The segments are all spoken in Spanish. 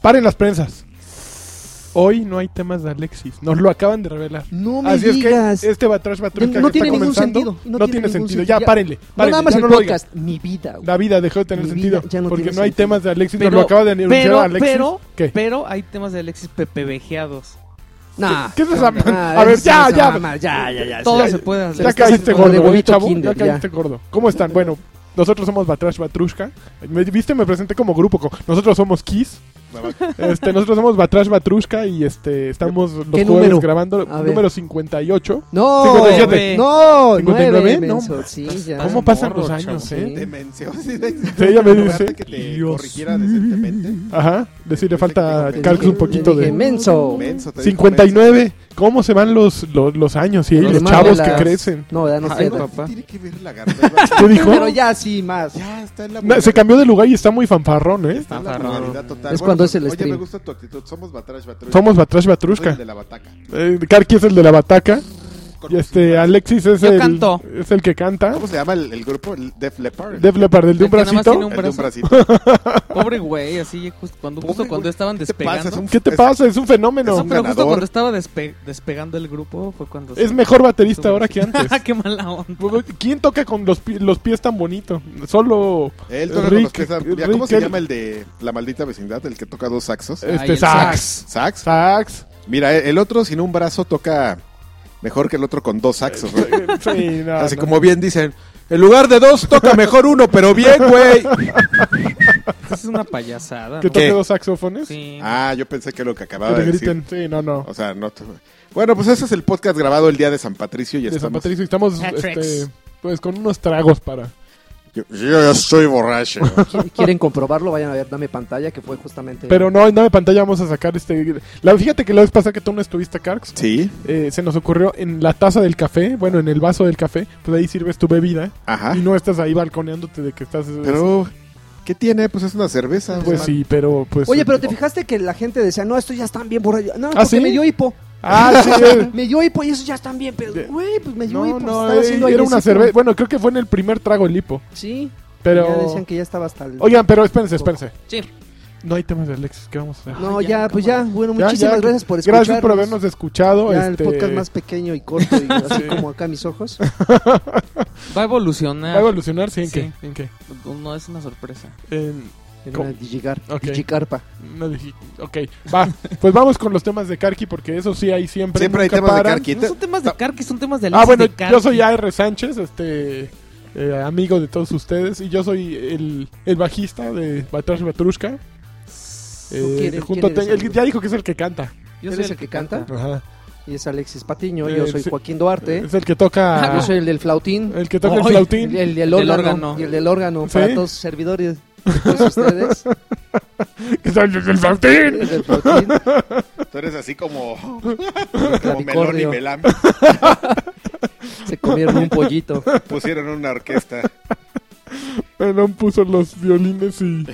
Paren las prensas. Hoy no hay temas de Alexis. Nos lo acaban de revelar. No me Así digas. es que este Batrash Batrushka No, no que tiene está ningún comenzando sentido. no, tiene ningún sentido. Ya, Ya, párenle. No, párenle, nada más ya el no lo digan. podcast. Mi vida. güey. La vida dejó de tener Mi sentido. vida ya no porque tiene no hay sentido. temas de Alexis. nos Pero- lo acaba de anunciar pero, Alexis. pero, ¿Qué? pero hay temas de Alexis pepevejeados. Nah. ¿Qué es esa? Nah, a ver, eso ya, es ya. mamá, ya, ya, ya. Todo Ya, se puede hacer. Ya Estás caíste como de gordo, ¿eh, huevito chavo. kinder, ya ya. caíste gordo. ¿Cómo están? Bueno, nosotros somos Batrash Batrushka. Me- ¿Viste? Me presenté como grupo. co- Nosotros somos Kiss. Este, nosotros somos Batrash Batrushka y este estamos los ¿Qué jueves número? grabando A ver. número 58. No, 57. no, 59, 59, no. sí, ya. ¿Cómo pasan morro, los años, chavo. eh? Demencio. Sí, ella me lugar de dice, que te Dios. corrigiera decentemente. Ajá, decirle falta Te Te calques dije- un poquito te dije, de menso. Menso, te digo, 59. ¿Cómo se van los, los, los años y Los los demás chavos de que las- crecen? No, ya no Ay, sé. menso. papá. Tiene que ver la garganta. ¿Qué dijo? Pero ya sí más. Ya está en la Na- Se vulgar- cambió de lugar y está muy fanfarrón, ¿eh? está en la Fanfarrón. vulgaridad total. Es cuando es el oye, stream. me gusta tu actitud. Somos Batrash Batrushka. Somos Batrash Soy el Batrushka. de la bataca. Eh, Karki es el de la bataca. Y este, Alexis es Yo el, canto. es el que canta. ¿Cómo se llama el, el grupo? El Def Leppard. Def Leppard, el de un El que nada más bracito. tiene El de Un un bracito. Este Pobre güey, así justo cuando, justo Pobre cuando güey, estaban ¿Qué te despegando. pasa? Es un- ¿Qué te es- pasa? Es un fenómeno. es No, un pero justo ganador. cuando estaba despe- despegando el grupo fue cuando... Es mejor baterista ahora que antes. ¡Ah, qué mala onda! ¿Quién toca con los, pi- los pies tan bonito? Solo Él toca con los Rick- pies ar- Mira, ¿Cómo se Rick- llama el de la maldita vecindad? El que toca dos saxos. Ay, este el sax. ¿Sax? Sax. Mira, el otro sin un brazo toca mejor que el otro con dos saxos. güey. Sí, no, Así Ah, no. como bien dicen, en lugar de dos toca mejor uno, pero bien, güey. Es una payasada. que ¿no? toque ¿Qué? dos saxofones. Sí. Ah, yo pensé que lo que Que acababa te de decir. griten. Sí, no, no. O sea, no. te- Bueno, pues ese es el podcast grabado el día de San Patricio y De San estamos- Patricio estamos Patrick's. este, pues, con unos tragos para. Yo, yo ya estoy borracho. Qui- Quieren comprobarlo, vayan a ver, dame pantalla que fue justamente. Pero no, en Dame Pantalla vamos a sacar este. La, fíjate que la vez pasada que tú no estuviste, Carx, sí, eh, se nos ocurrió en la taza del café, bueno, en el vaso del café, pues ahí sirves tu bebida ajá. y no estás ahí balconeándote de que estás. Ah. Pero, ¿qué tiene? Pues es una cerveza. pues o sea, sí, pero pues. Oye, pero te fijaste que la gente decía, "No, estos ya están bien borrachos." No, porque sí? me dio hipo. Ah, sí. eh. Me dio hipo y esos ya están bien, De- pero güey, pues me dio No, hipo, no, estaba eh, haciendo era una airecito. cerveza. Bueno, creo que fue en el primer trago el hipo. Sí, Pero. ya decían que ya estaba hasta el Oigan, pero espérense, espérense. Sí. No hay temas de Alexis, ¿qué vamos a hacer? No, Ay, ya, ya, pues ya, cámara. bueno, Ya, muchísimas ya, gracias por escucharnos. Gracias por habernos escuchado. ya este, el podcast más pequeño y corto y así Sí. como acá mis ojos. Va a ¿Va a evolucionar. evolucionar? Sí, ¿en Sí. qué? ¿En qué? No es una sorpresa. En- En ¿Cómo? una digigar, Ok. digicarpa. no dije- ok, va. pues vamos con los temas de Karki, porque eso sí hay siempre. Siempre hay nunca temas de paran. Karki. No son temas de Karki, son temas de Ah, Alexis bueno, de Karki. yo soy AR Sánchez, este eh, amigo de todos ustedes, y yo soy el, el bajista de Batrash Batrushka. Eh, quién- junto quién a- eres? el- ya dijo que es el que canta. Yo ¿Eres el que canta? Ajá. Y es Alexis Patiño, Eh, yo soy sí. Joaquín Duarte. Ah, Es el que toca. Yo soy el del flautín. El que toca el Ah, Ay, flautín. El, el del El órgano, órgano. Y el del órgano ¿Sí? para todos sus servidores. Todos ustedes. Que soy el del flautín. El del flautín. Tú eres así como, como Melón y clavicordio. Melán. Se comieron un pollito. Pusieron una orquesta. Melón puso los violines y. y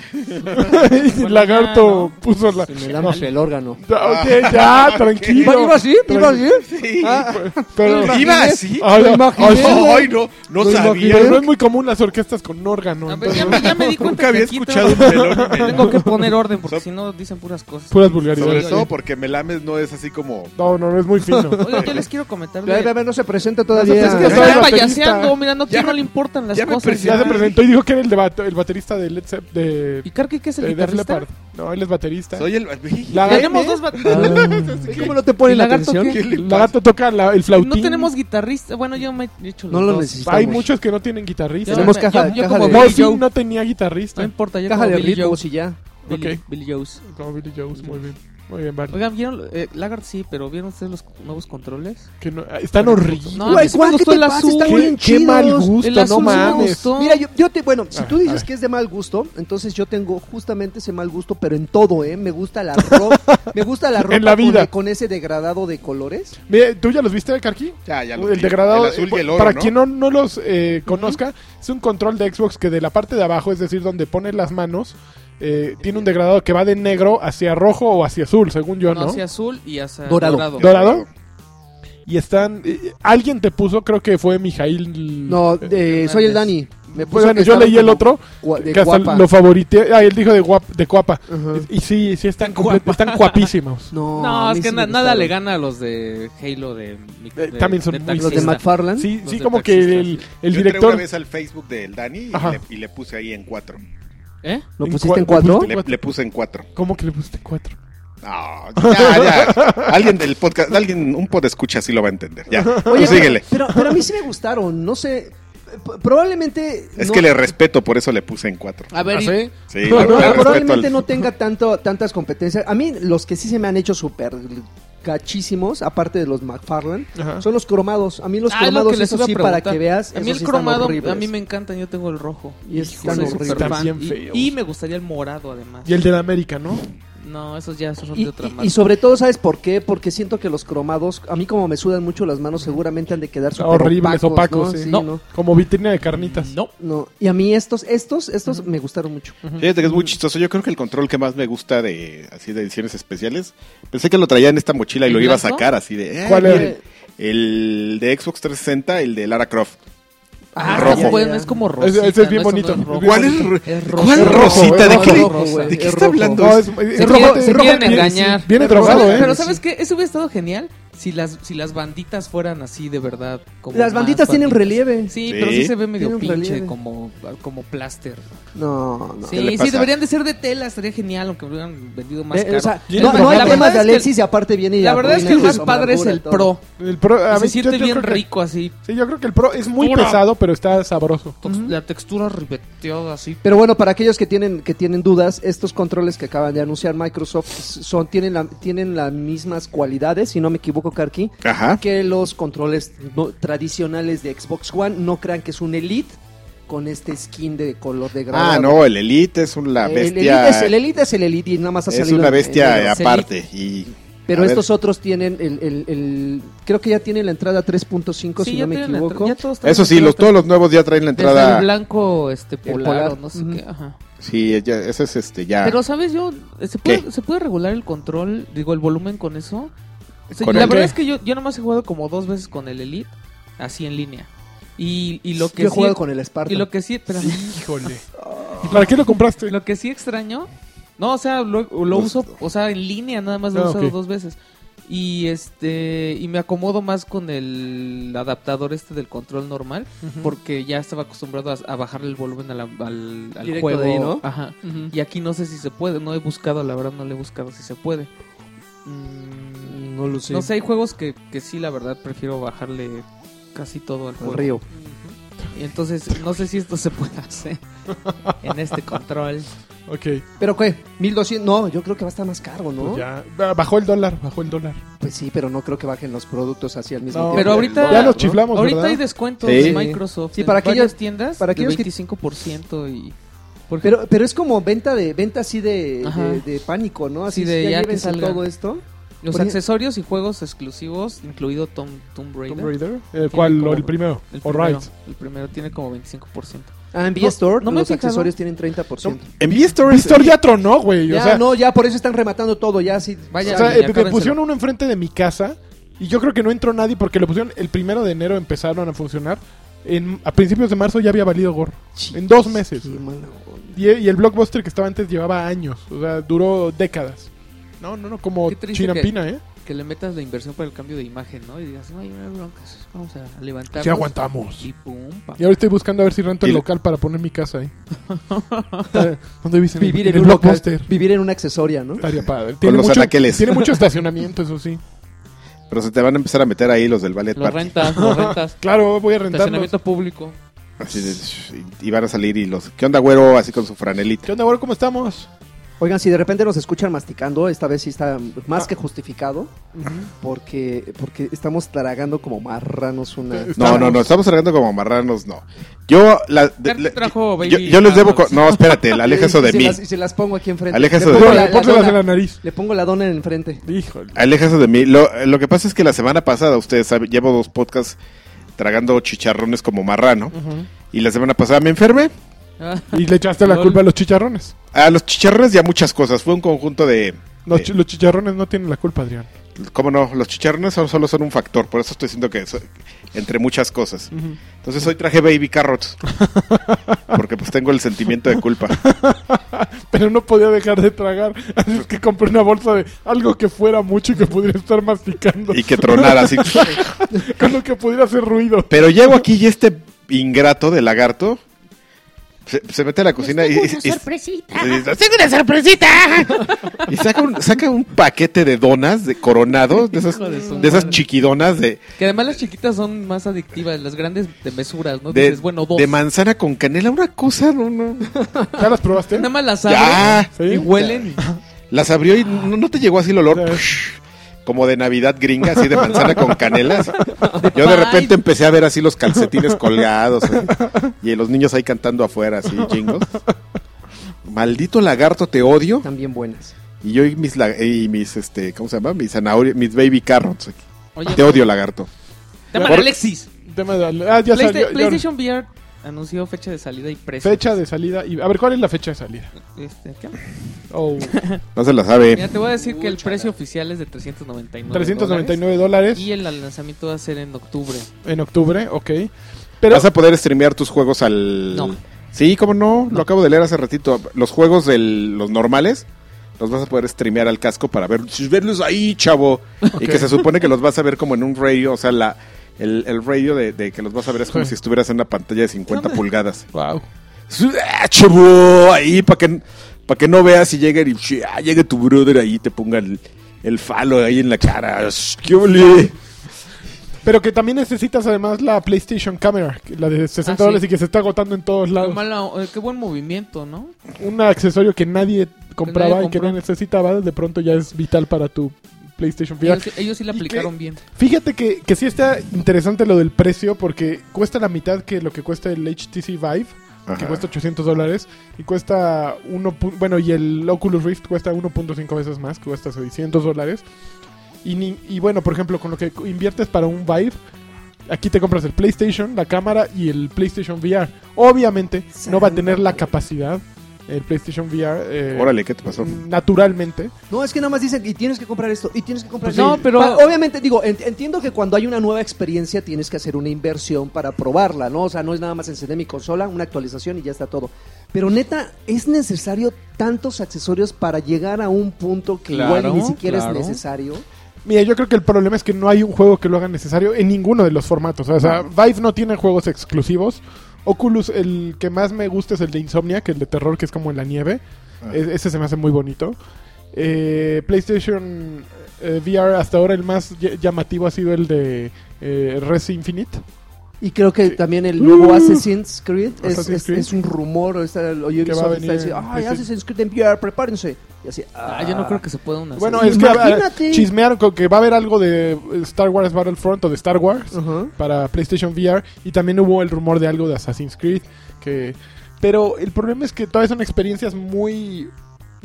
Bueno, Lagarto ya, ¿no? puso la. Se Y me le da damos mal. el órgano. Ya, Oye, ya, tranquilo. ¿Iba así? ¿Iba así? Sí. Pero. Iba- Ah, ¿Iba así? Ay, Lo ay, imaginé. ay, Ay, no, no Lo sabía. Pero no es muy común las orquestas con órgano. A ver, entonces, ya, me, ya me di cuenta Nunca había que aquí escuchado un tengo- melón y melán. Tengo que poner orden porque Son- si no dicen puras cosas. Puras vulgaridades. Sobre todo porque Melames no es así como... No, no, no es muy fino. Oigan, yo les quiero comentar. de- Ve, ve, ve, no se presenta No todavía. se Están presenta. soy baterista. payaseando, mira, no, Ya no me- le importan las ya me cosas. ya se Ay. presentó y dijo que era el, de bat- el baterista de Led Zepp- de, ¿Y Karki qué es el de Def guitarrista? Leppard. No, él es baterista. Soy el... La- ¿Eh? Tenemos dos bat- ¿Ves ¿Cómo no te ponen ¿Y la lagarto atención? ¿Qué le La pasa? gata toca la- el flautín. No tenemos guitarrista. Bueno, yo me he hecho los No lo dos. necesitamos. Hay muchos que no tienen guitarrista. Yo Tenemos me- caja yo- de- yo caja como de- Billy Murphy Joe. no tenía No guitarrista. importa, yo Caja como de Billy Joe. ritmos y ya. Billy, Ok. Billy Joe's. No, Billy Jones, muy bien. Muy bien, vale. Oigan, ¿vieron? Eh, Lagarde sí, pero ¿vieron ustedes los nuevos controles? Que no- están horribles. No, a mí sí me gustó el azul. Están qué, bien qué mal chidos. gusto, el azul no sí me mames. gustó. Mira, yo, yo te, bueno, si Ah, tú a dices ver. que es de mal gusto, entonces yo tengo justamente ese mal gusto, pero en todo, ¿eh? Me gusta la ropa, me gusta la ropa En la vida. Con, e, con ese degradado de colores. Mira, ¿Tú ya los viste, Karki? Ya, ya lo el vi. degradado, El azul y el eh, oro, para ¿no? quien no, no los eh, conozca, es un control de Xbox que de la parte de abajo, es decir, donde pones las manos, eh, tiene un degradado que va de negro hacia rojo o hacia azul, según yo, ¿no? Ah, No, hacia azul y hacia Dorado. dorado. ¿Dorado? Y están... eh, alguien te puso, creo que fue Mijail... Mm. No, eh, eh, soy el Dani. Me O puso sea, que yo estaba leí el como otro, gua- de que hasta guapa. lo favorité. Ah, él dijo de, guap, de cuapa. Ajá. Y, y sí, sí están, Guapa. comple- están guapísimos. No, No, a es mí que sí me na- nada gustaron. Eh, le gana a los de Halo de... de- también son muy- Los de taxista. McFarland. Sí, Los sí, de como que taxistas, el, sí. el Yo entré director... una vez al Facebook del Dani y Ajá. le, y le puse ahí en cuatro. ¿Eh? ¿Lo ¿En pusiste cua- lo en cuatro? pusiste? Le, Cuatro. le puse en cuatro. ¿Cómo que le pusiste cuatro? Ah, ya, ya. Alguien del podcast, alguien, un pod escucha así lo va a entender. Ya, Tú Oye, síguele. pero, pero, pero a mí sí me gustaron, no sé. p- Probablemente. Es no- que le respeto, por eso le puse en cuatro. A ver, ¿Ah, y- sí? Sí, le- le respeto probablemente al- no tenga tanto, tantas competencias. A mí, los que sí se me han hecho súper cachísimos, aparte de los McFarland, Ajá. son los cromados. A mí los Ah, es lo cromados, que les eso iba a sí, para preguntar. que veas. A mí esos el sí están cromado, horribles. a mí me encanta, yo tengo el rojo. Y Yo están soy horribles. súper fan. Están bien feos. Y, y me gustaría el morado, además. Y el de la América, ¿no? No, esos ya son Y, de otra y- marca. y sobre todo, ¿sabes por qué? Porque siento que los cromados, a mí como me sudan mucho las manos, seguramente han de quedar súper Horribles, opacos, ¿no? sí. Sí, No. ¿no? Como vitrina de carnitas. No. No, y a mí estos, estos, estos me gustaron mucho. Fíjate que Mm. es muy chistoso. Yo creo que el control que más me gusta de así de ediciones especiales, pensé que lo traía en esta mochila y ¿El lo iba a blanco? sacar así de. eh, ¿Cuál era? miren, El de Xbox 360, el de Lara Croft. Ah, Rojo. es bueno, es como rosita. Ese- ese es bien ¿no? Eso bonito. no es rojo. ¿Cuál es- Es rojo. ¿Cuál Es rojo, Rosita? es ¿De rojo, qué, es le- rojo, güey, de qué es está rojo. hablando? No, es, Se es rojo, quieren- es se rojo, quieren bien- engañar. Viene Pero drogado, rojo, ¿eh? Pero Sí. ¿sabes qué? Eso hubiera estado genial si las, si las banditas fueran así de verdad. Como Las más banditas tienen relieve. Sí, Sí. pero sí se ve medio Tienen pinche, relieve. como, como plaster. No, no. ¿Qué Sí, le sí, pasa? deberían de ser de tela, estaría genial, aunque lo hubieran vendido más Eh, caro. o sea, Yo- no, la no hay verdad temas es de que el- Alexis y aparte viene y La verdad es que el arruina más su padre es amargura y el todo. pro. El pro, a Se mí- siente yo- yo bien creo que- rico así. Sí, yo creo que el pro es muy Textura. pesado, pero está sabroso. tox- La textura ribeteada así. Pero bueno, para aquellos que tienen que tienen dudas, estos controles que acaban de anunciar Microsoft son tienen la- tienen las mismas cualidades, si no me equivoco, Karki, Ajá. que los controles no- tradicionales de Xbox One. No crean que es un Elite con este skin de color de grado. Ah, no, el Elite es una El- El, bestia. Elite es, el Elite es el Elite y nada más ha es salido una en- en bestia negro. Elite. aparte. Y, Pero a ver, estos otros tienen el, el- el- creo que ya tienen la entrada 3.5 Sí, si ya no me tienen la equivoco. entrada- ya todos Eso tienen sí, la los, entrada- todos los nuevos ya traen la desde el entrada. blanco este polar, polar, o no sé ujú. qué, ajá. Sí, ya- ese es este ya. Pero sabes yo, ¿se ¿Qué? puede, ¿se puede regular el control, digo, el volumen con eso? O sea, ¿Con la el verdad qué? es que yo, yo nomás he jugado como dos veces con el Elite, así en línea. Y, y lo que Yo he sí, jugado con el Spartan. y lo que sí, espérame. Híjole. ¿Y para qué lo compraste? Lo que sí extraño, no, o sea, lo, lo Los- uso, o sea, en línea nada más lo he Ah, usado ok. dos veces. Y este, y me acomodo más con el adaptador este del control normal, porque ya estaba acostumbrado a, a bajarle el volumen a la- al, al Directo juego. de ahí, ¿no? Ajá. Ujú. Y aquí no sé si se puede, no he buscado, la verdad no le he buscado si se puede. Mm, No lo sé. No sé, hay juegos que, que sí, la verdad, prefiero bajarle casi todo al juego. Al río. Y entonces, no sé si esto se puede hacer en este control. Ok, ¿Pero qué? 1200. No, yo creo que va a estar más caro, ¿no? pues Pues, ya. Ah, Bajó el dólar, bajó el dólar. sí, pero no creo que bajen los productos así al mismo No, tiempo. Pero ahorita- Ya nos chiflamos, Ahorita ¿verdad? hay descuentos Sí. de Microsoft. Sí, en para aquellos- varias tiendas para para aquellos que- 25% y por Pero, pero es como venta de venta así de, Ajá. de, de pánico, ¿no? Así Sí, de ya, ya que llévense salga. todo esto. los por- accesorios y juegos exclusivos, incluido Tom, Tomb Raider. Tomb Raider. Eh, ¿Cuál? como- ¿El primero? El All primero, right. el primero tiene como 25%. Ah, en No, V-Store no me he los fijado. accesorios tienen 30%. en V-Store es- Vistor ya tronó, güey. ya, O sea, no, ya por eso están rematando todo, ya así. Vaya, o sea, ya, eh, me ya, cábrenselo. pusieron uno enfrente de mi casa y yo creo que no entró nadie porque lo pusieron el primero de enero empezaron a funcionar. En, a principios de marzo ya había valido gorro. En dos meses. Qué mala onda. Y, eh, y el blockbuster que estaba antes llevaba años. O sea, duró décadas. No, no, no, como Qué triste chinampina, ¿eh? Que le metas la inversión para el cambio de imagen, ¿no? Y digas, no hay no hay broncas, vamos a levantar. Sí aguantamos. Y pum, pa. Y ahora estoy buscando a ver si rento el Y- local para poner mi casa ahí. Eh, ¿Dónde viste? Vivir en, el un local, blockbuster. vivir en una accesoria, ¿no? Estaría padre. los anaqueles. Tiene mucho estacionamiento, eso sí. Pero se te van a empezar a meter ahí los del ballet Lo party. rentas, lo rentas. Claro, voy a rentarlos. Estacionamiento público. Así de, y- y van a salir y los. ¿Qué onda, güero? Así con su franelita. ¿Qué onda, güey? ¿Cómo estamos? Oigan, si de repente nos escuchan masticando, esta vez sí está Ah. más que justificado, porque, porque estamos tragando como marranos una... No, no, no, estamos cargando como marranos, no. Yo, la, de- Te la- trajo yo, Baby yo les debo. co- Arnold's. No, espérate, la aleja eso Y de se mí. las- y se las pongo aquí enfrente. Aleja eso Le de pongo mí. la- Póngasela la póngalas en dona- la nariz. Le pongo la dona en enfrente. Híjole. Aleja eso de mí. Lo, lo que pasa es que la semana pasada, ustedes saben, llevo dos podcasts tragando chicharrones como marrano. Y la semana pasada me enfermé. Ah, Y le echaste la Lol. culpa a los chicharrones. A los chicharrones y a muchas cosas. Fue un conjunto de. Los, de- chi- los chicharrones no tienen la culpa, Adrián. ¿Cómo no? Los chicharrones son- solo son un factor. Por eso estoy diciendo que, so- entre muchas cosas. Ujú. Entonces hoy traje baby carrots. Porque pues tengo el sentimiento de culpa. Pero no podía dejar de tragar. Así es que compré una bolsa de algo que fuera mucho y que pudiera estar masticando. Y que tronara así. Con lo que pudiera hacer ruido. Pero llego aquí y este ingrato de lagarto se, se mete a la cocina y, Les tengo y- una y- sorpresita. y- ¡Tengo una sorpresita! Y saca un, saca un paquete de donas de coronado, de esas, Hijo de su de esas madre. chiquidonas de, Que además las chiquitas son más adictivas, las grandes de mesuras, ¿no? de, Dices, bueno, dos. de manzana con canela, una cosa, no, no. ¿Ya las probaste? Nada más las Ya. abres y Sí. huelen. Las abrió y no, no te llegó así el olor. Como de Navidad gringa, así de manzana con canelas. Yo de repente empecé a ver así los calcetines colgados. así, y los niños ahí cantando afuera, así, jingles. Maldito lagarto, te odio. Están bien buenas. Y yo y mis, la- y mis este, ¿cómo se llama? Mis zanahorias, mis baby carrots. aquí. Oye, pues, Te odio, lagarto. llaman Por- Alexis. Tema de- ah, ya Playsta- salió, ya- PlayStation VR anunció fecha de salida y precio. Fecha de salida. Y, a ver, ¿cuál es la fecha de salida? Este, ¿qué? Oh, No se la sabe. Mira, te voy a decir que el precio oficial es de 399. 399 dólares Y el lanzamiento va a ser en octubre. en octubre, ok. Pero ¿Vas a poder streamear tus juegos al...? No. Sí, ¿cómo no? Lo acabo de leer hace ratito. Los juegos de los normales los vas a poder streamear al casco para ver, verlos ahí, chavo. Y que se supone que los vas a ver como en un radio, o sea, la, el, el radio de, de que los vas a ver es como Sí. si estuvieras en una pantalla de 50 pulgadas. wow. ¡Ah, chavo! Ahí, para que, pa' que no veas y llegue, y, ah, llegue tu brother ahí y te ponga el, el falo ahí en la cara. ¡Qué ole! Pero que también necesitas además la PlayStation Camera, que- la de 60 Ah, sí. dólares y que se está agotando en todos Qué, lados. mala- eh, qué buen movimiento, ¿no? Un accesorio que nadie compraba nadie y que compró. no necesitaba, de pronto ya es vital para tu PlayStation VR. Ellos, ellos sí la ¿Y qué? aplicaron bien. Fíjate que, que sí está interesante lo del precio porque cuesta la mitad que lo que cuesta el HTC Vive, que Ajá. cuesta 800 dólares, y cuesta uno pu- bueno, y el Oculus Rift cuesta 1.5 veces más, que cuesta 600 dólares. Y, ni- y bueno, por ejemplo, con lo que inviertes para un Vive, aquí te compras el PlayStation, la cámara y el PlayStation VR. Obviamente no va a tener la capacidad el PlayStation VR eh, Órale, ¿qué te pasó? naturalmente. No, es que nada más dicen, y tienes que comprar esto, y tienes que comprar Pues esto. no, pero- Pa- obviamente, digo, ent- entiendo que cuando hay una nueva experiencia tienes que hacer una inversión para probarla, ¿no? O sea, no es nada más encender mi consola, una actualización y ya está todo. Pero neta, ¿es necesario tantos accesorios para llegar a un punto que Claro, igual ni siquiera claro. es necesario? Mira, yo creo que el problema es que no hay un juego que lo haga necesario en ninguno de los formatos. O sea, Vive no tiene juegos exclusivos. Oculus, el que más me gusta es el de Insomnia, que el de terror, que es como en la nieve. E- ese se me hace muy bonito. Eh, PlayStation eh, VR, hasta ahora el más ll- llamativo ha sido el de eh, Res Infinite. Y creo que también el nuevo Uh, Assassin's Creed es, Assassin's es- Creed. es un rumor, o está, Que o va a Ubisoft venir está diciendo, en ay, PlayStation". Assassin's Creed en VR, prepárense. Y así, Ah, yo no creo que se pueda una. Bueno, sí. es que Imagínate. eh, chismearon con que va a haber algo de eh, Star Wars Battlefront o de Star Wars. Ajá. para PlayStation VR y también hubo el rumor de algo de Assassin's Creed que pero el problema es que todavía son experiencias muy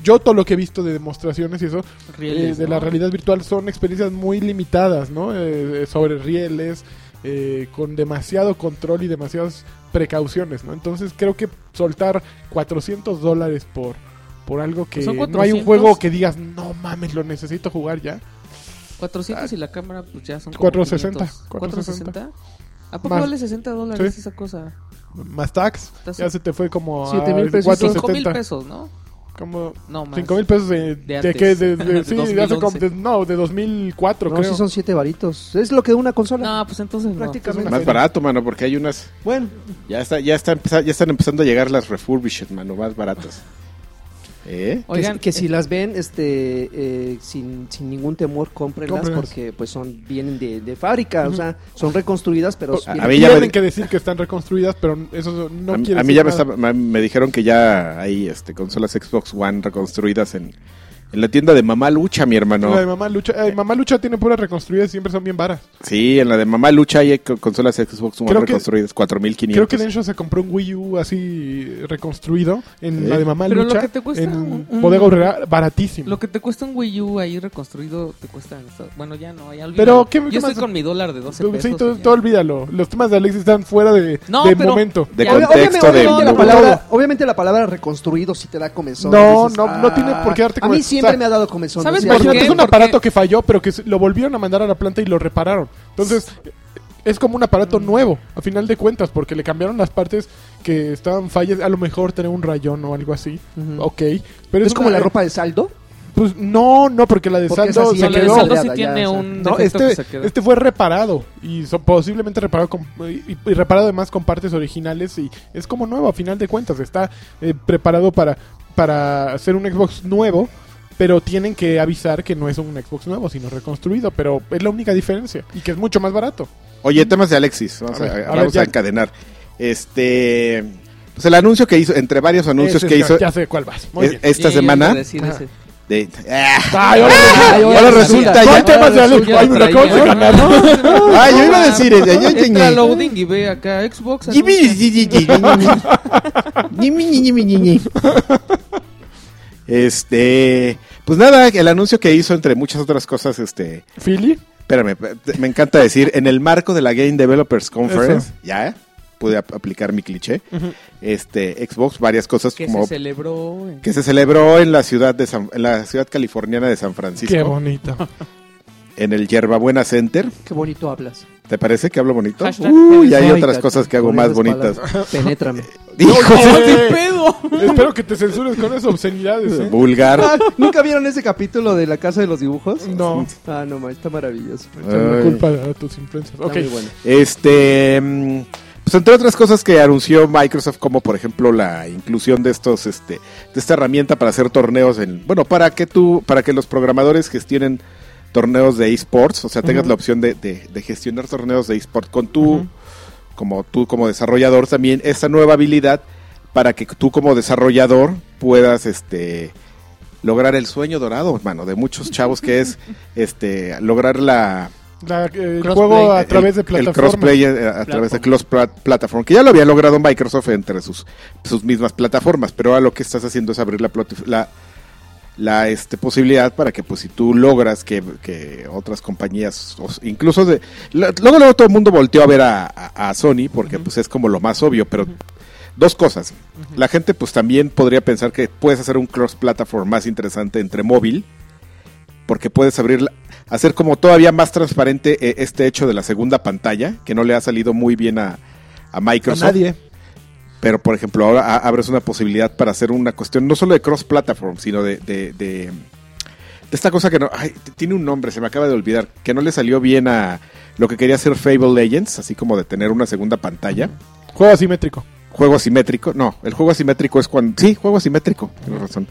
yo todo lo que he visto de demostraciones y eso eh, de la realidad virtual son experiencias muy limitadas no Eh, eh, sobre rieles eh, con demasiado control y demasiadas precauciones no entonces creo que soltar 400 dólares por por algo que Son no hay un 400. juego que digas no mames lo necesito jugar ya 400 y la cámara, pues ya son. como 460, 500. 460. ¿A poco Más- vale 60 dólares Sí. esa cosa? más tax Estás- ya se te fue como Siete mil pesos. 5 mil 470 pesos, ¿no? como No, más. 5 mil pesos de, De de antes. qué? De- de- De sí, de hace 2011. como- de- no, de 2004 No, creo. sí son siete varitos. Es lo que una consola. No, pues entonces no. prácticamente. Más barato, mano, porque hay unas... Bueno, Ya, está, ya, está empeza- ya están empezando a llegar las refurbished, mano, más baratas. ¿Eh? que- Oigan, que, si las ven este eh, sin, sin ningún temor, cómprenlas Cómprenlas. porque pues son vienen de, de fábrica, o sea, son reconstruidas, pero A- a vienen- mí ya Tienen me- que decir que están reconstruidas, pero eso no a, mí- quiere a mí decir ya me, nada. está- me- me dijeron que ya hay este, consolas Xbox One reconstruidas en, en la tienda de Mamá Lucha, mi La de hermano. Mamá Lucha, eh, Mamá Lucha tiene puras reconstruidas, siempre son bien varas. Sí, en la de Mamá Lucha hay eh, co- consolas Xbox One Creo que- reconstruidas, Creo que 4500. Densho se compró un Wii U así reconstruido en Sí. la de Mamá Pero lo Lucha que te cuesta en un- un- Bodega Aurrera, baratísimo. Lo que te cuesta un Wii U ahí reconstruido, te cuesta. en Estados- Bueno, ya no, Pero, ya olvídalo. ¿qué- Yo qué estoy más- con mi dólar de 12 Sí, pesos. todo, y ya. todo olvídalo. Los temas de Alexis están fuera de, No, de pero- momento. De Ya. Obvia- obviamente, contexto de... obviamente la Todo. palabra, obviamente la palabra reconstruido si te da comezón. "Ah, No, no, no tiene por qué darte A mí comezón. siempre O sea, me ha dado comezón. ¿sabes o sea, por Imagínate, qué? es un Porque- aparato que falló, pero que se- lo volvieron a mandar a la planta y lo repararon. Entonces, es como un aparato nuevo, a final de cuentas, porque le cambiaron las partes que estaban fallas. A lo mejor tener un rayón o algo así. Ujú. Ok. Pero ¿Es como una- la ropa de saldo? Pues no, no, porque la de Porque Saldo esa sí se No, la de quedó. saldo sí Ya, tiene ya, o sea, un No, defecto este, que se queda. este fue reparado y so- posiblemente reparado con, y, y- y reparado además con partes originales y es como nuevo a final de cuentas está eh, preparado para para hacer un Xbox nuevo pero tienen que avisar que no es un Xbox nuevo sino reconstruido pero es la única diferencia y que es mucho más barato Oye, temas de Alexis. Vamos A a, ver, a ver, vamos a Jack. encadenar. Este. Pues el anuncio que hizo, entre varios anuncios Ese que es- hizo Eh, ya sé cuál vas muy es- bien esta Sí, semana. iba a decir ese. de- ¡Ah! Ay, ahora- Ay, ahora ahora resulta, resulta ya. ya hay temas de Ahora Alex Yo Ay, me lo acabas de traía- ganar No, no, no, no, Ah, yo iba a no, decir, ya, ya, ya, Entra ya. a loading y ve acá Xbox. anuncia. Este, pues nada, el anuncio que hizo entre muchas otras cosas, este, Philly espérame, me encanta decir, en el marco de la Game Developers Conference, ya pude ap- aplicar mi cliché, este, Xbox, varias cosas Que como se celebró. en- que se celebró en la ciudad de San- en la ciudad californiana de San qué Francisco, bonito en el Yerbabuena Center. Qué bonito hablas. ¿Te parece que hablo bonito? Hashtag Uy, hay Ay, otras Cacho, cosas que hago con más esas bonitas. palabras. Penétrame. Hijo, Eh, pedo! espero que te censures con esas obscenidades ¿eh? vulgar. Ah, ¿Nunca vieron ese capítulo de La Casa de los Dibujos? No. Ah, no, ma, está maravilloso. Echando Ay. culpa a tus influencias Está Ok. muy bueno. Este, mm, pues entre otras cosas que anunció Microsoft, como por ejemplo la inclusión de estos, este, de esta herramienta para hacer torneos en, bueno, para que tú, para que los programadores gestionen torneos de esports, o sea, tengas Ujú. la opción de, de- de gestionar torneos de esports con tú, Ujú. como tú como desarrollador también esta nueva habilidad para que tú como desarrollador puedas, este, lograr el sueño dorado, hermano, de muchos chavos que es, este, lograr la La- el Crossplay. eh, juego a el- través de El plataformas. crossplay eh, a, través de cross plat- platform, que ya lo había logrado Microsoft entre sus, sus mismas plataformas, pero ahora lo que estás haciendo es abrir la, plati- la, la, este, posibilidad para que pues si tú logras que, que otras compañías, o s- incluso de... la- Luego, luego todo el mundo volteó a ver a, a- a Sony porque pues es como lo más obvio, pero dos cosas. La gente pues también podría pensar que puedes hacer un cross-platform más interesante entre móvil porque puedes abrir, la- hacer como todavía más transparente eh, este hecho de la segunda pantalla, que no le ha salido muy bien a, a Microsoft. Pero, por ejemplo, ahora a- abres una posibilidad para hacer una cuestión no solo de cross-platform, sino de, de, de- de esta cosa que no. ay, t- tiene un nombre, se me acaba de olvidar, que no le salió bien a lo que quería hacer Fable Legends, así como de tener una segunda pantalla. Juego asimétrico. Juego asimétrico, no, el juego asimétrico es cuando. Sí, juego asimétrico, tienes razón.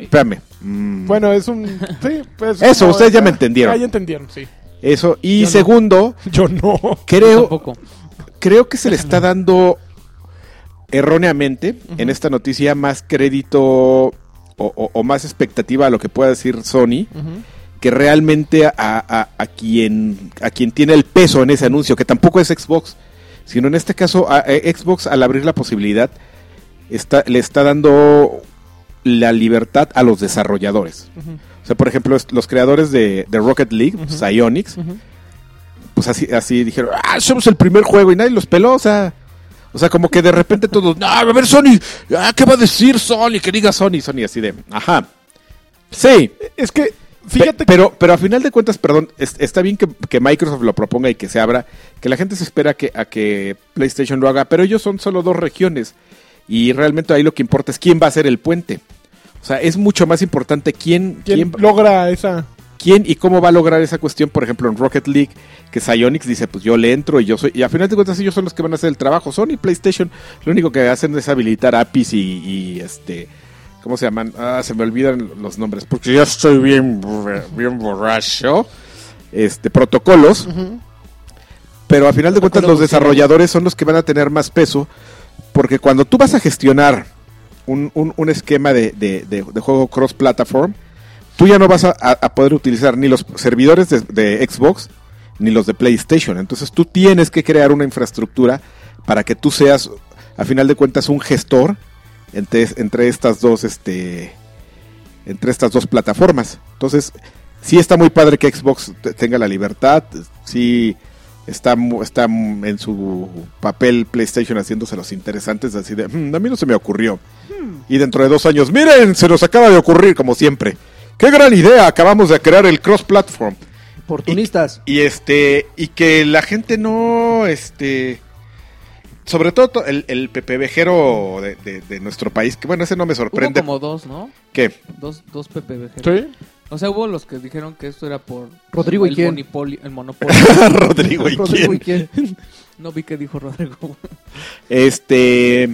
Espérame. Mm. Bueno, es un. Sí, pues. Eso, como- ustedes ya me entendieron. Ah, ya entendieron, sí. Eso. Y Yo no. segundo, Yo no. creo. Tampoco. creo que se le está dando erróneamente en esta noticia más crédito o, o- o más expectativa a lo que pueda decir Sony que realmente a, a- a quien a quien tiene el peso en ese anuncio que tampoco es Xbox sino en este caso a- eh, Xbox al abrir la posibilidad está le está dando la libertad a los desarrolladores o sea por ejemplo est- los creadores de, de Rocket League Psyonix pues así, así dijeron, ah, somos el primer juego y nadie los peló, o sea, o sea, como que de repente todos, no, a ver Sony, ah, ¿qué va a decir Sony? Que diga Sony, Sony, así de, ajá, sí, Es que, fíjate Pe- pero, pero a final de cuentas, perdón, es- está bien que, que Microsoft lo proponga y que se abra, que la gente se espera que, a que PlayStation lo haga, pero ellos son solo dos regiones y realmente ahí lo que importa es quién va a ser el puente. O sea, es mucho más importante quién, que quién, quien logra esa. quién y cómo va a lograr esa cuestión, por ejemplo, en Rocket League, que Psyonix dice, pues yo le entro y yo soy, y a final de cuentas ellos son los que van a hacer el trabajo, Sony y PlayStation, lo único que hacen es habilitar APIs y, y, este, ¿cómo se llaman? Ah, se me olvidan los nombres, porque yo estoy bien, borra- bien borracho, este, protocolos, pero a final de cuentas los desarrolladores son los que van a tener más peso, porque cuando tú vas a gestionar un, un- un esquema de, de- de- de juego cross-platform, tú ya no vas a, a- a poder utilizar ni los servidores de, de Xbox ni los de PlayStation. Entonces tú tienes que crear una infraestructura para que tú seas, a final de cuentas, un gestor entre, entre estas dos, este, entre estas dos plataformas. Entonces sí está muy padre que Xbox te- tenga la libertad, sí está, mu- está mu- en su papel PlayStation haciéndose los interesantes, así de, "Mm, a mí no se me ocurrió. Hmm. Y dentro de dos años, miren, se nos acaba de ocurrir, como siempre. ¡Qué gran idea! Acabamos de crear el cross-platform. Oportunistas. Y este, y que la gente no, este, sobre todo to- el, el pepevejero de, de- de nuestro país, que bueno, ese no me Hubo sorprende. como dos, ¿no? ¿Qué? Dos, dos PPVG. ¿Sí? O sea, hubo los que dijeron que esto era por Rodrigo, ¿y el, quién? monipoli- el monopolio. Rodrigo y Rodrigo, ¿y quién. quién? no vi que dijo Rodrigo. Este.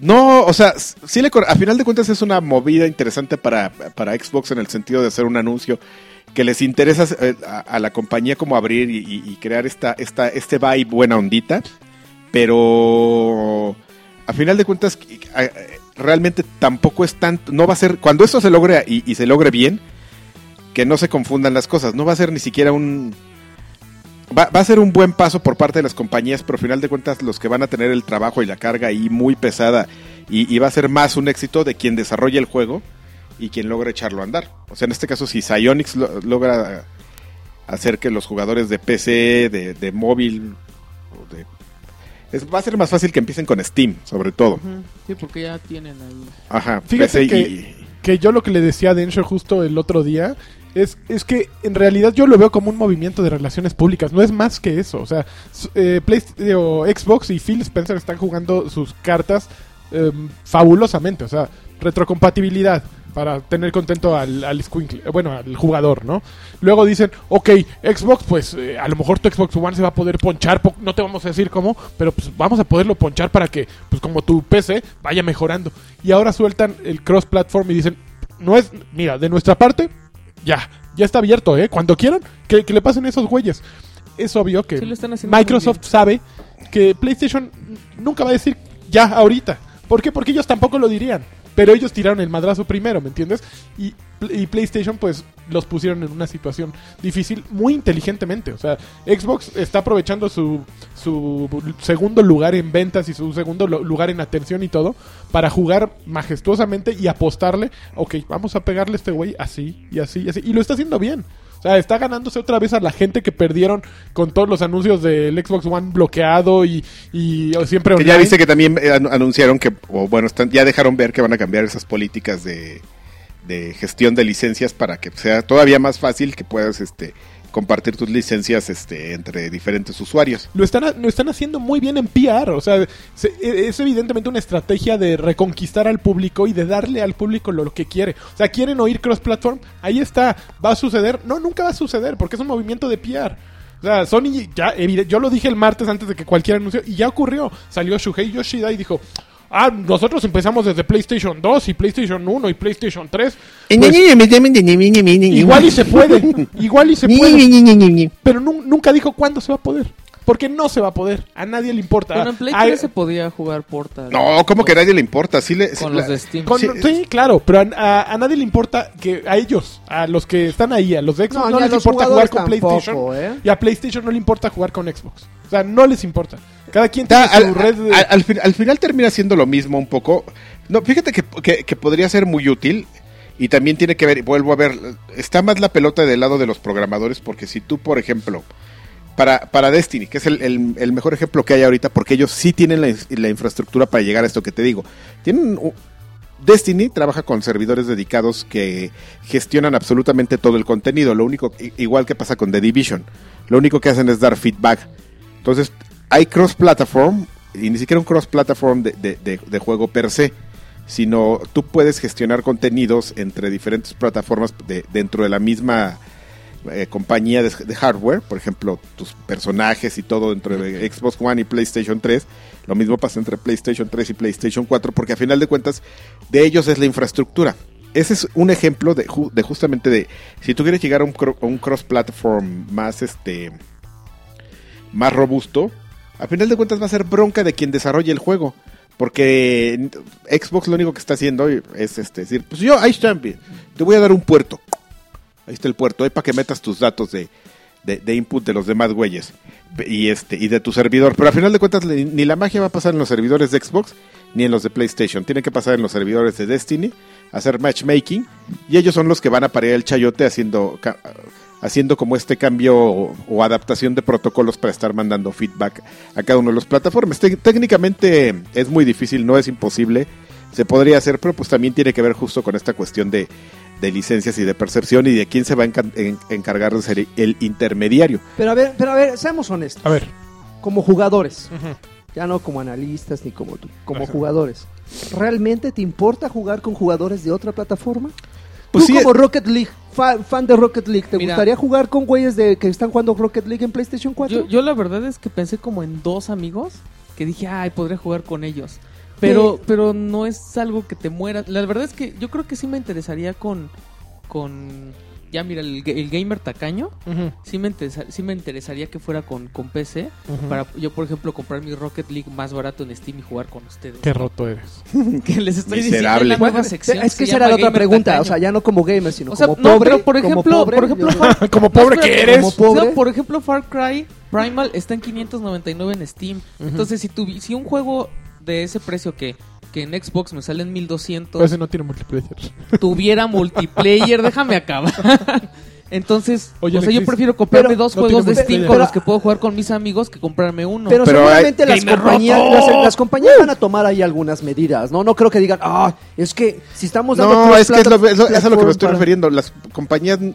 No, o sea, s- sí le, cor- a final de cuentas es una movida interesante para, para Xbox en el sentido de hacer un anuncio que les interesa eh, a, a la compañía como abrir y, y- y crear esta, esta, este vibe buena ondita, pero a final de cuentas qu- a- eh, realmente tampoco es tanto, no va a ser, cuando esto se logre y, y se logre bien, que no se confundan las cosas, no va a ser ni siquiera un, Va, va a ser un buen paso por parte de las compañías, pero al final de cuentas los que van a tener el trabajo y la carga ahí muy pesada y, y va a ser más un éxito de quien desarrolla el juego y quien logra echarlo a andar. O sea, en este caso si Psyonix lo- logra hacer que los jugadores de PC, de, de móvil, o de- es- va a ser más fácil que empiecen con Steam, sobre todo. Sí, porque ya tienen ahí. Ajá, Fíjate PC Pues, y- que- Que yo lo que le decía a Densho justo el otro día es, es que en realidad yo lo veo como un movimiento de relaciones públicas, no es más que eso. O sea, s- eh, Playst- o Xbox y Phil Spencer están jugando sus cartas em, fabulosamente. O sea, retrocompatibilidad para tener contento al, al squinkle- eh, bueno, al jugador, ¿no? Luego dicen, ok, Xbox, pues eh, a lo mejor tu Xbox One se va a poder ponchar, po- no te vamos a decir cómo, pero pues vamos a poderlo ponchar para que, pues como tu PC vaya mejorando. Y ahora sueltan el cross-platform y dicen, no es, mira, de nuestra parte, ya, ya está abierto, ¿eh? Cuando quieran, que, que le pasen esos güeyes. Es obvio que Sí, lo están haciendo muy Microsoft sabe que PlayStation nunca va a decir ya ahorita. ¿Por qué? Porque ellos tampoco lo dirían. Pero ellos tiraron el madrazo primero, ¿me entiendes? Y, y PlayStation pues los pusieron en una situación difícil muy inteligentemente. O sea, Xbox está aprovechando su, su segundo lugar en ventas y su segundo lo- lugar en atención y todo para jugar majestuosamente y apostarle, ok, vamos a pegarle a este güey así y así y así. Y lo está haciendo bien. O sea, está ganándose otra vez a la gente que perdieron con todos los anuncios del Xbox One bloqueado y, y siempre Que online. ya viste que también eh, anu- anunciaron que, o bueno, están, ya dejaron ver que van a cambiar esas políticas de, de gestión de licencias para que sea todavía más fácil que puedas este, compartir tus licencias este, entre diferentes usuarios. lo están, lo están haciendo muy bien en PR. O sea, se- e- es evidentemente una estrategia de reconquistar al público y de darle al público lo, lo que quiere. O sea, quieren oír cross-platform. Ahí está. ¿Va a suceder? No, nunca va a suceder porque es un movimiento de PR. O sea, Sony ya, evide- yo lo dije el martes antes de que cualquier anuncio y ya ocurrió. Salió Shuhei Yoshida y dijo. Ah, nosotros empezamos desde PlayStation 2 y PlayStation 1. y PlayStation 3. Pues, igual y se puede. Igual y se puede. Pero nu- nunca dijo cuándo se va a poder. Porque no se va a poder. A nadie le importa. Bueno, en Play A- 3 se podía jugar Portal. Ah, No, como que a nadie le importa. Sí le, sí Con la- los de Steam. con- Sí. sí, claro, pero a, a- a nadie le importa que a ellos, a los que están ahí, a los de Xbox, No, no, ni a les los importa jugar jugadores con tampoco, PlayStation. ¿eh? Y a PlayStation no le importa jugar con Xbox. O sea, no les importa. Cada quien Está- tiene al, su red de... al- al fin- al final termina siendo lo mismo un poco. No, fíjate que, que- que podría ser muy útil. Y también tiene que ver, vuelvo a ver, está más la pelota del lado de los programadores, porque si tú, por ejemplo, para, para Destiny, que es el, el- el mejor ejemplo que hay ahorita, porque ellos sí tienen la, ins- la infraestructura para llegar a esto que te digo. Tienen u- Destiny trabaja con servidores dedicados que gestionan absolutamente todo el contenido, lo único, i- igual que pasa con The Division. Lo único que hacen es dar feedback. Entonces, hay cross-platform, y ni siquiera un cross-platform de, de- de- de juego per se, sino tú puedes gestionar contenidos entre diferentes plataformas de- dentro de la misma eh, compañía de, de hardware, por ejemplo, tus personajes y todo dentro de Xbox One y PlayStation 3. Lo mismo pasa entre PlayStation 3 y PlayStation 4, porque a final de cuentas de ellos es la infraestructura. Ese es un ejemplo de, ju- de justamente de, si tú quieres llegar a un, cro- a un cross-platform más, este, más robusto, a final de cuentas va a ser bronca de quien desarrolle el juego. Porque Xbox lo único que está haciendo es este, decir, pues yo, ahí está, te voy a dar un puerto. Ahí está el puerto, ahí para que metas tus datos de, de, de input de los demás güeyes Pe- y, este, y de tu servidor. Pero a final de cuentas le- ni la magia va a pasar en los servidores de Xbox ni en los de PlayStation. Tiene que pasar en los servidores de Destiny, hacer matchmaking y ellos son los que van a parear el chayote haciendo, ca- haciendo como este cambio o, o adaptación de protocolos para estar mandando feedback a cada uno de los plataformas. Tec- técnicamente es muy difícil, no es imposible. Se podría hacer, pero pues también tiene que ver justo con esta cuestión de de licencias y de percepción y de quién se va a enca- en- encargar de ser el intermediario. Pero a ver, pero a ver, seamos honestos. A ver. Como jugadores, Ujú. ya no como analistas ni como tú, como jugadores. ¿Realmente te importa jugar con jugadores de otra plataforma? Pues tú sí, como Rocket League, fa- fan, de Rocket League, ¿te eh. Mira. gustaría jugar con güeyes de que están jugando Rocket League en PlayStation 4? Yo, yo la verdad es que pensé como en dos amigos que dije, ay, podría jugar con ellos. Pero, Sí. pero no es algo que te muera. La verdad es que yo creo que sí me interesaría con. con ya, mira, el, ga- el gamer tacaño. Ujú. Sí me, interesa- sí me interesaría que fuera con, con PC. Ujú. Para yo, por ejemplo, comprar mi Rocket League más barato en Steam y jugar con ustedes. Qué roto eres. que les estoy Miserable. diciendo en la nueva Bueno, sección. es que se esa era la otra llama gamer pregunta, tacaño. o sea, ya no como gamer, sino O sea, como no, pobre. pero por como ejemplo, pobre, por ejemplo, yo- Far- Como pobre No, que espérate, eres. como pobre. No, por ejemplo, Far Cry Primal está en 599 en Steam. Entonces, si, tuvi- si un juego de ese precio que, que en Xbox me sale en Pero 1200 Pues, ese no tiene multiplayer. Pues, tuviera multiplayer, déjame acabar. Entonces, Oye, o sea, yo Alexis, prefiero comprarme pero dos no juegos de tiene Steam multiplayer. con Pero- los que puedo jugar con mis amigos que comprarme uno. Pero, Pero seguramente hay- las ¡Gamer compañías, roto! las, las compañías van a tomar ahí algunas medidas, ¿no? No creo que digan, ah, es que si estamos dando... No, puras es que es, lo- plata- es lo- es a lo que me estoy plataforma- refiriendo. Las compañías n-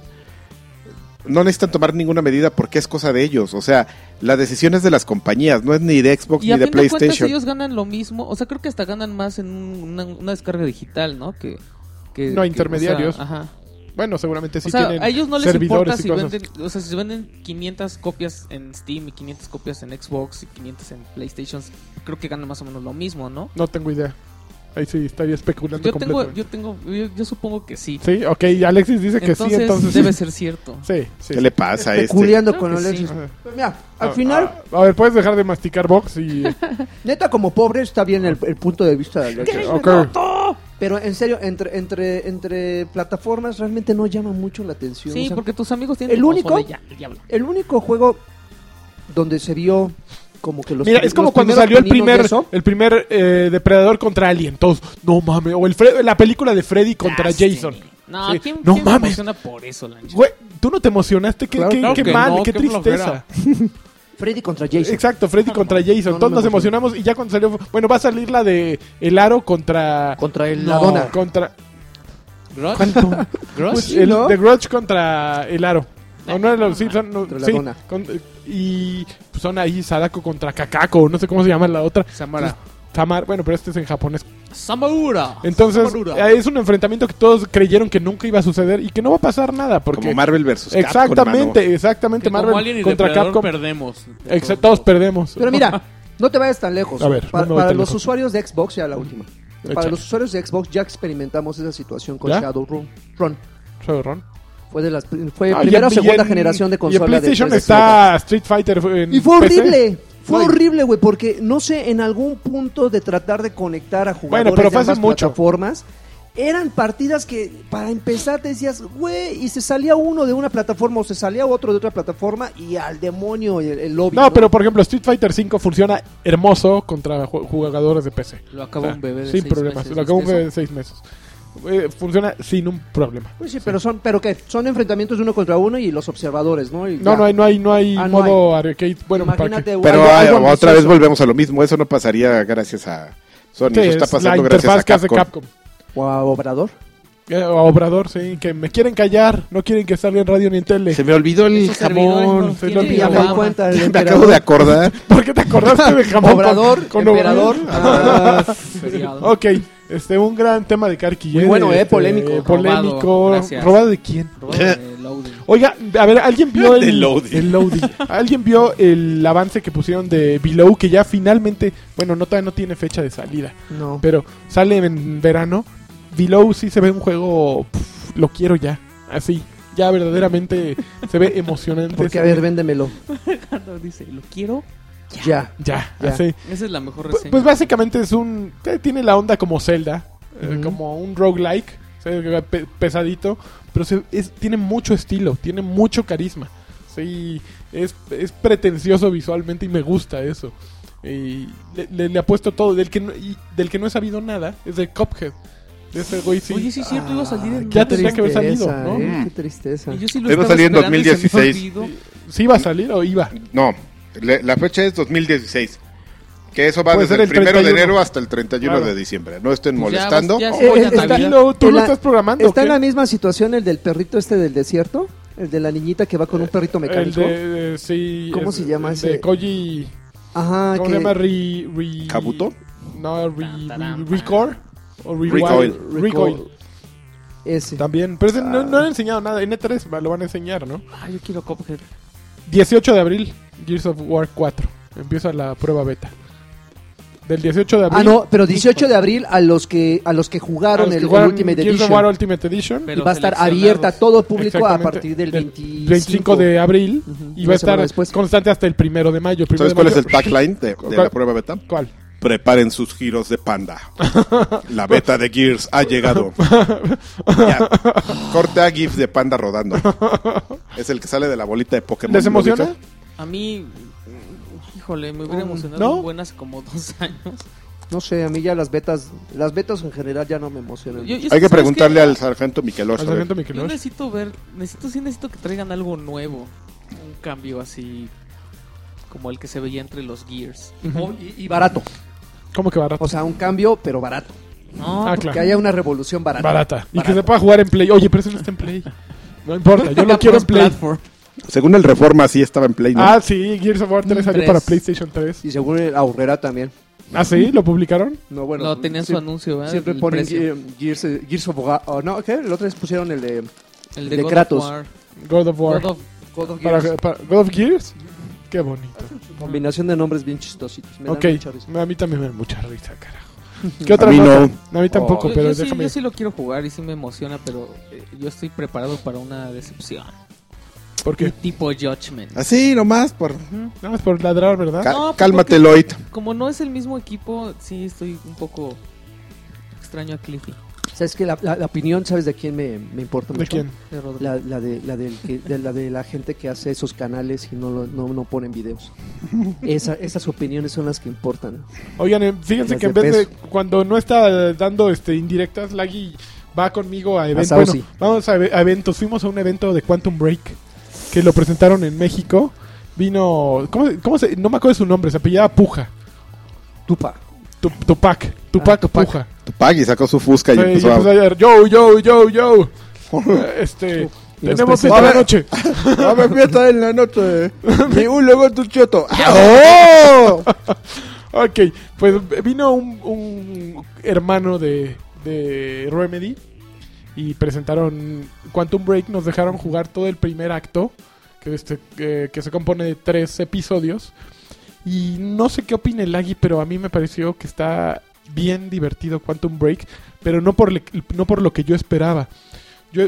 no necesitan tomar ninguna medida porque es cosa de ellos. O sea, las decisiones de las compañías, no es ni de Xbox y ni a de fin de cuentas PlayStation. ellos ganan lo mismo, o sea, creo que hasta ganan más en un- una, una descarga digital, ¿no? Que, No, que- que- o sea, intermediarios. ajá. Bueno, seguramente sí o sea, tienen a ellos no les importa servidores y si cosas. venden, o sea, si se venden 500 copias en Steam y 500 copias en Xbox y 500 en PlayStation, creo que ganan más o menos lo mismo, ¿no? No tengo idea. Ahí sí estaría especulando Yo tengo, completamente. yo tengo, yo, yo supongo que sí. Sí, ok, y Alexis dice que entonces, sí, entonces debe sí. ser cierto. Sí, sí. ¿Qué le pasa a este? Peculiando Creo con que Alexis. sí. Ajá. Pues mira, A- al final, Ah, A, a ver, puedes dejar de masticar box y. eh, neta, como pobre está bien el, el punto de vista de Alexis. ok. Pero en serio, entre, entre, entre plataformas realmente no llama mucho la atención. Sí, o sea, porque tus amigos tienen el tu único- consola y ya, el diablo. El único juego donde se vio como que los Mira, pri- es como los cuando primeros salió el pininos primer, de eso. el primer eh, depredador contra Alien. Todos, no mames. O el Fre- la película de Freddy contra Destiny. Jason. No, Sí. ¿quién, No quién se mames. emociona por eso, Lancho? Güey, tú no te emocionaste. Qué, Claro qué- que qué no, mal, no, qué, qué tristeza. Freddy contra Jason. Exacto, Freddy contra no, Jason. no Todos me nos emocioné. emocionamos y ya cuando salió. Bueno, va a salir la de El Aro contra. Contra el No, Ladona. Contra. Grudge, Grudge. Pues, sí, el, ¿no? The Grudge contra El Aro. Ah, O no, los Simpson, no, Contra la sí, dona. con- y pues, son ahí Sadako contra Kakako, no sé cómo se llama la otra. Samara. Tamar, bueno, pero este es en japonés. Samura. Entonces, Samarura. eh, es un enfrentamiento que todos creyeron que nunca iba a suceder y que no va a pasar nada. Porque Como Marvel versus Capcom, exactamente, mano. exactamente. Que como Alien Marvel y contra Depredador Capcom. perdemos. Exa- todos perdemos. Pero mira, no te vayas tan lejos. A ver, para no me voy para tan los lejos. usuarios de Xbox, ya la última. Para Échale. los usuarios de Xbox ya experimentamos esa situación con ¿Ya? Shadowrun. Run. Shadowrun. Fue de las fue Ah, y primera o en- y eh, segunda en- generación de Y en consola de- PlayStation de Xbox. está Street Fighter. en Y fue PC. horrible. Fue No, y- horrible, güey, porque no sé, en algún punto de tratar de conectar a jugadores Bueno, pero de fue hace ambas mucho. plataformas, eran partidas que para empezar te decías, güey, y se salía uno de una plataforma o se salía otro de otra plataforma y al demonio el, el lobby. No, pero por ejemplo, Street Fighter 5 funciona hermoso contra ju- jugadores de PC. Lo acaba un bebé de sin seis problemas. meses, lo acabó un ¿viste bebé de seis meses. Eh, funciona sin un problema. Pues sí, pero son, pero qué, son enfrentamientos de uno contra uno y los observadores, ¿no? Y No, ya. no hay, no hay, no hay Ah, no modo arcade. Bueno, para Imagínate, que... güey, Pero algo- ah, algo otra ambicioso. vez volvemos a lo mismo. Eso no pasaría gracias a Sony. Sí, eso está es la pasando gracias a interfaz que hace Capcom. Capcom. O a Obrador. Eh, a Obrador, sí, que me quieren callar, no quieren que salga en radio ni en tele. Se me olvidó el Esos servidores no jamón. los se lo tiene olvidó. Ya me Obama. di cuenta. el Me acabo de emperador. acordar. ¿Por qué te acordaste de jamón? con- Obrador, con emperador. Ah, Feriado. Ok, este, un gran tema de carquillero. Muy bueno, eh, este, polémico. Polémico. Robado, gracias. ¿Robado de quién? Robado de loading. Oiga, a ver, ¿alguien vio el, De Lodi. el Lodi? ¿Alguien vio el avance que pusieron de Below que ya finalmente, bueno, no todavía no tiene fecha de salida, no. pero sale en verano. Below sí se ve un juego, pf, lo quiero ya, así, ya verdaderamente se ve emocionante. Porque, se a ve- ver, véndemelo. Cuando dice, lo quiero. Ya. ya, ya. así. Esa es la mejor Pues, reseña. pues básicamente es un, eh, tiene la onda como Zelda, eh, Ujú. como un roguelike, o sea, pe- pesadito, pero se- es- tiene mucho estilo, tiene mucho carisma. Sí, es, es pretencioso visualmente y me gusta eso. Y le, le- le apuesto todo. Del que, no, y del que no he sabido nada es de Cuphead. De ese güey, sí. Oye, sí es cierto, iba a salir en Ah, ya qué marzo. tendría que haber tristeza, salido, ¿no? eh, Qué tristeza. Y yo sí lo Iba a estaba salir en esperando y se me Pues 2016. olvidó. ¿Sí iba a salir o iba? No, le- la fecha es 2016. Que eso va Puede desde ser el el primero de 31. enero hasta el 31 Claro. de diciembre. No estén Pues ya, molestando. ya Eh, Voy a está- Navidad. lo- tú En lo la- estás programando. ¿Está ¿o en qué? la misma situación el del perrito este del desierto? El de la niñita que va con un perrito El mecánico. de, eh, sí, ¿Cómo es- se llama el ese? De Koji. Ajá, ¿Cómo Ah, que... se llama? Re, re- ¿Kabuto? No, re, Tan, re- taran, Record. O Rewind. Recoil. Recoil. Ese. También. Pero ese no, no han enseñado nada. En E3 va- lo van a enseñar, ¿no? Ah, yo quiero Cuphead. 18 de abril, Gears of War 4. Empieza la prueba beta. Del 18 de abril. Ah, no, pero 18 de abril a los que a los que a los jugaron que el, el jugaron Ultimate Gears Edition. of War Ultimate Edition. Pero va a estar seleccionados. abierta a todo público a Exactamente. partir del 25. 25 de abril. Ujú, Y una va a semana estar después. constante hasta el primero de mayo. Primero ¿Sabes de cuál es mayo- el tagline de, de ¿Cuál? la prueba beta? ¿Cuál? Preparen sus giros de panda. La beta de Gears ha llegado. Ya. Corta GIF de panda rodando. Es el que sale de la bolita de Pokémon. ¿Les ¿lo emociona? ubicas? A mí, híjole, me hubiera emocionado Mm, ¿no? un buen hace como dos años. No sé, a mí ya las betas, las betas en general ya no me emocionan. Yo- yo- Hay que ¿sabes qué? preguntarle al sargento Mikelosh. Al a ver. sargento Yo Mikelosh. necesito ver, necesito, sí necesito que traigan algo nuevo. Un cambio así como el que se veía entre los Gears. Oh, O- y, y barato. ¿Cómo que barato? O sea, un cambio, pero barato. No, pues, Ah, porque- claro. Que haya una revolución barata. Barata. Y que Barata. se pueda jugar en Play. Oye, pero eso no está en Play. No importa, yo lo quiero en Play. Platform. Según el Reforma, sí estaba en Play, ¿no? Ah, sí, Gears of War 3 salió Tres. para PlayStation 3. Y según el Aurrera también. Ah, sí, lo publicaron. No, bueno. no, tenían su sí, anuncio, ¿verdad? Siempre El ponen precio. Ge- Gears, eh, Gears of War. oh, no, ¿qué? El otro vez pusieron el de El de de, God Kratos. Of War. God of War. God of- God of Para- Gears. para- God of Gears. Qué bonito. Combinación de nombres bien chistositos. Me dan Ok, mucha risa. a mí también me da mucha risa, carajo. ¿Qué otra mí cosa? A mí tampoco, Yo, Oh. yo pero sí, déjame. yo sí lo quiero jugar y sí me emociona, pero eh, yo estoy preparado para una decepción. ¿Por qué? Tipo Judgment. Así nomás. Por... Nada más por ladrar, ¿verdad? Cá- No, pues, cálmate, porque- Lloyd. Como no es el mismo equipo, sí estoy un poco extraño a Cliffy. ¿Sabes que la, la- la opinión, ¿sabes de quién me, me importa mucho? ¿De quién? de Rodrigo. La, la de, la, del que- de la de la gente que hace esos canales y no, lo- no, no ponen videos. Esa- esas opiniones son las que importan. Oigan, eh, fíjense Las que en de vez de cuando no está dando este indirectas, Laggy va conmigo a eventos. Saucy. Bueno, vamos a, eve- a eventos. Fuimos a un evento de Quantum Break que lo presentaron en México. Vino, ¿cómo, se- cómo se? No me acuerdo de su nombre, se apellidaba Puja. Tupa. Tu- Tupac, Tupac, Ah, Tupac. Puja. Tupac y sacó su fusca y Sí, y empezó empezó a... a llorar, yo, pues yo, yo, yo. Este, Y nos tenemos presentó- esta noche. No me fiesta en la noche. Y un luego tu ¡Ah, choto. Ok, pues vino un, un hermano de, de Remedy y presentaron Quantum Break. Nos dejaron jugar todo el primer acto, que, este, que, que se compone de tres episodios. Y no sé qué opina el Agui, pero a mí me pareció que está bien divertido Quantum Break, pero no por, le- no por lo que yo esperaba. Yo,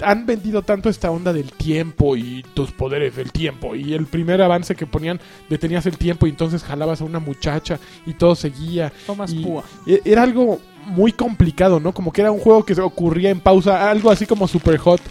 han vendido tanto esta onda del tiempo y tus poderes del tiempo. Y el primer avance que ponían, detenías el tiempo y entonces jalabas a una muchacha y todo seguía. Thomas Y Pua. e- Era algo muy complicado, ¿no? Como que era un juego que se ocurría en pausa, algo así como Super Hot.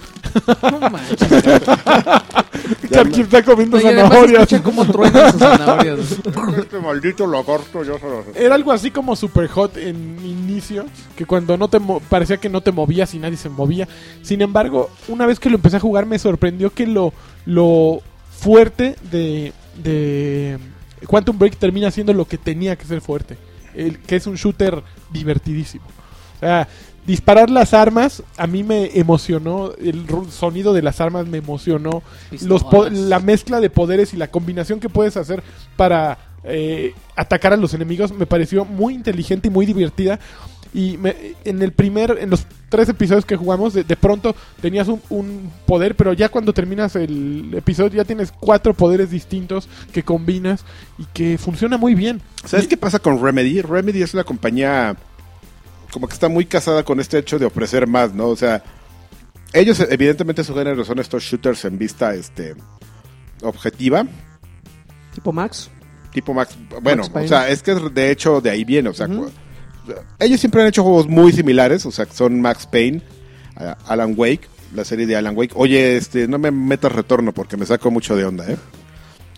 No manches. Charky está comiendo Y además zanahorias. escucha cómo truenan sus zanahorias. Este maldito lo corto, yo solo... Era algo así como Super Hot en inicio, que cuando no te mo- parecía que no te movías y nadie se movía. Sin embargo, una vez que lo empecé a jugar me sorprendió que lo, lo fuerte de, de Quantum Break termina siendo lo que tenía que ser fuerte. El, que es un shooter divertidísimo. O sea, disparar las armas a mí me emocionó, el ru- sonido de las armas me emocionó, los po- Pistolas. la mezcla de poderes y la combinación que puedes hacer para eh, atacar a los enemigos me pareció muy inteligente y muy divertida. Y me- en el primer, en los tres episodios que jugamos, de, de pronto tenías un, un poder, pero ya cuando terminas el episodio ya tienes cuatro poderes distintos que combinas y que funciona muy bien. ¿Sabes qué pasa con Remedy? Remedy es una compañía como que está muy casada con este hecho de ofrecer más, ¿no? O sea, ellos evidentemente su género son estos shooters en vista este objetiva, Tipo Max. tipo Max, bueno, Max Payne. o sea, es que de hecho de ahí viene, o sea, Ujú. cu- ellos siempre han hecho juegos muy similares, o sea, son Max Payne, a- Alan Wake, la serie de Alan Wake. Oye, este, no me metas retorno porque me saco mucho de onda, ¿eh?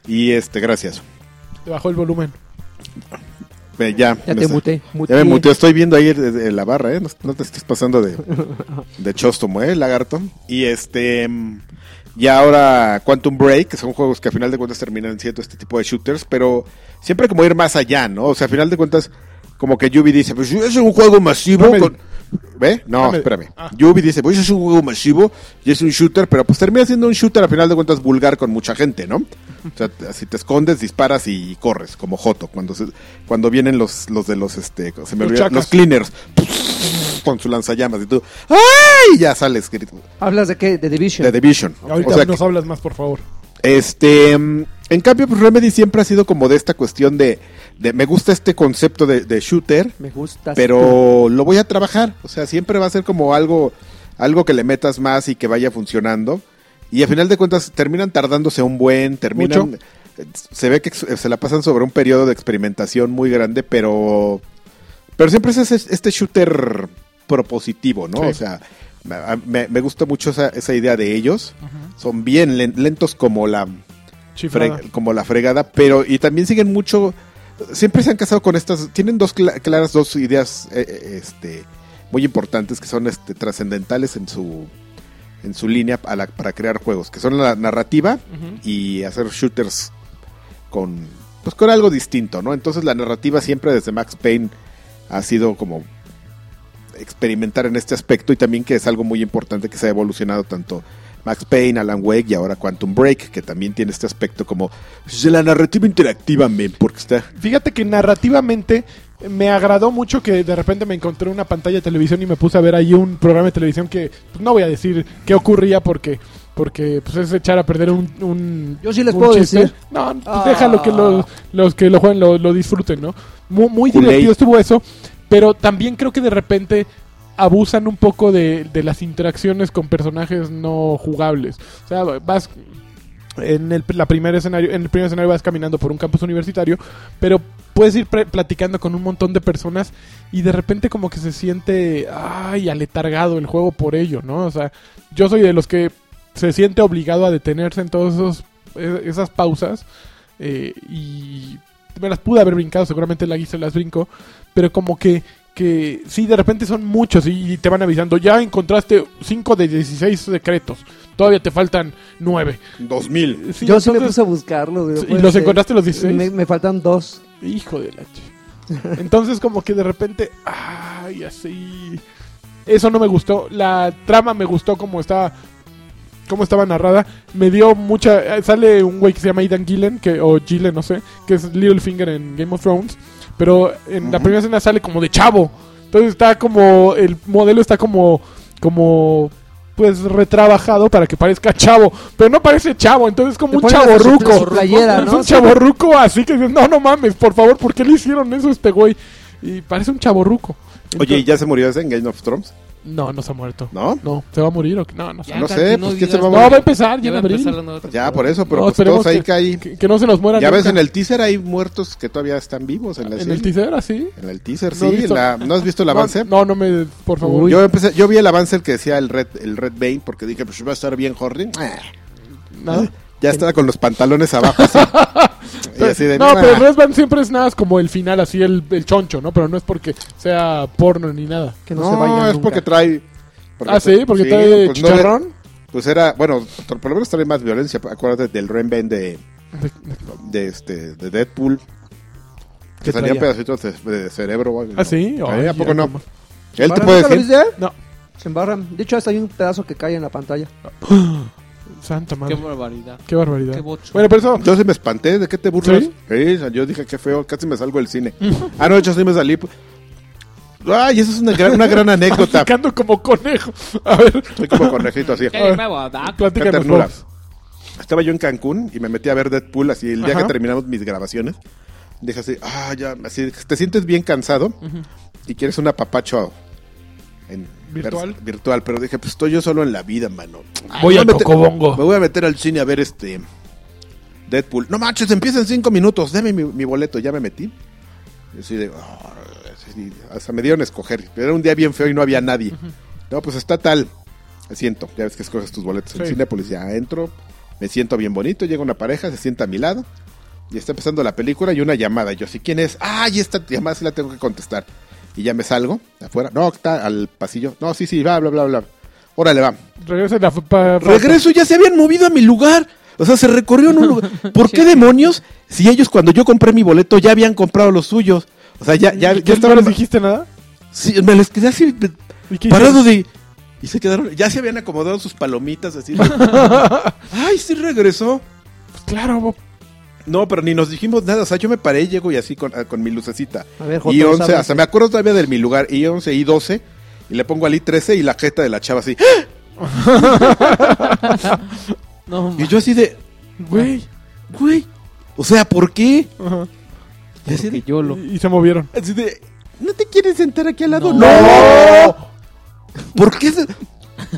Y este, gracias. Te bajó el volumen. Ve, ya, Ya me te sa- muté. Ya me muteo, estoy viendo ahí de- de la barra, ¿eh? No, no te estés pasando de, de chóstomo, ¿eh, lagarto? Y este. mm, Y ahora Quantum Break, que son juegos que a final de cuentas terminan siendo este tipo de shooters, pero siempre como ir más allá, ¿no? O sea, a final de cuentas, como que Yubi dice, pues es un juego masivo No me- con... ¿Ve? No, No me- espérame. Ah. Yubi dice, pues es un juego masivo y es un shooter, pero pues termina siendo un shooter a final de cuentas vulgar con mucha gente, ¿no? O sea, t- así te escondes, disparas y corres, como Joto, cuando se- cuando vienen los, los de los, este, se me Los olvidaron, chacas. los cleaners, con su lanzallamas y tú, ¡ay! Ya sales, querido. ¿Hablas de qué? De Division. The Division. Ahorita O sea, nos hablas más, por favor. este, mm, en cambio, pues Remedy siempre ha sido como de esta cuestión de, de me gusta este concepto de, de shooter, Me gusta. pero lo voy a trabajar. O sea, siempre va a ser como algo, algo que le metas más y que vaya funcionando. Y a final de cuentas terminan tardándose un buen, terminan, Mucho. eh, se ve que ex- se la pasan sobre un periodo de experimentación muy grande, pero, pero siempre es ese- este shooter propositivo, ¿no? Sí. O sea, a- a- me, me gusta mucho esa, esa idea de ellos. Son bien len- lentos como la, Chifrada. fre- como la fregada, pero y también siguen mucho, siempre se han casado con estas, tienen dos cla- claras dos ideas eh, eh, este muy importantes que son este trascendentales en su en su línea a la- para crear juegos, que son la narrativa Ujú. y hacer shooters con pues con algo distinto, ¿no? Entonces la narrativa siempre desde Max Payne ha sido como experimentar en este aspecto y también que es algo muy importante que se ha evolucionado tanto Max Payne, Alan Wake y ahora Quantum Break, que también tiene este aspecto como pues, de la narrativa interactiva, men, porque está Fíjate que narrativamente me agradó mucho que de repente me encontré una pantalla de televisión y me puse a ver ahí un programa de televisión que pues, no voy a decir qué ocurría porque porque pues es echar a perder un, un- Yo sí les un puedo decir. No, pues Ah. déjalo que los, los que lo jueguen lo, lo disfruten, ¿no? Muy, muy Kool-Aid. divertido estuvo eso, pero también creo que de repente abusan un poco de, de las interacciones con personajes no jugables. O sea, vas en el, la primer escenario, en el primer escenario vas caminando por un campus universitario, pero puedes ir pre- platicando con un montón de personas y de repente como que se siente ay aletargado el juego por ello, ¿no? O sea, yo soy de los que se siente obligado a detenerse en todos esos e- esas pausas eh, y me las pude haber brincado, seguramente la se las brincó, pero como que que sí, de repente son muchos y, y te van avisando, ya encontraste 5 de 16 secretos, todavía te faltan 9. 2000. Yo sí me puse a buscarlo. güey, no ¿Y puede los ser. encontraste los 16? Me, me faltan dos. Hijo de la ch- Entonces como que de repente, ay, así. Eso no me gustó. La trama me gustó como estaba como estaba narrada. Me dio mucha eh, sale un güey que se llama Aidan Gillen que o Gillen, no sé, que es Littlefinger en Game of Thrones, pero en la primera escena sale como de chavo. Entonces está como el modelo está como como pues retrabajado para que parezca chavo, pero no parece chavo, entonces es como Te un ponen hasta su- chavorruco. su playera, Es ¿no? un chaborruco así que dices, no, no mames, por favor, ¿por qué le hicieron eso a este güey? Y parece un chaborruco. Oye, ¿y Entonces- ya se murió ese en Game of Thrones? No, no se ha muerto. ¿No? No, ¿se va a morir o qué? No, no se no sé, pues, ¿quién se va a No, morir? va a empezar ya en abril. Ya por eso, No, pero pues esperemos todos ahí que- caí. Que, que no se nos muera Ya ves nunca. en el teaser hay muertos que todavía están vivos en la ¿En serie. el teaser, así. En el teaser, No he sí. visto- la- ¿No has visto el No, avance? No, no me, por favor. Uy. Yo empecé, yo vi el avance el que decía el Red, el Red Bane, porque dije, pues va a estar bien Jordi. Nada. Ya estaba con los pantalones abajo. así. y así de, no, "Nah". pero Red Band siempre es nada es como el final, así el, el choncho, ¿no? Pero no es porque sea porno ni nada. Que no, no, se vayan. es nunca. porque trae... porque ah, sí, porque trae pues no le- chicharrón. pues era, bueno, por lo menos trae más violencia. Acuérdate del Red Bane de, de, este, de Deadpool. ¿Qué Que salían traía? pedacitos de, de cerebro. Ah, sí. Ay, ¿A Ay, poco ya, no? como- Él te ¿Para puede nunca lo decir... viste? No, Se embarran. De hecho, hasta hay un pedazo que cae en la pantalla. santa Qué madre. barbaridad. Qué barbaridad. Qué bocho. bueno, pero eso. Yo sí me espanté, ¿de qué te burlas? ¿Sí? Sí, yo dije qué feo, casi me salgo del cine. ah, no, yo sí me salí. Ay, eso es una gran, una gran anécdota. Picando como conejo. A ver, Soy como conejito así. A ver. Ah, Qué platícanos. ternura. Bobs. Estaba yo en Cancún y me metí a ver Deadpool así el día Ajá. que terminamos mis grabaciones. Dije así, ah, ya, así, te sientes bien cansado y quieres un apapacho en- Virtual. vers- virtual, pero dije, pues estoy yo solo en la vida, mano. Ay, Voy me al meter- Tocobongo. Me voy a meter al cine a ver este Deadpool. No manches, empieza en cinco minutos, deme mi, mi boleto, ya me metí. Y así de, "Ah", así, hasta me dieron a escoger. Era un día bien feo y no había nadie. No, pues está tal asiento. Ya ves que escoges tus boletos en Sí. Cinépolis. Ya entro, me siento bien bonito. Llega una pareja, se sienta a mi lado. Y está empezando la película y una llamada. Yo, ¿sí quién es? ¡Ay, esta llamada sí la tengo que contestar! Y ya me salgo afuera. No, está al pasillo. No, sí, sí, bla, bla, bla, bla. Órale, va. Regresa la fa- pa- pa- Regreso, ya se habían movido a mi lugar. O sea, se recorrió en un lugar. ¿Por qué demonios? Si ellos cuando yo compré mi boleto ya habían comprado los suyos. O sea, ya, ya, ¿Y ya tú no estaban... les dijiste nada? Sí, me les quedé así de- ¿Y qué parado de... Y se quedaron... Ya se habían acomodado sus palomitas así. de- Ay, sí regresó. hicieron? Pues claro, Bob. No, pero ni nos dijimos nada. O sea, yo me paré, llego y así con, ah, con mi lucecita. A ver, y Joto, 11, ¿sabes? hasta me acuerdo todavía de mi lugar. Y 11 y 12. Y le pongo al I-13 y la jeta de la chava así. ¡Ah! No, Y yo así de... Güey. Güey. O sea, ¿por qué? Ajá. Y así que de- yo lo. Y, y se movieron. Así de, ¿no te quieres sentar aquí al lado? No. ¿Por qué? se-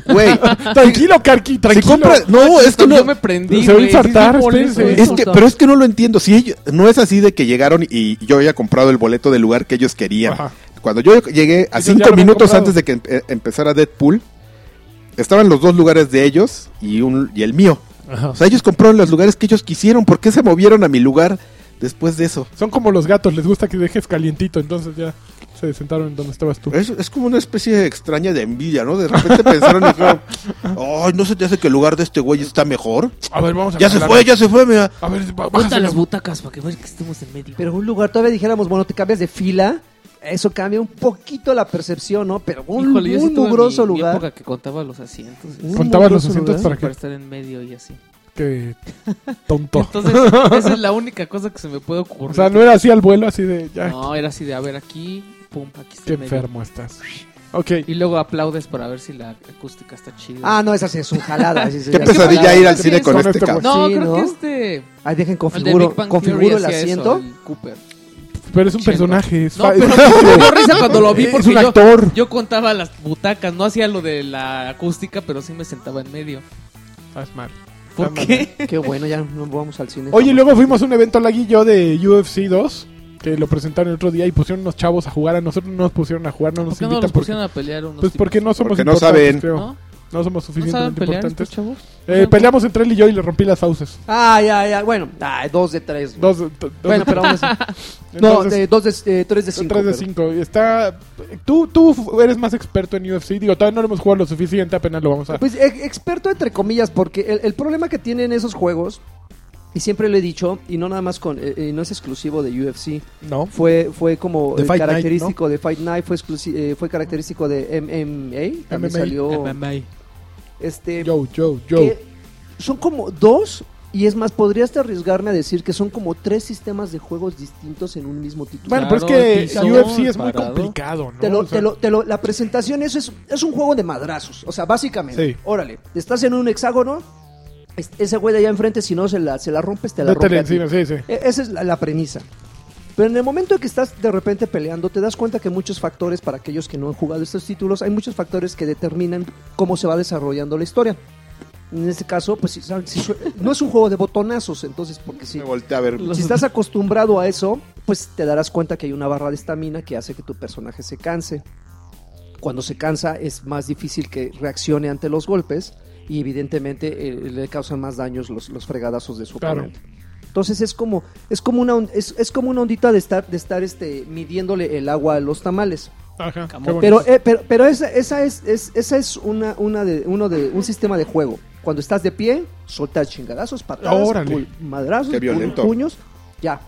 Güey, Tranquilo, Karki, se tranquilo. compra. No, es que no. Yo me prendí. Se va a güey, sí, sí, infartar, por eso, espérense. Es eso, que, o sea, pero es que no lo entiendo. Si ellos, no es así de que llegaron y yo había comprado el boleto del lugar que ellos querían. Ajá. Cuando yo llegué a Ellos ya lo cinco habían minutos comprado. antes de que em- eh, empezara Deadpool, estaban los dos lugares de ellos y un y el mío. Ajá. O sea, ellos compraron los lugares que ellos quisieron. ¿Por qué se movieron a mi lugar después de eso? Son como los gatos, les gusta que dejes calientito, entonces ya se sentaron donde estabas tú. Es, es como una especie extraña de envidia, ¿no? De repente pensaron y dijeron, ay, ¿no se te hace que el lugar de este güey está mejor? A ver, vamos a Ya se jalar. fue, ya se fue, mira. A ver, ba- Ponte a bájase las las butacas para que veas que estemos en medio. Pero un lugar, todavía dijéramos, bueno, te cambias de fila, eso cambia un poquito la percepción, ¿no? Pero un, Híjole, yo sí un tuve mugroso mi- mi lugar. época que contaba los asientos. Un Contaba los mugroso asientos lugar. para Para que... estar en medio y así. que tonto. Entonces, esa es la única cosa que se me puede ocurrir. Oh. O sea, no era así al vuelo, así de... ya No, era así de, a ver, aquí, pum, aquí está Qué en medio. enfermo estás. Ok. Y luego aplaudes para ver si la acústica está chida. Ah, no, esa sí es un jalada. sí, sí, Qué ya pesadilla jalada. ir al cine con Con este este cabrón. no, sí, creo ¿no? que este... Ahí dejen el de configuro, Big Bang configuro Theory el hacía eso, ¿eh? asiento. el Cooper. Pero es un Chendo. personaje. Es No, fa- pero me dio risa cuando lo vi Es porque un yo, actor. yo contaba las butacas, no hacía lo de la acústica, pero sí me sentaba en medio. Estás mal. ¿Por Ándale. qué? Qué bueno, ya no vamos al cine. Oye, y luego fuimos a un evento Lagui y yo de UFC 2, que lo presentaron el otro día y pusieron unos chavos a jugar, a nosotros no nos pusieron a jugar, no ¿Por nos qué no invitan los porque- pusieron a pelear unos pues tipos? porque no somos Porque no importantes, saben. creo. ¿No? No somos ¿No saben suficientemente pelear estos importantes. chavos? Eh, peleamos entre él y yo y le rompí las fauces. Ay, ay, ay. Bueno, ay, dos de tres. Dos, t- dos bueno, de- pero vamos No, entonces, de, dos de, eh, tres de cinco. tres de pero- cinco. Y Está, tú, tú eres más experto en UFC. Digo, todavía no lo hemos jugado lo suficiente, apenas lo vamos a... Pues e- experto entre comillas, porque el, el problema que tienen esos juegos, y siempre lo he dicho, y no nada más con, eh, eh, no es exclusivo de UFC, no. fue, fue como De eh, Fight Night, característico de Fight Night, fue, exclusi- eh, fue característico de MMA, también MMA. salió MMA. este Yo, yo, yo. que son como dos y es más, podrías te arriesgarme a decir que son como tres sistemas de juegos distintos en un mismo título. Bueno, Claro, pero es que piso, UFC es muy parado. complicado, ¿no? Te lo- O sea, te lo- te lo- la presentación eso es, es un juego de madrazos. O sea, básicamente, Sí. órale, estás en un hexágono, es- ese güey de allá enfrente, si no se la, se la rompes, te la vete rompe. a ti. encima, sí, sí. E- Esa es la, la premisa. Pero en el momento que estás de repente peleando, te das cuenta que muchos factores, para aquellos que no han jugado estos títulos, hay muchos factores que determinan cómo se va desarrollando la historia. En este caso, pues si- si su- no es un juego de botonazos, entonces, porque si, Me volteé a ver. si estás acostumbrado a eso, pues te darás cuenta que hay una barra de estamina que hace que tu personaje se canse. Cuando se cansa es más difícil que reaccione ante los golpes y evidentemente eh, le causan más daños los, los fregadazos de su Claro. oponente. Entonces es como es como una on- es, es como una ondita de estar de estar este midiéndole el agua a los tamales. Ajá, qué Pero- bonito. Pero, eh, pero, pero esa, esa es, es- esa es una, una de, uno de, un sistema de juego. Cuando estás de pie, soltas chingadazos, patadas, Órale. pul- madrazos, Qué pu- violento. puños, ya.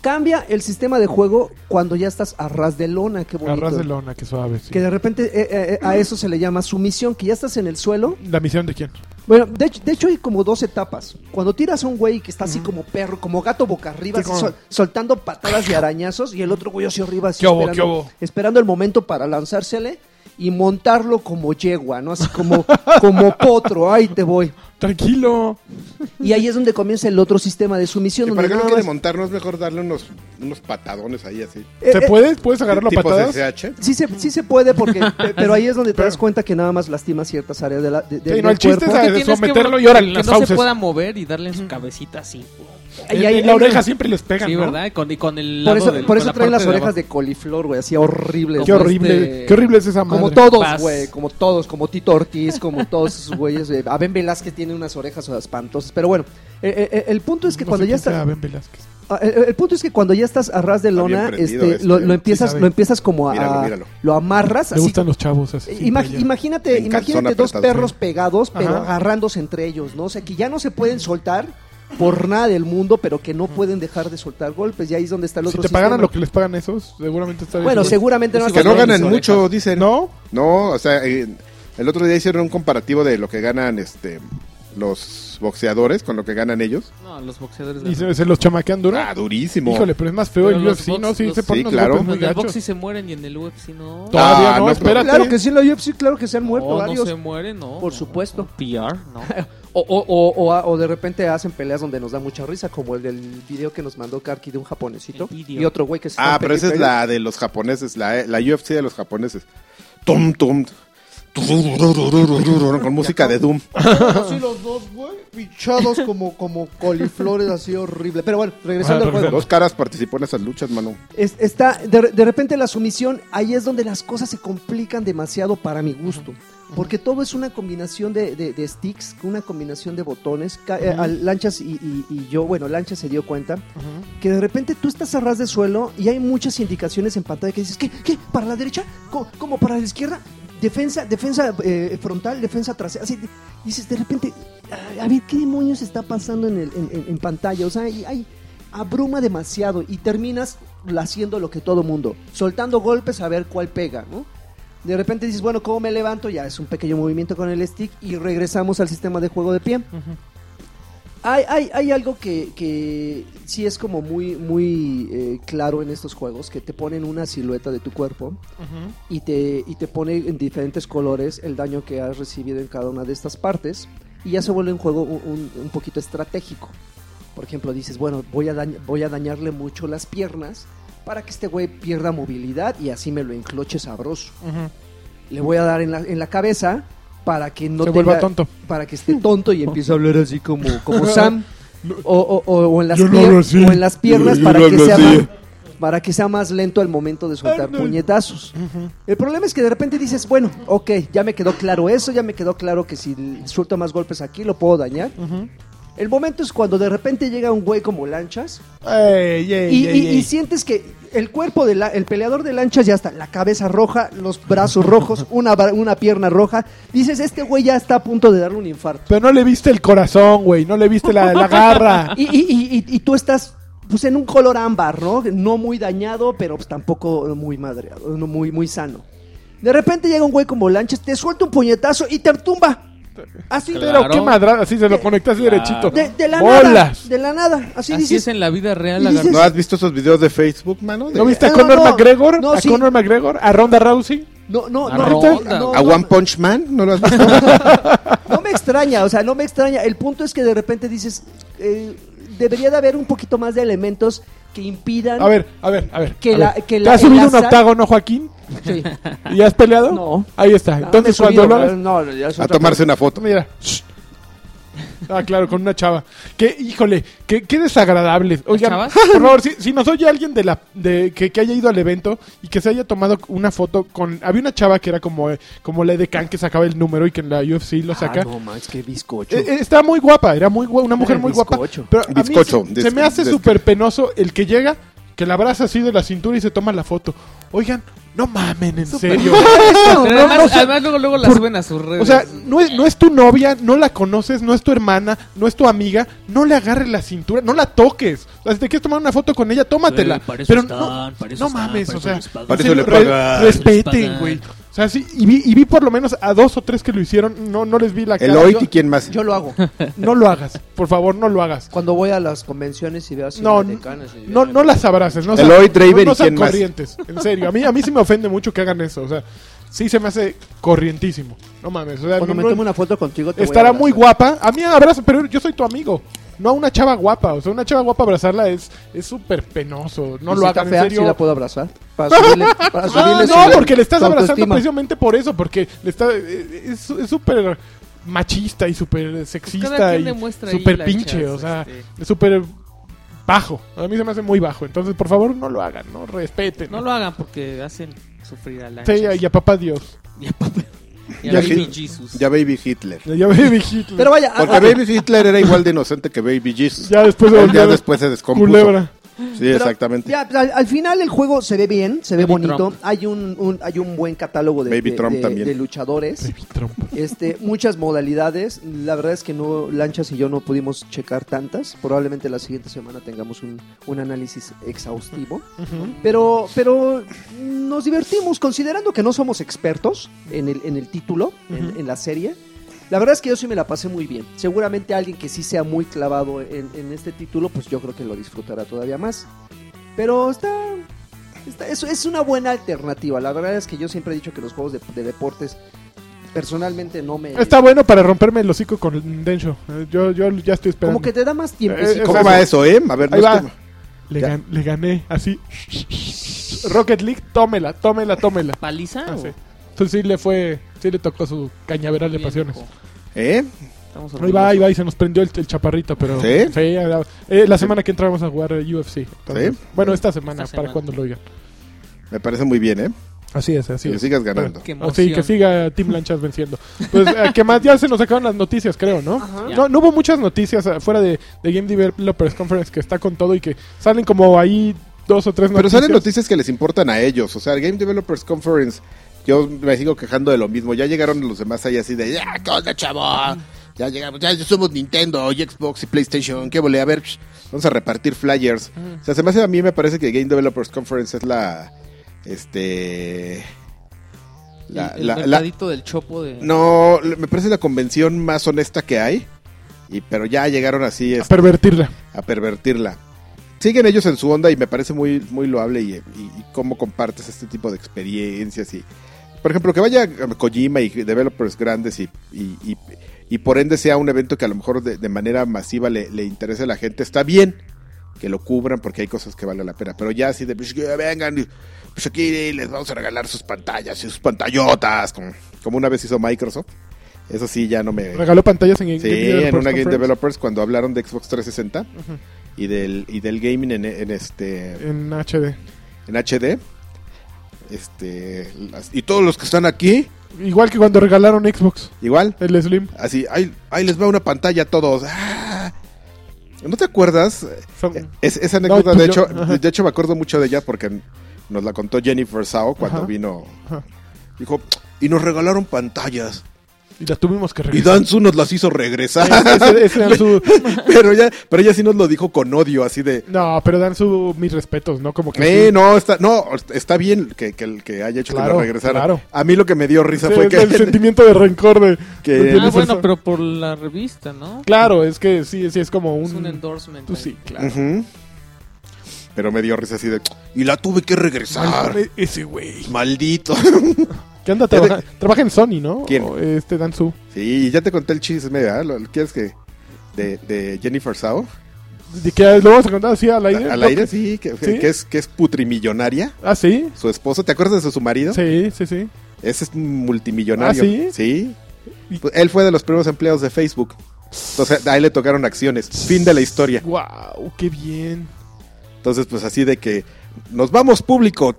Cambia el sistema de juego cuando ya estás a ras de lona, qué eh, bonito. Arras de lona, qué suave. sí. Que de repente eh, eh, eh, a eso se le llama sumisión, que ya estás en el suelo. ¿La misión de quién? Bueno, de, hecho- de hecho hay como dos etapas. Cuando tiras a un güey que está así como perro, como gato boca arriba, Sí, así como- sol- soltando patadas y arañazos, y el otro güey así arriba, así ¿Qué hubo, esperando, qué hubo? esperando el momento para lanzársele y montarlo como yegua, ¿no? Así como, como potro, ahí te voy. Tranquilo. Y ahí es donde comienza el otro sistema de sumisión. Que donde para que no nada quede más- montar, no es mejor darle unos, unos patadones ahí así. Eh, ¿Se eh, puede? ¿Puedes agarrarlo a Tipo patadas? Pues CCH. Sí se, sí se puede, porque, pe- pero ahí es donde te Pero- das cuenta que nada más lastima ciertas áreas de la, de, Sí, no, de- del el chiste cuerpo. es Que de tienes que someterlo bro- y órale, Que las no se fauces. pueda mover y darle en su cabecita así. En- Y ahí- en la oreja siempre les pegan, Sí, ¿no? ¿verdad? Y con, y con el Por lado eso, del- por con eso la traen parte las de orejas abajo. de coliflor, güey, así horribles. Qué Como horrible. este- Qué horrible es esa madre. Como todos, Paz. güey, como todos, como Tito Ortiz, como todos esos güeyes. eh, Aben Velázquez tiene unas orejas espantosas, pero bueno, eh, eh, eh, el punto es que No cuando sé ya quién sea está... Ben Velázquez. Ah, El, el punto es que cuando ya estás a ras de Está bien lona, prendido este, este, lo, lo sí empiezas, sabe. lo empiezas como a, Míralo, míralo. lo amarras, Le así gustan los chavos así. sin Ima- playera. imagínate En calzón imagínate dos apretado, perros sí. pegados, pero Ajá. agarrándose entre ellos, ¿no? O sea, que ya no se pueden soltar por nada del mundo, pero que no pueden dejar de soltar golpes. Y ahí es donde está el si otro te pagaran sistema. lo que les pagan esos, seguramente estaría. Bueno, seguro. seguramente no... Sí, Que hasta no Los ganan orejas. mucho, dicen. ¿No? No, o sea, eh, el otro día hicieron un comparativo de lo que ganan este los boxeadores con lo que ganan ellos. No, los boxeadores. ¿Y ganan. se, se los chamaquean duro? Ah, durísimo. Híjole, pero es más feo Pero el los UFC, ¿no? box- Sí, los- se ponen Sí, unos claro. golpes muy Pero en el gachos. box sí se mueren y en el UFC no. No, Todavía Ah, no, no, espérate. Claro que sí, en la UFC, claro que se han muerto Oh, no, varios. no se mueren, no. Por no, supuesto. no. PR, no. O, o- o- o a- o de repente hacen peleas donde nos da mucha risa, como el del video que nos mandó Karki de un japonesito El video. y otro güey que se Ah, están pero esa es peleando. la de los japoneses, la, la UFC de los japoneses. Tum, tum. Con música de Doom. Así los dos, güey, pinchados como, como coliflores, así horrible. Pero bueno, regresando Ah, al juego. Dos caras participó en esas luchas, mano. Es- está, de, de repente la sumisión, ahí es donde las cosas se complican demasiado para mi gusto. Porque todo es una combinación de, de- de sticks, una combinación de botones. Ca- eh, al- Lanchas y, y- y yo, bueno, Lanchas se dio cuenta que de repente tú estás a ras de suelo y hay muchas indicaciones en pantalla que dices, ¿qué? ¿Qué? ¿Para la derecha? ¿Cómo, cómo para la izquierda? Defensa, defensa eh, frontal, defensa trasera. Así, dices, de repente, a, a ver, ¿qué demonios está pasando en, el- en- en- en pantalla? O sea, hay, hay- abruma demasiado y terminas haciendo lo que todo mundo, soltando golpes a ver cuál pega, ¿no? De repente dices, bueno, ¿cómo me levanto? Ya es un pequeño movimiento con el stick y regresamos al sistema de juego de pie. Hay, hay, hay algo que, que sí es como muy, muy eh, claro en estos juegos, que te ponen una silueta de tu cuerpo y te, y te pone en diferentes colores el daño que has recibido en cada una de estas partes y ya se vuelve un juego un, un- un poquito estratégico. Por ejemplo, dices, bueno, voy a, dañ- voy a dañarle mucho las piernas para que este güey pierda movilidad y así me lo encloche sabroso. Le voy a dar en la, en la cabeza para que no Se tenga- vuelva tonto. Para que esté tonto y empiece a hablar así como, como Sam. O, o- o- o en las Yo lo hablo pier- así. o en las piernas Yo para lo que hablo sea así. más, para que sea más lento el momento de soltar puñetazos. El problema es que de repente dices, bueno, ok, ya me quedó claro eso, ya me quedó claro que si l- suelto más golpes aquí lo puedo dañar. El momento es cuando de repente llega un güey como lanchas Ey, ey, y, ey, y- y ey. sientes que el cuerpo del peleador de lanchas ya está, la cabeza roja, los brazos rojos, una, bra- una pierna roja. Dices, este güey ya está a punto de darle un infarto. Pero no le viste el corazón, güey. No le viste la, la garra. y, y- y- y- y tú estás pues en un color ámbar, ¿no? No muy dañado, pero pues, tampoco muy madreado, no muy, muy sano. De repente llega un güey como Lanches, te suelta un puñetazo y te tumba. Así, Pero qué madrada. Así se lo conectas así derechito. de, de la nada. Bolas. De la nada. Así, Así dices. es en la vida real. y lagarto. dices- ¿No has visto esos videos de Facebook, mano? De- ¿No viste a No, Conor no, McGregor? no, ¿A sí. Conor McGregor? ¿A Ronda Rousey? No, no, no, La no, ronda. no, ¿A no, One Punch Man? ¿No lo has visto? no me extraña, o sea, no me extraña. El punto es que de repente dices, eh, debería de haber un poquito más de elementos que impidan A ver, a ver, a ver. Que a la- ver. que ¿Te la- has subido el un azar- octágono, Joaquín? Sí. ¿Y has peleado? No. Ahí está. Entonces, Ah, me he cuando subido, lo hagas- no, no, ya es A otra tomarse una foto. Mira. Shh. Ah, claro, con una chava. Qué, híjole, qué, qué desagradables. Oigan, chavas? por favor, si, si nos oye alguien de la de que, que haya ido al evento y que se haya tomado una foto con había una chava que era como eh, como la de Khan que sacaba el número y que en la UFC lo saca. Ah, no manches, qué bizcocho. Eh, eh, Estaba muy guapa, era muy guapa, una mujer muy guapa. bizcocho. Pero a mí Bizcocho, se, des- se me hace des- súper penoso el que llega, que la abraza así de la cintura y se toma la foto. Oigan, no mamen, en serio. Pero No, no, además, no, o sea, además luego, luego la por- suben a sus redes. o sea, no es, no es tu novia, no la conoces, no es tu hermana, no es tu amiga, no le agarres la cintura, no la toques. O sea, si te quieres tomar una foto con ella, tómatela. Sí, para eso pero no, están, para eso no están, mames, para o eso sea, les pagan. en Para eso serio, le pagan, re- para eso les respeten, pagan. güey. O sea, sí, y vi, y vi por lo menos a dos o tres que lo hicieron, no, no les vi la cara. El Oit Yo- y quién más. eh, Yo lo hago. no lo hagas, por favor, no lo hagas. Cuando voy a las convenciones y veo así No, mexicanas y- No, no las abraces, no El sean- Lloyd no- Draven no y sean quién más. corrientes, en serio. A mí, a mí sí me ofende mucho que hagan eso, o sea, sí se me hace corrientísimo. No mames, o sea, Cuando no- me no- tomo una foto contigo te voy a estará muy abrazar. guapa. A mí abrazo, pero yo soy tu amigo. No a una chava guapa, o sea, una chava guapa abrazarla es es súper penoso. No ¿Y lo si hagan está en fea, serio. sí la puedo abrazar. Para subirle, para Ah, subirle no, su- porque le estás su abrazando autoestima. precisamente por eso, porque le está eh, es es súper machista y súper sexista quien y demuestra ahí súper las pinche, chas, o sea, este. es súper bajo. A mí se me hace muy bajo, entonces por favor no lo hagan, no respeten. No lo hagan porque hacen sufrir a la Sí, y a papá Dios. Y a Papa- y a Ya Baby sí. Jesus. Ya Baby Hitler. Ya baby Hitler. Pero vaya, ah, a- Porque Baby Hitler era igual de inocente que Baby Jesus. ya después de Él ya volver después se descompuso. culebra. Sí, Pero exactamente. ya, al, al final el juego se ve bien, se ve Baby bonito. Trump. Hay un, un- hay un buen catálogo de, Baby de- Trump de- también. de luchadores. Baby Trump. Este, muchas modalidades. La verdad es que no, Lanchas y yo no pudimos checar tantas. Probablemente la siguiente semana tengamos un, un análisis exhaustivo. Pero, pero nos divertimos, considerando que no somos expertos en el, en el título, en, en la serie. La verdad es que yo sí me la pasé muy bien. Seguramente alguien que sí sea muy clavado en, en este título, pues yo creo que lo disfrutará todavía más. Pero está... está- es, es una buena alternativa. La verdad es que yo siempre he dicho que los juegos de, de deportes personalmente no me... Está bueno para romperme el hocico con Densho. Eh, Yo, yo ya estoy esperando. como que te da más tiempo. Eh, ¿Cómo Eso. va eso, eh? A ver, no Ahí va. es que- Le, Ya. gan- le gané, así. Rocket League, tómela, tómela, tómela. ¿Paliza? Ah, o- sí. Entonces sí le fue, sí le tocó su cañaveral de Bien, pasiones. hijo. ¿Eh? Estamos Ahí va, ahí va, y se nos prendió el, el chaparrito, pero... ¿Sí? ya, ya. Eh, la semana que entra vamos a jugar eh, UFC. Entonces, ¿Sí? Bueno, esta semana, Esta para semana. cuando lo oigan. Me parece muy bien, ¿eh? Así es, así que es. sigas ganando. Qué Ah, sí, que emoción. siga Team Lanchas venciendo. Pues eh, que más ya se nos sacaron las noticias, creo, ¿no? Ya. No, no hubo muchas noticias eh, fuera de, de Game Developers Conference que está con todo y que salen como ahí dos o tres Pero noticias. salen noticias que les importan a ellos. O sea, el Game Developers Conference, yo me sigo quejando de lo mismo. Ya llegaron los demás ahí así de, ya, ¿qué onda, chavo? Ya llegamos, ya somos Nintendo, y Xbox y PlayStation, qué vole, a ver, psh, vamos a repartir flyers. Mm. O sea, se me hace a mí, me parece que Game Developers Conference es la, este... La, el, el la- la- mercadito del chopo de... Ah, no, me parece la convención más honesta que hay, y pero ya llegaron así, A Ah, este, pervertirla. a pervertirla. Siguen ellos en su onda y me parece muy, muy loable y, y- y cómo compartes este tipo de experiencias. y Por ejemplo, que vaya Kojima y developers grandes y, y- y- y por ende sea un evento que a lo mejor de, de manera masiva le, le interese a la gente, está bien que lo cubran porque hay cosas que valen la pena. Pero ya así de, "Pues, que vengan, y, pues aquí les vamos a regalar sus pantallas y sus pantallotas, como, como una vez hizo Microsoft. Eso sí, ya no me... Regaló pantallas en Game Sí, Developers en una Game Conference. Developers cuando hablaron de Xbox 360 y del y del gaming en, en este En HD. en HD. Este las- y todos los que están aquí Igual que cuando regalaron Xbox, igual, el Slim. así ahí, ahí les va una pantalla a todos. ¡Ah! ¿No te acuerdas? Son- Es- esa anécdota Mm. pues de yo- hecho ajá. de hecho me acuerdo mucho de ella porque nos la contó Jennifer Sao cuando Ajá. vino. Ajá. Dijo, "Y nos regalaron pantallas Y las tuvimos que y regalar. Danzu nos las hizo regresar." Ese- ese era su- pero ella pero ella sí nos lo dijo con odio, así de No, pero dan su mis respetos, ¿no? Como que Eh, sí. no, está, no, está bien que, que, el que haya hecho que Claro, lo regresara. claro. A mí lo que me dio risa Sí, fue es que. el sentimiento de rencor de Que- de tienes Ah, tener bueno, eso. pero por la revista, ¿no? Claro, es que sí, sí es como un, Es un endorsement. Tú ahí. sí, claro. Ujú. Pero me dio risa así de. Y la tuve que regresar. Mal- ese güey. Maldito. ¿Qué anda Ya de- trabaja- Trabaja en Sony, ¿no? ¿Quién? O, Este Danzu. sí, y ya te conté el chisme, ¿verdad? ¿Lo- ¿Quieres que.? De, de Jennifer Sao. ¿De qué lo vamos a contar así al a- aire? Al aire, sí. Que, ¿Sí? que es, que es putrimillonaria. Ah, sí. Su esposo. ¿Te acuerdas de su marido? Sí, sí, sí. Ese es multimillonario. ¿Ah, sí? Y- Pues él fue de los primeros empleados de Facebook. Entonces, a él le tocaron acciones. Fin de la historia. Wow, qué bien. Entonces, pues así de que nos vamos público.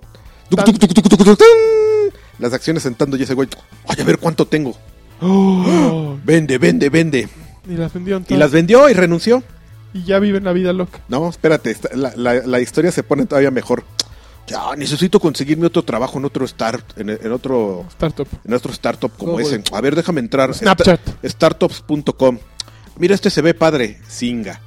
Tuc, tuc, tuc, tuc, tuc, tuc, tin. Las acciones sentando y ese güey, ay, a ver cuánto tengo. Oh, Vende, vende, vende. y las vendieron Y todas. las vendió y renunció. Y ya viven la vida loca. No, espérate, está- la, la- la historia se pone todavía mejor. Ya, necesito conseguirme otro trabajo en otro start, en, en otro, Startup. en otro startup como Google. ese. A ver, déjame entrar. Snapchat. Sta- Startups.com. Mira, este se ve padre. Singa.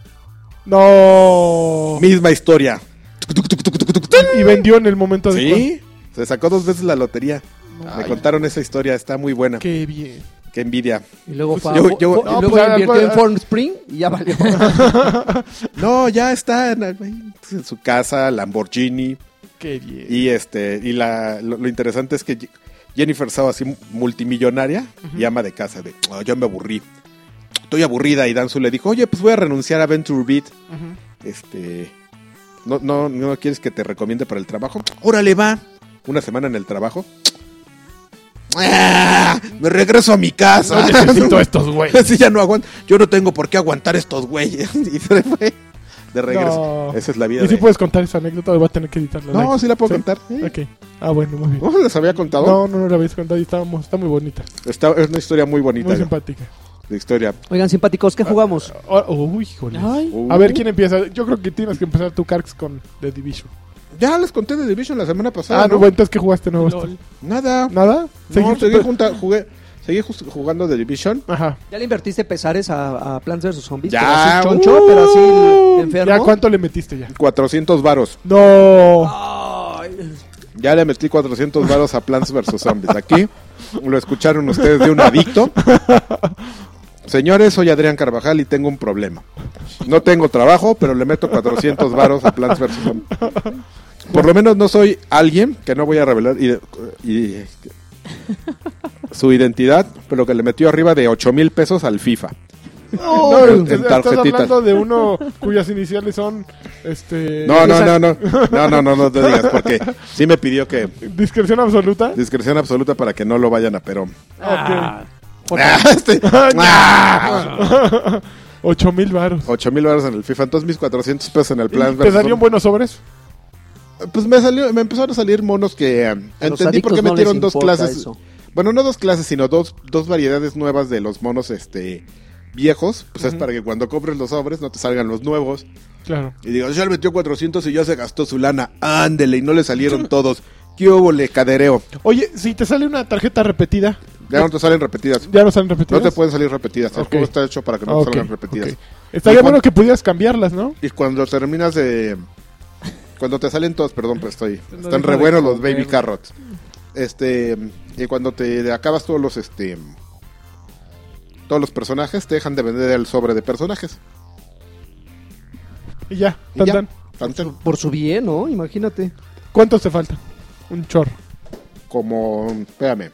No. Misma historia. Tuc, tuc, tuc, tuc, tuc, tuc, tin. Y vendió en el momento adecuado. Sí, Ah, se sacó dos veces la lotería. Me Ay, contaron esa historia, está muy buena. Qué, Qué bien. envidia. Y luego, fue a- yo- yo- y no, luego pues, ya- invirtió en ya- Form Spring y ya valió. No, ya está en, en su casa, Lamborghini. Qué bien. Y este, y la, lo, lo interesante es que Je- Jennifer Sao, así multimillonaria, y ama de casa, de "Oh, ya me aburrí. Estoy aburrida. Y Danzu le dijo, oye, pues voy a renunciar a Venture Beat. Ujú. Este. No, no, no quieres que te recomiende para el trabajo. Órale, va. Una semana en el trabajo. ¡Ah! Me regreso a mi casa. No necesito a estos güeyes. Sí, ya no aguanto. Yo no tengo por qué aguantar estos güeyes. Y se fue de regreso. No. Esa es la vida. Y si de- puedes contar esa anécdota, voy a tener que editarla. No, sí la puedo Sí. contar. Sí. Ok. Ah, bueno, muy bien. ¿No se las había contado? No, no, no la habéis contado y estábamos, está muy bonita. Está- es una historia muy bonita. Muy ¿no? simpática. de historia. Oigan, simpáticos, ¿qué Ah, jugamos? Oh, uy, híjole. Uh. A ver, ¿quién empieza? Yo creo que tienes que empezar tu Carx con The Division. Ya les conté de Division la semana pasada. Ah, no, bueno, entonces ¿qué jugaste nuevo? este? Nada. ¿Nada? No, ¿Seguiste? seguí, junta- jugué, seguí jus- jugando de Division. Ajá. ¿Ya le invertiste pesares a, a Plants vs. Zombies? Ya, Pero así choncho, Uh. pero así enfermo. ¿Ya cuánto le metiste ya? 400 varos. No. Ay, Ya le metí 400 varos a Plants vs. Zombies. Aquí lo escucharon ustedes de un adicto. Señores, soy Adrián Carvajal y tengo un problema. No tengo trabajo, pero le meto 400 varos a Plants vs. Zombies. Por lo menos no soy alguien que no voy a revelar y- y- su identidad, pero que le metió arriba de 8 mil pesos al FIFA. no, en- en estás tarjetitas. hablando de uno cuyas iniciales son este No, no, no, no. No, no, no, no te digas, porque sí me pidió que discreción absoluta. discreción absoluta para que no lo vayan a pero. Ok. Ah, este- Ah, Ocho mil varos. 8 mil dólares en el FIFA, entonces mis 400 pesos en el plan. ¿Te salieron buenos sobres? Pues me, salió, me empezaron a salir monos que... eh, a los entendí adictos por no qué les metieron dos importa clases. eso. Bueno, no dos clases, sino dos, dos variedades nuevas de los monos este viejos. Pues es para que cuando compres los sobres no te salgan los nuevos. Claro. Y digas, ya le metió 400 y ya se gastó su lana. Ándele, y no le salieron todos. ¿Qué hubo, le cadereo? Oye, si te sale una tarjeta repetida, Ya no te salen repetidas. ya no salen No repetidas. te pueden salir repetidas. El Ok. juego está hecho para que no Ah, te ok, salgan repetidas. ok. Estaría Y cuan- bueno que pudieras cambiarlas, ¿no? Y cuando terminas de. Cuando te salen todos, perdón, pero estoy. No Están deja de re buenos los comer. baby carrots. Este. Y cuando te acabas todos los este. Todos los personajes te dejan de vender el sobre de personajes. Y ya, Y tan, ya. tan. Tan, tan. Por su bien, ¿no? Imagínate. ¿Cuántos te faltan? Un chorro. Como. Espérame.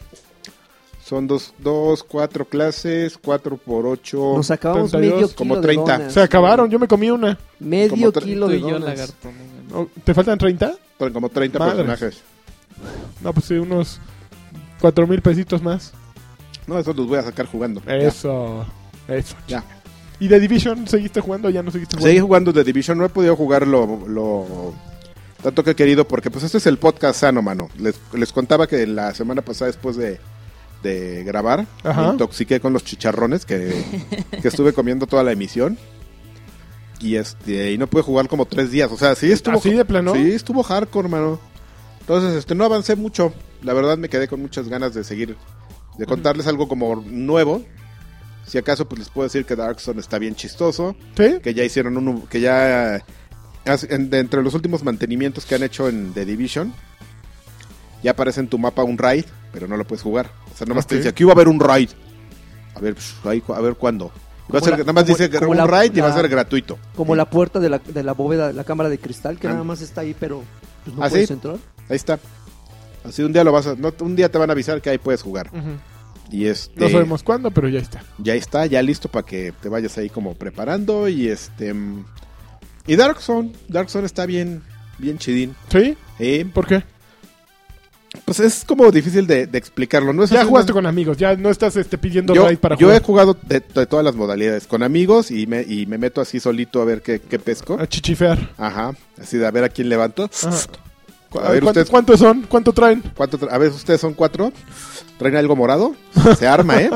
Son dos, dos, cuatro clases, cuatro por ocho. Nos acabamos 32, medio kilo como de 30. donas. Se acabaron, yo me comí una. Medio Como tre- kilo Tú de y yo, donas. lagarto. no, no. Oh, ¿Te faltan 30? como 30 Madres. personajes. No, pues sí, unos cuatro mil pesitos más. No, esos los voy a sacar jugando. Ya. Eso. Eso. Ya. ¿Y The Division seguiste jugando o ya no seguiste Seguí jugando? jugando The Division, no he podido jugar lo, lo- tanto que he querido porque pues este es el podcast sano, mano. Les, les contaba que la semana pasada después de, de grabar Ajá. me intoxiqué con los chicharrones que, que estuve comiendo toda la emisión. Y este y no pude jugar como tres días, o sea, sí estuvo ¿Así de plano? Sí, estuvo hardcore, mano. Entonces, este no avancé mucho. La verdad me quedé con muchas ganas de seguir de contarles algo como nuevo. Si acaso pues les puedo decir que Darkstone está bien chistoso ¿Sí? que ya hicieron un que ya eh, hace- en- de entre los últimos mantenimientos que han hecho en The Division ya aparece en tu mapa un raid pero no lo puedes jugar o sea nomás Ok. te dice aquí va a haber un raid a ver pues, ahí cu- a ver cuándo Y va a Como ser- la- nada más como- dice como un la- raid y va a la- ser gratuito Como la puerta de la, de la bóveda, la cámara de cristal, que Ah. nada más está ahí, pero pues, no ¿Ah, sí? puedes entrar. ahí está así un día lo vas a, no- un día te van a avisar que ahí puedes jugar Ujú. y este No sabemos cuándo, pero ya está. ya está, ya listo para que te vayas ahí como preparando y este mm, y Dark Zone, Dark Zone está bien bien chidín. ¿Sí? Eh, ¿Por qué? Pues es como difícil de, de explicarlo, ¿no? Pues Es Ya así jugaste una- con amigos, ya no estás este, pidiendo yo, raid para yo he jugar. jugado de, de todas las modalidades, con amigos y me, y me meto así solito a ver qué, qué pesco. A chichifear. Ajá, así de a ver a quién levanto. Ajá. A Ah. ver, ¿Cuánto- ustedes, ¿Cuántos son? ¿Cuánto traen? cuánto tra- a ver, ustedes son cuatro, traen algo morado, se arma, ¿eh?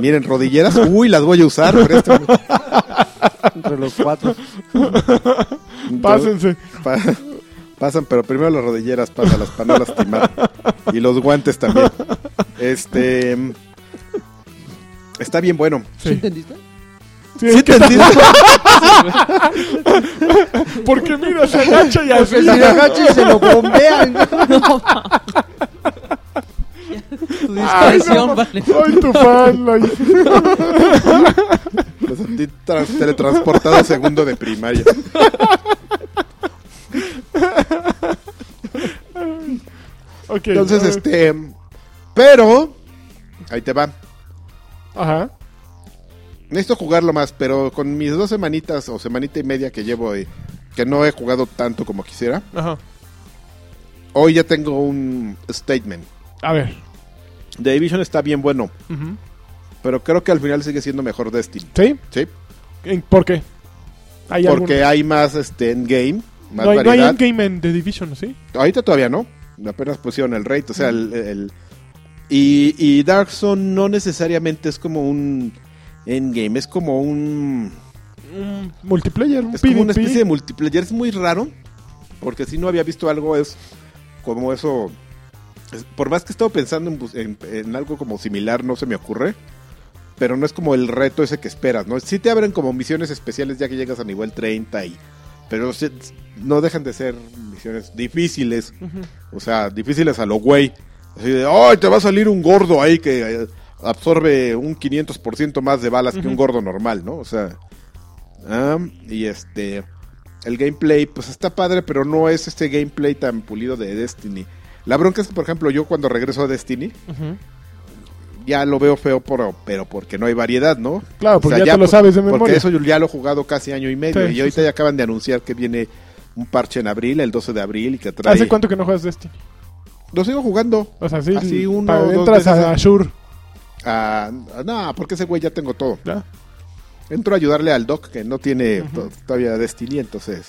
Miren, rodilleras, uy, las voy a usar. pero este, esto- Entre los cuatro. Pásense. Pa- pasan, pero primero las rodilleras, pásalas para no lastimar. Y los guantes también. Este. Está bien bueno. Sí. ¿Sí, entendiste? Sí, es que está- Porque mira, se agacha y así. El agacha y se lo bombean. Tu discreción, vale. Soy tu fan, like. Me sentí trans- teletransportado a segundo de primaria. Ok. Entonces, eh, este. Pero. Ahí te va. Ajá. Necesito jugarlo más, pero con mis dos semanitas o semanita y media que llevo hoy, que no he jugado tanto como quisiera, Ajá. hoy ya tengo un statement. A ver. The Division está bien bueno, Ujú. pero creo que al final sigue siendo mejor Destiny. ¿Sí? ¿Sí? ¿En- ¿Por qué? ¿Hay Porque algún- hay más este, endgame, más no, hay, no hay variedad. endgame en The Division, ¿sí? Ahorita todavía no. Apenas pusieron el rate. O sea, el. el- y, y Dark Zone no necesariamente es como un. Endgame. Es como un. Un multiplayer, un Es como una PvP. especie de multiplayer. Es muy raro. Porque si no había visto algo, es como eso. es- por más que he estado pensando en, bus- en- en algo como similar, no se me ocurre. Pero no es como el reto ese que esperas, ¿no? Sí te abren como misiones especiales ya que llegas a nivel 30 y. Pero se- no dejan de ser misiones difíciles. O sea, difíciles a lo güey. Así de, ¡ay! Te va a salir un gordo ahí que eh, absorbe un 500% más de balas que un gordo normal, ¿no? O sea. ah, y este. El gameplay, pues está padre, pero no es este gameplay tan pulido de Destiny. La bronca es que, por ejemplo, yo cuando regreso a Destiny, Ujú. ya lo veo feo, por, pero porque no hay variedad, ¿no? Claro, porque ya te lo sabes de memoria. Porque eso yo ya lo he jugado casi año y medio. Sí, y sí, ahorita sí. ya acaban de anunciar que viene un parche en abril, el 12 de abril, y que trae. ¿Hace cuánto que no juegas Destiny? Lo sigo jugando. O sea, sí, Así uno pa- o dos entras veces a a- Azure. Ah, no, porque ese güey ya tengo todo. ¿ya? Entro a ayudarle al Doc, que no tiene to- todavía Destiny, entonces.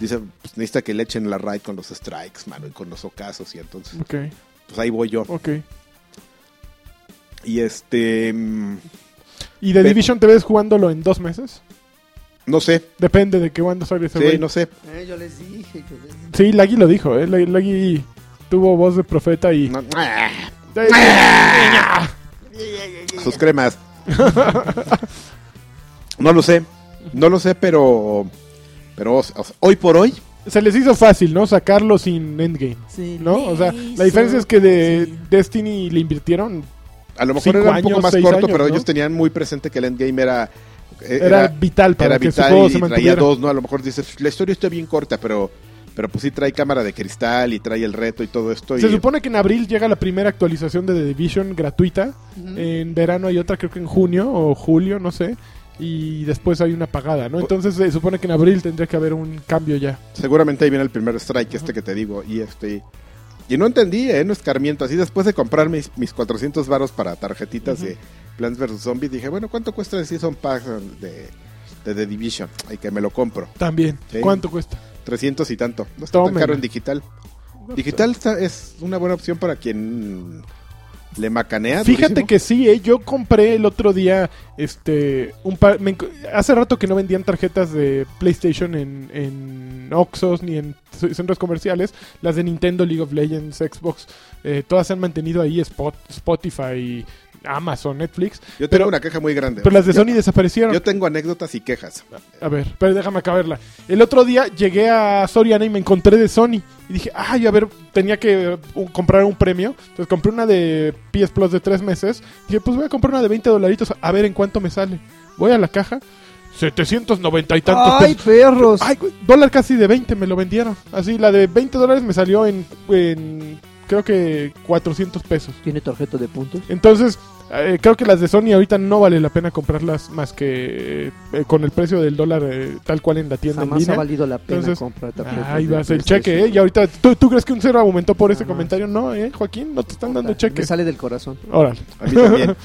Dice, pues, necesita que le echen la raid con los strikes, mano, y con los ocasos, y entonces. Ok, Pues ahí voy yo. ok. Y este. mm, ¿Y The Pe- Division te ves jugándolo en dos meses? No sé. Depende de qué banda salga ese Sí, güey. no sé. Eh, yo les dije. Yo les dije. Sí, Laggy lo dijo, ¿eh? Laggy- Laggy tuvo voz de profeta y... Eh, No- ¡Ah! Ay, ay, Sus cremas. No lo sé. No lo sé, pero. Pero o sea, hoy por hoy. Se les hizo fácil, ¿no? Sacarlo sin Endgame, ¿no? O sea, la diferencia es que de Destiny le invirtieron... A lo mejor Cinco era un poco años, más seis corto, años, pero ¿no? ellos tenían muy presente que el endgame era. eh, Era, vital para era que vital su juego y se traía mantuviera. dos, ¿no? A lo mejor dices, la historia está bien corta, pero. Pero pues sí trae cámara de cristal y trae el reto y todo esto. Se y- supone que en abril llega la primera actualización de The Division gratuita. Ujú. En verano hay otra, creo que en junio o julio, no sé. Y después hay una pagada, ¿no? Entonces se supone que en abril tendría que haber un cambio ya. Seguramente ahí viene el primer strike, este que te digo. Y este. Y no entendí, ¿eh? No escarmiento. Así después de comprar mis, mis 400 varos para tarjetitas de Plants vs. Zombies, dije, bueno, ¿cuánto cuesta el Season Pass de, de The Division? Ay, que me lo compro. También. Sí. ¿Cuánto cuesta? 300 y tanto. No está Tómela. tan caro en digital. Digital está- es una buena opción para quien le macanea. Fíjate Ah, durísimo. que sí, ¿eh? yo compré el otro día, este, un par, me enco- hace rato que no vendían tarjetas de PlayStation en, en Oxxos ni en c- centros comerciales, las de Nintendo, League of Legends, Xbox, eh, todas se han mantenido ahí, Spot- Spotify, Amazon, Netflix, Yo tengo pero- una queja muy grande. pero las de Yo- Sony desaparecieron. Yo tengo anécdotas y quejas. A ver, pero déjame acabarla. El otro día llegué a Soriana y me encontré de Sony. Y dije, ay, a ver, tenía que eh, un- comprar un premio. Entonces compré una de PS Plus de tres meses. dije, pues voy a comprar una de 20 dolaritos a ver en cuánto me sale. Voy a la caja. 790 y tantos ¡Ay, pesos. pues. perros! Ay, güey, dólar casi de 20 me lo vendieron. Así, la de 20 dólares me salió en, en creo que 400 pesos. ¿Tiene tarjeta de puntos? Entonces, eh, creo que las de Sony ahorita no vale la pena comprarlas más que eh, con el precio del dólar eh, tal cual en la tienda en Jamás ha línea. valido la pena Entonces, comprar tarjetas. Ahí de vas el PlayStation. cheque, ¿eh? Y ahorita, ¿tú, tú crees que un cero aumentó por ese Jamás. comentario? No, ¿eh, Joaquín? No te están dando Me cheque. sale del corazón. Órale. A mí también.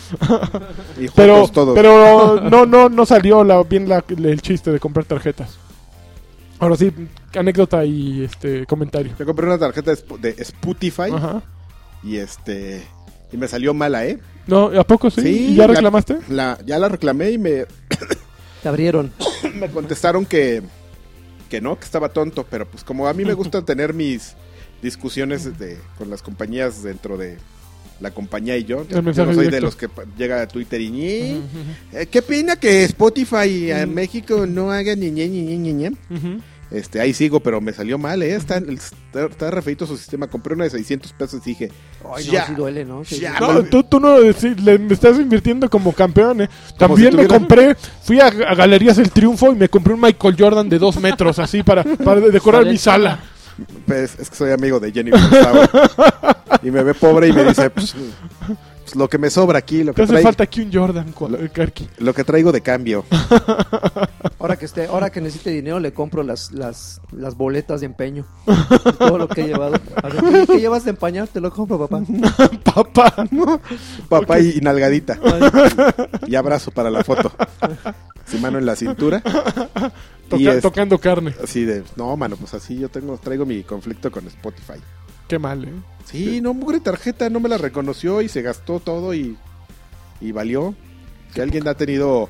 y Pero, juntos todos. pero no, no, no salió la- bien la- el chiste de comprar tarjetas. Ahora sí, anécdota y este comentario. Yo compré una tarjeta de Sp- de Spotify. Ajá. Y este. Y me salió mala, ¿eh? No, ¿A poco sí? Sí, ¿Y ¿Ya la- reclamaste? La, ya la reclamé y me, Te abrieron. me contestaron que, que no, que estaba tonto. Pero pues como a mí me gusta tener mis discusiones de, con las compañías dentro de la compañía y yo. Yo, no mensaje soy de directo. los que pa- llega a Twitter y... "Ñe, eh, ¿Qué pena que Spotify en México no haga ni ñe, ni ñe, ni ñe"? Ujú. Este, ahí sigo, pero me salió mal, ¿eh? Está, está, está refeito su sistema. Compré una de 600 pesos y dije... Ay, no, Ya. sí duele, ¿no? Sí, Ya. sí. No, tú, tú no eh, sí, le, me estás invirtiendo como campeón, ¿eh? Como También si me tuviera- compré, fui a, a Galerías El Triunfo y me compré un Michael Jordan de dos metros, así, para, para decorar Para mi el- sala. Pues, es que soy amigo de Jennifer Sauer. y me ve pobre y me dice, pues, pues, lo que me sobra aquí, lo Te que, hace trai- falta aquí un Jordan, cua- eh, Karki. lo que traigo de cambio. Ahora que esté, ahora que necesite dinero le compro las, las, las boletas de empeño. Todo lo que he llevado. A ver, "Oye, ¿Qué llevas de empañar? Te lo compro, papá. Papá, Papá y- y nalgadita. y abrazo para la foto. Su mano en la cintura. Toca- Y es- tocando carne. Así de, no, mano, pues así yo tengo, traigo mi conflicto con Spotify. Qué mal, ¿eh? Sí, no, mugre tarjeta, no me la reconoció y se gastó todo y, y valió. Si alguien ha tenido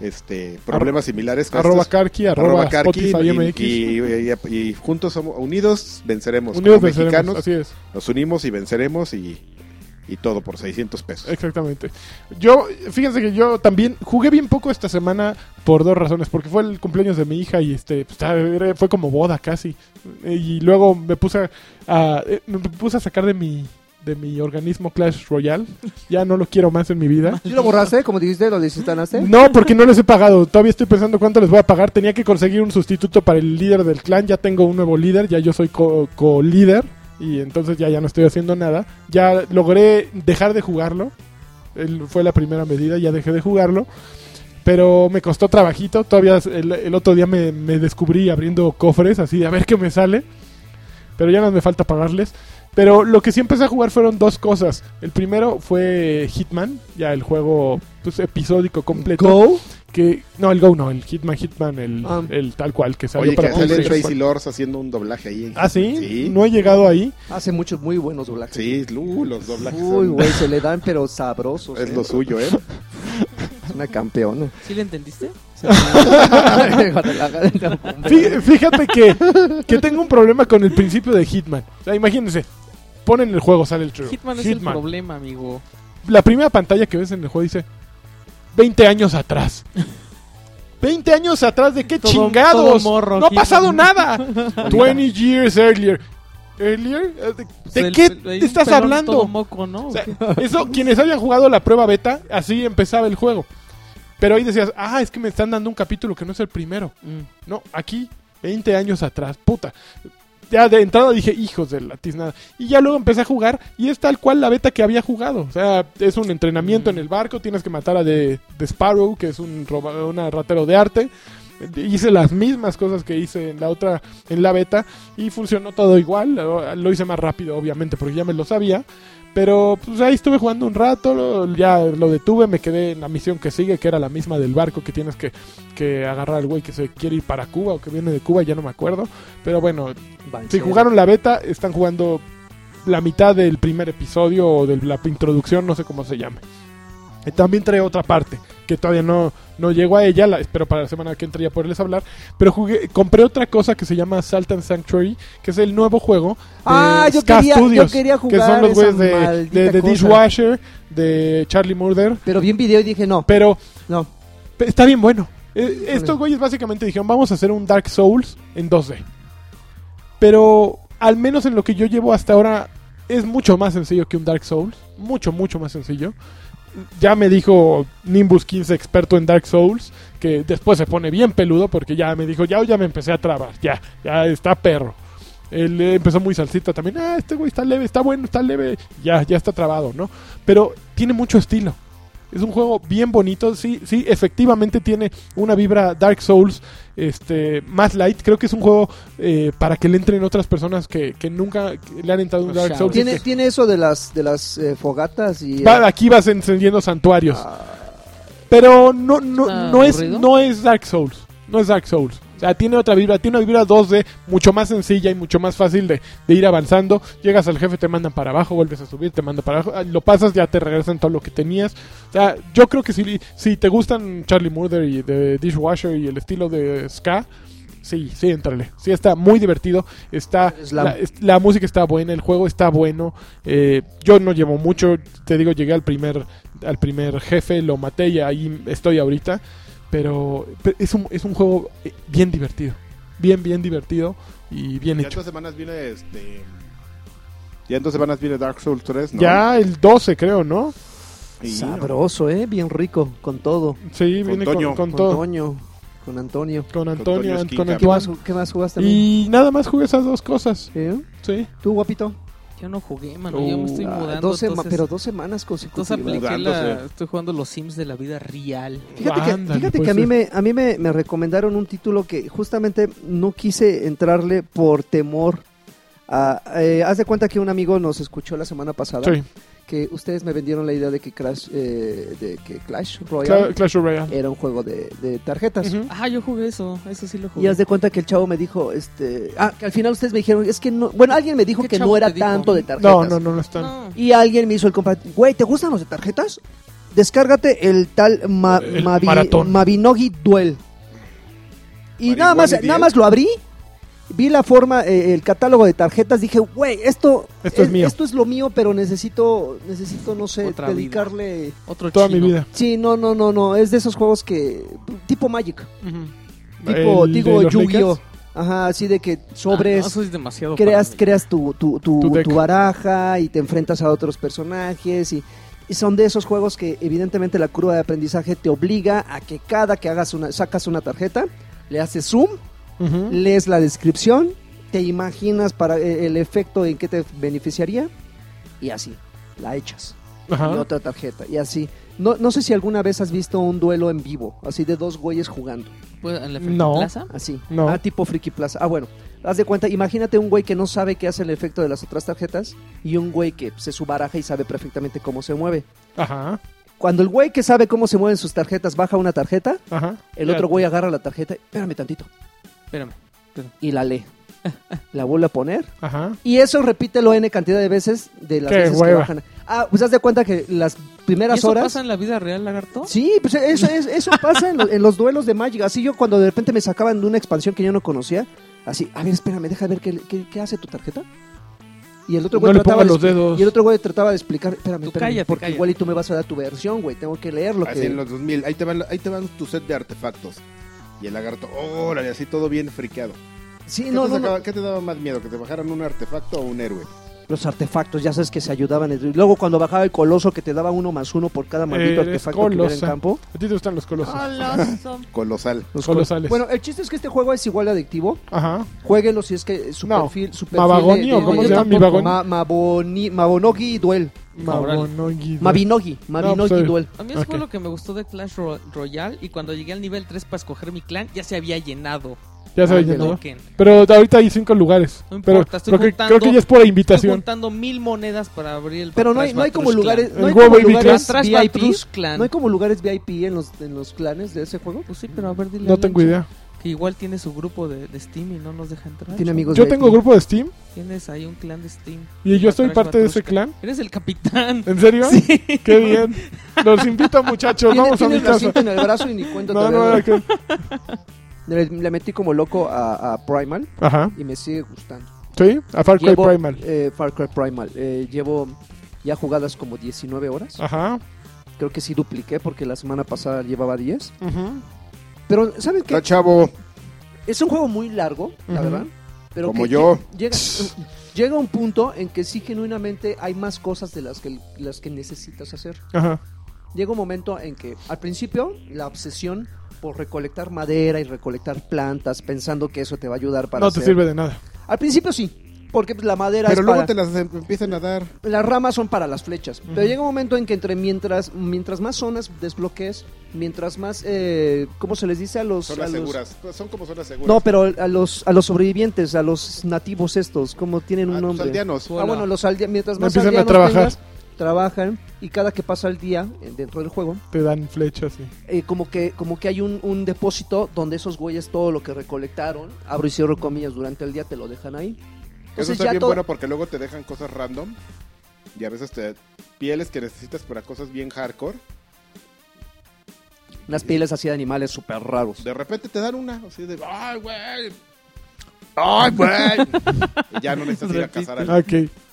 este problemas similares con Arroba estos- Karki, arroba, arroba Karki, Spotify MX. y, y- y- y juntos somos unidos venceremos Unidos como venceremos, mexicanos así es. nos unimos y venceremos y, y todo por 600 pesos Exactamente. Yo, fíjense que yo también jugué bien poco esta semana por dos razones. Porque fue el cumpleaños de mi hija y este pues, ah, era- fue como boda casi. Eh, Y luego me puse a- a, eh, me puse a sacar de mi de mi organismo Clash Royale. Ya no lo quiero más en mi vida. ¿Sí lo borraste, como dijiste, lo desinstalaste? No, porque no les he pagado. Todavía estoy pensando cuánto les voy a pagar. Tenía que conseguir un sustituto para el líder del clan. Ya tengo un nuevo líder. Ya yo soy co- co-líder. y entonces ya, ya no estoy haciendo nada. Ya logré dejar de jugarlo. El- fue la primera medida. Ya dejé de jugarlo. Pero me costó trabajito. Todavía el, el otro día me, me descubrí abriendo cofres. Así de a ver qué me sale. Pero ya no me falta pagarles. Pero lo que sí empecé a jugar fueron dos cosas. El primero fue Hitman, ya el juego pues, episódico completo. ¿Go? Que, no, el Go no, el Hitman, Hitman, el, Ah. el tal cual que salió oye para que sale PlayStation Tracy Lords haciendo un doblaje ahí Ah, ¿sí? sí No he llegado ahí. Hace muchos muy buenos doblajes. Sí, uh, los doblajes Uy, son- güey, se le dan, pero sabrosos. es ¿eh? lo suyo eh Es una campeona. ¿Sí le entendiste? Guadalajara, Tamaulipas. Fí- Fíjate que, que tengo un problema con el principio de Hitman. O sea, imagínense, ponen el juego, sale el trailer. Hitman, es el problema, amigo. la primera pantalla que ves en el juego dice 20 años atrás. 20 años atrás de qué Todo- todo chingados. morro, no ha Hitman. pasado nada. 20 years earlier. ¿Earlier? Eh, ¿De, de El- qué el- el estás pelón todo hablando? moco, ¿no? O sea, eso, quienes hayan jugado la prueba beta, así empezaba el juego. Pero ahí decías, ah, es que me están dando un capítulo que no es el primero. Mm. No, aquí, 20 años atrás, puta. Ya de entrada dije, hijos de la tiznada. Y ya luego empecé a jugar y es tal cual la beta que había jugado. O sea, es un entrenamiento en el barco, tienes que matar a de, de Sparrow, que es un roba- una ratero de arte. Hice las mismas cosas que hice en la otra, en la beta, y funcionó todo igual. Lo, lo hice más rápido, obviamente, porque ya me lo sabía. Pero pues ahí estuve jugando un rato, lo- ya lo detuve, me quedé en la misión que sigue, que era la misma del barco que tienes que que agarrar al güey que se quiere ir para Cuba o que viene de Cuba, ya no me acuerdo. Pero bueno, si jugaron la beta, están jugando la mitad del primer episodio o de la introducción, no sé cómo se llame. Eh, También trae otra parte, que todavía no, no llego a ella, la, espero para la semana que entra ya poderles hablar. Pero jugué, compré otra cosa que se llama Salt and Sanctuary, que es el nuevo juego. de Ah, yo Ska quería, yo Studios, quería Que jugar son los esa güeyes de, maldita de, de cosa. Dishwasher, de Charlie Murder. Pero vi un video y dije, no, Pero no. Pe- Está bien bueno. Eh, estos güeyes básicamente dijeron, vamos a hacer un Dark Souls en 2D. Pero al menos en lo que yo llevo hasta ahora es mucho más sencillo que un Dark Souls. Mucho, mucho más sencillo. Ya me dijo Nimbus 15, experto en Dark Souls, que después se pone bien peludo porque ya me dijo, ya, ya me empecé a trabar, ya, ya está perro. Él eh, empezó muy salsita también, ah, este güey está leve, está bueno, está leve, ya, ya está trabado, ¿no? Pero tiene mucho estilo. Es un juego bien bonito, sí, sí, efectivamente tiene una vibra Dark Souls este, más light. Creo que es un juego eh, para que le entren otras personas que, que nunca que le han entrado un Dark Souls. ¿Tiene, tiene eso de las, de las eh, fogatas y... eh, Va- aquí vas encendiendo santuarios. Pero no, no, ¿Está no, es, aburrido? no es Dark Souls. No es Dark Souls. O sea, tiene otra vibra. Tiene una vibra 2D mucho más sencilla y mucho más fácil de, de ir avanzando. Llegas al jefe, te mandan para abajo, vuelves a subir, te mandan para abajo. ah, Lo pasas, ya te regresan todo lo que tenías. O sea, yo creo que si, si te gustan Charlie Murder y The Dishwasher y el estilo de Ska, sí, sí, entrale. Sí, está muy divertido. Está, Slam. la, es- la música está buena, el juego está bueno. Eh, yo no llevo mucho, te digo, llegué al primer, al primer jefe, lo maté y ahí estoy ahorita. Pero, pero es, un, es un juego eh, bien divertido. Bien, bien divertido y bien ya en hecho. dos semanas viene este ya en dos semanas viene Dark Souls 3 ¿no? Ya Ah, el 12 creo, ¿no? Y- Sabroso, ¿eh? Bien rico, con todo. Sí, Con viene con, Toño. con Con todo. Toño, con Antonio. Con Toño Antonio, con Esquinca. ¿Qué Antonio. más, qué más jugaste? amigo? Y nada más jugué esas dos cosas. ¿Sí? Sí. ¿Tú, guapito? Yo no jugué, mano. yo me estoy Ah, mudando. dos sema- entonces- pero dos semanas Entonces consecutivas. apliqué la... Mudándose. Estoy jugando los Sims de la vida real. Fíjate que, Ándale, fíjate pues, que a mí, sí. me, a mí me, me recomendaron un título que justamente no quise entrarle por temor. a- eh, haz de cuenta que un amigo nos escuchó la semana pasada Sí. que ustedes me vendieron la idea de que Crash, eh, de que Clash Cla- Royale Clash Royale. era un juego de, de tarjetas. Ujú. Ah, yo jugué eso. Eso sí lo jugué. Y haz de cuenta que el chavo me dijo, este, ah, que al final ustedes me dijeron, es que no, bueno, alguien me dijo ¿Qué que chavo no era te dijo? tanto de tarjetas. No, no, no, no están. No. Y alguien me hizo el compa, güey, ¿te gustan los de tarjetas? Descárgate el tal Ma- El Mavi- maratón. Mavinogi Duel. Y Marihuana nada más, y nada Duel. más lo abrí, vi la forma, eh, el catálogo de tarjetas, dije, güey, esto, Esto es mío." esto es lo mío, pero necesito, necesito, no sé, Otra dedicarle... Otro Toda chino. mi vida. Sí, no, no, no, no, es de esos juegos que... tipo Magic, tipo, El de tipo los Yu-Gi-Oh. Lakers. Ajá, así de que Ah, sobres no, eso es demasiado creas, para mí. creas tu, tu, tu- Tu deck. tu baraja y te enfrentas a otros personajes y, y son de esos juegos que evidentemente la curva de aprendizaje te obliga a que cada que hagas una, sacas una tarjeta, le haces zoom, Ujú. lees la descripción, te imaginas para eh, el efecto en que te beneficiaría y así, la echas. Ajá. Y otra tarjeta, y así. No, no sé si alguna vez has visto un duelo en vivo, así de dos güeyes jugando. ¿Puedo- en la No. plaza? Así. No. Ah, tipo Friki Plaza. Ah, bueno. Haz de cuenta, imagínate un güey que no sabe qué hace el efecto de las otras tarjetas y un güey que se subaraja y sabe perfectamente cómo se mueve. Ajá. Cuando el güey que sabe cómo se mueven sus tarjetas baja una tarjeta, Ajá. el Ya. otro güey agarra la tarjeta, espérame tantito, Espérame. y la lee. La vuelve a poner. Ajá. Y eso repítelo N cantidad de veces de las Qué veces que hueva. bajan. Ah, pues haz de cuenta que las ¿Y primeras eso horas. pasa en la vida real, lagarto? Sí, pues eso, es- eso pasa en, lo- en los duelos de Magic. Así yo cuando de repente me sacaban de una expansión que yo no conocía, así, a ver, espérame, deja ver qué, qué, qué hace tu tarjeta. Y el otro güey No le trataba pongas los de expli- dedos. Y el otro güey trataba de explicar, espérame, Tú espérame, cállate, porque cállate. igual y tú me vas a dar tu versión, güey, tengo que leer lo Así que... en los 2000, ahí te, van, ahí te van tu set de artefactos. Y el lagarto, órale, así todo bien friqueado. Sí, ¿Qué, no, te no, no. sacaba- qué te daba más miedo? ¿Que te bajaran un artefacto o un héroe? Los artefactos, ya sabes que se ayudaban. entre- Luego cuando bajaba el coloso que te daba uno más uno por cada maldito Eres artefacto que hubiera Eh, en colosa. campo. ¿A ti te gustan los colosos? Colosal. los col- colosales. Bueno, el chiste es que este juego es igual de adictivo. Ajá. Jueguenlo si es que su No. perfil... Su perfil ¿Mavagoni de- o de- cómo de- se llama? ¿Mi vagón? Ma- Maboni- Mabonogi Duel. Mabonogi. Mabinogi. Mabinogi pues, Duel. A mí eso fue Ok. lo que me gustó de Clash Ro- Royale y cuando llegué al nivel 3 para escoger mi clan ya se había llenado. Ya sabes, Ah, ya que ¿no? no. Token. Pero ahorita hay cinco lugares. No pero importa, estoy creo, que, juntando- creo que ya es por Estoy invitación. juntando mil monedas para abrir el Pero no hay, Batrash no hay como Batrush lugares, Clan. no hay El como huevo y mi lugares Batrash VIP. Batrush Clan. No hay como lugares VIP en los, en los clanes de ese juego. Pues sí, pero a ver, dile No a tengo Lencho idea. Que igual tiene su grupo de, de Steam y no nos deja entrar. Tiene amigos Yo VIP. tengo grupo de Steam Tienes ahí un clan de Steam. y yo soy Batrash parte de ese Batrushka. clan. Eres el capitán. ¿En serio? Sí. Qué bien. Los invito, muchachos. Tiene, Vamos a tiene mi el casa. recinto en el brazo y ni cuenta No, todavía, no, güey. era que- le, le metí como loco a, a Primal Ajá. y me sigue gustando. Sí, a Far Cry Llevo, Primal. eh, Far Cry Primal. Eh, llevo ya jugadas como 19 horas. Ajá. Creo que sí dupliqué porque la semana pasada llevaba 10. Ujú. Pero, ¿saben qué? Está chavo, Es un juego muy largo, la Ujú. verdad. Pero Como que yo. lle- Llega, llega un punto en que sí, genuinamente hay más cosas de las que, las que necesitas hacer. Ajá. Llega un momento en que, al principio, la obsesión por recolectar madera y recolectar plantas, pensando que eso te va a ayudar para. No te hacer- sirve de nada. Al principio sí, porque pues, la madera pero es luego para- te las em- empiezan a dar. las ramas son para las flechas. Pero Ujú. llega un momento en que entre mientras mientras más zonas desbloquees, mientras más, eh, ¿cómo se les dice a los, Son a las los seguras. Son como son las seguras. no, pero a los, a los sobrevivientes, a los nativos estos, como tienen un a tus nombre. aldeanos. Ah, bueno, los aldeanos, mientras No más empiezan a aldeanos trabajar. tengas, trabajan y cada que pasa el día eh, dentro del juego, Te dan flechas y... eh, como que como que hay un, un depósito donde esos güeyes todo lo que recolectaron, abro y cierro comillas durante el día, te lo dejan ahí. Eso Entonces está ya bien todo- bueno porque luego te dejan cosas random. Y a veces te pieles que necesitas para cosas bien hardcore. unas pieles así de animales súper raros. De repente te dan una. Así de, ¡ay, güey! ¡Ay, güey! y ya no necesitas ir a cazar al, Ok.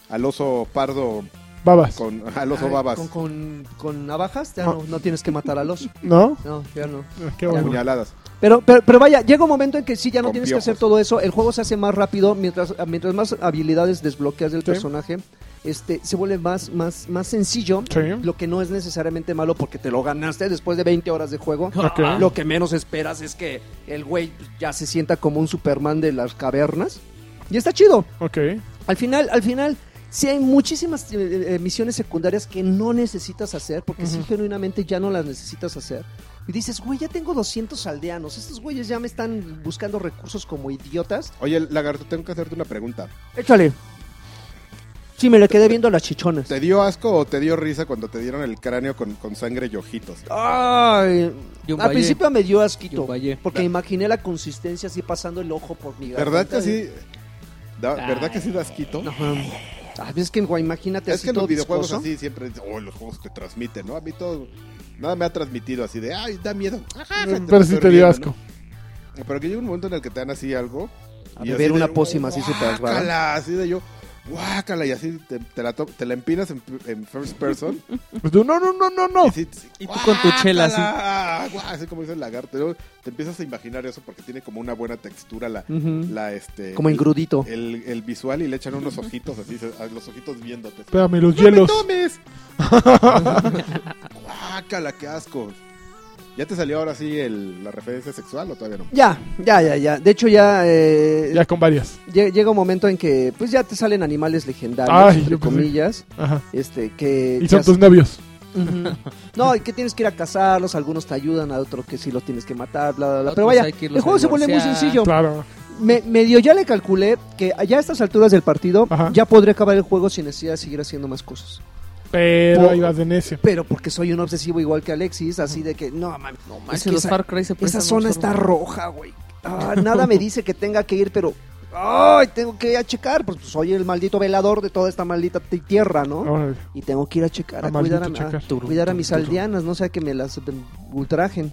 al oso pardo Babas. con al oso Ay, babas. Con, con- con navajas ya Ah. no, no tienes que matar al oso. ¿No? Ah, No, ya no. Qué con bueno. Puñaladas. Pero, pero, pero vaya, llega un momento en que sí, ya no Con tienes piojos. que hacer todo eso. El juego se hace más rápido mientras, mientras más habilidades desbloqueas del Sí. personaje. Este, se vuelve más, más, más sencillo, Sí. lo que no es necesariamente malo porque te lo ganaste después de 20 horas de juego. Ok. Lo que menos esperas es que el güey ya se sienta como un Superman de las cavernas. Y está chido. Ok. Al final, al final, sí hay muchísimas eh, eh, misiones secundarias que no necesitas hacer, porque sí Ujú. genuinamente ya no las necesitas hacer. Y dices, güey, ya tengo 200 aldeanos, estos güeyes ya me están buscando recursos como idiotas. Oye, lagarto, tengo que hacerte una pregunta. Échale. Sí, me le quedé viendo las chichonas. ¿Te dio asco o te dio risa cuando te dieron el cráneo con, con sangre y ojitos? Ay, Y un al valle. principio me dio Y asquito, un valle. porque imaginé la consistencia así pasando el ojo por mi ¿Verdad garganta. que sí? da- ¿Verdad que sí da asquito? Ajá. Ah, es que güey, imagínate Es así que en todo los videojuegos viscoso. así siempre dicen, oh, los juegos te transmiten, ¿no? A mí todo, nada me ha transmitido así de, ay, da miedo. Mm, Ajá, me Pero estoy sí te dio riendo, asco. ¿no? Pero que llega un momento en el que te dan así algo. A y beber así una de, pócima así súper rara. Guácala, así de yo, guácala, y así te, te la, to- te la empinas en, en first person. Pues tú, no, no, no, no, no. Y, sí, sí, Y tú con tu chela, así. guácala, guá, así como dice el lagarto. Luego te empiezas a imaginar eso porque tiene como una buena textura la, Ujú. la este. Como engrudito. el, el visual y le echan unos ojitos así, se- a los ojitos viéndote. Espérame, los ¡No hielos. me tomes! ¡Guácala, qué asco! ¿Ya te salió ahora sí el- la referencia sexual o todavía no? Ya, ya, ya, ya. De hecho, ya, eh, Ya con varias. lle- llega un momento en que pues ya te salen animales legendarios, Ay, entre yo pensé. comillas. Ajá. Este, Eh, que. Y ya son tus novios. Ujú. No, y que tienes que ir a cazarlos, algunos te ayudan, a otros que sí los tienes que matar, bla, bla, bla. Pero Otros vaya, hay que irlos el juego se a vuelve muy divorciar. sencillo. Claro. Me, medio ya le calculé que ya a estas alturas del partido Ajá. ya podría acabar el juego sin necesidad de seguir haciendo más cosas. Pero Por- ahí vas de necio. Pero porque soy un obsesivo igual que Alexis, así de que, no, mames, no mames. Manches, los esa, Far Cry se esa prestan zona mucho, está ¿no? roja, güey. Ah, nada me dice que tenga que ir, pero... ¡Ay! Tengo que ir a checar. Pues soy el maldito velador de toda esta maldita ti- tierra, ¿no? Órale. y tengo que ir a checar, Ah. A a, cuidar, a, maldito a checar. Turu, cuidar a mis aldeanas, no sea que me las de- ultrajen.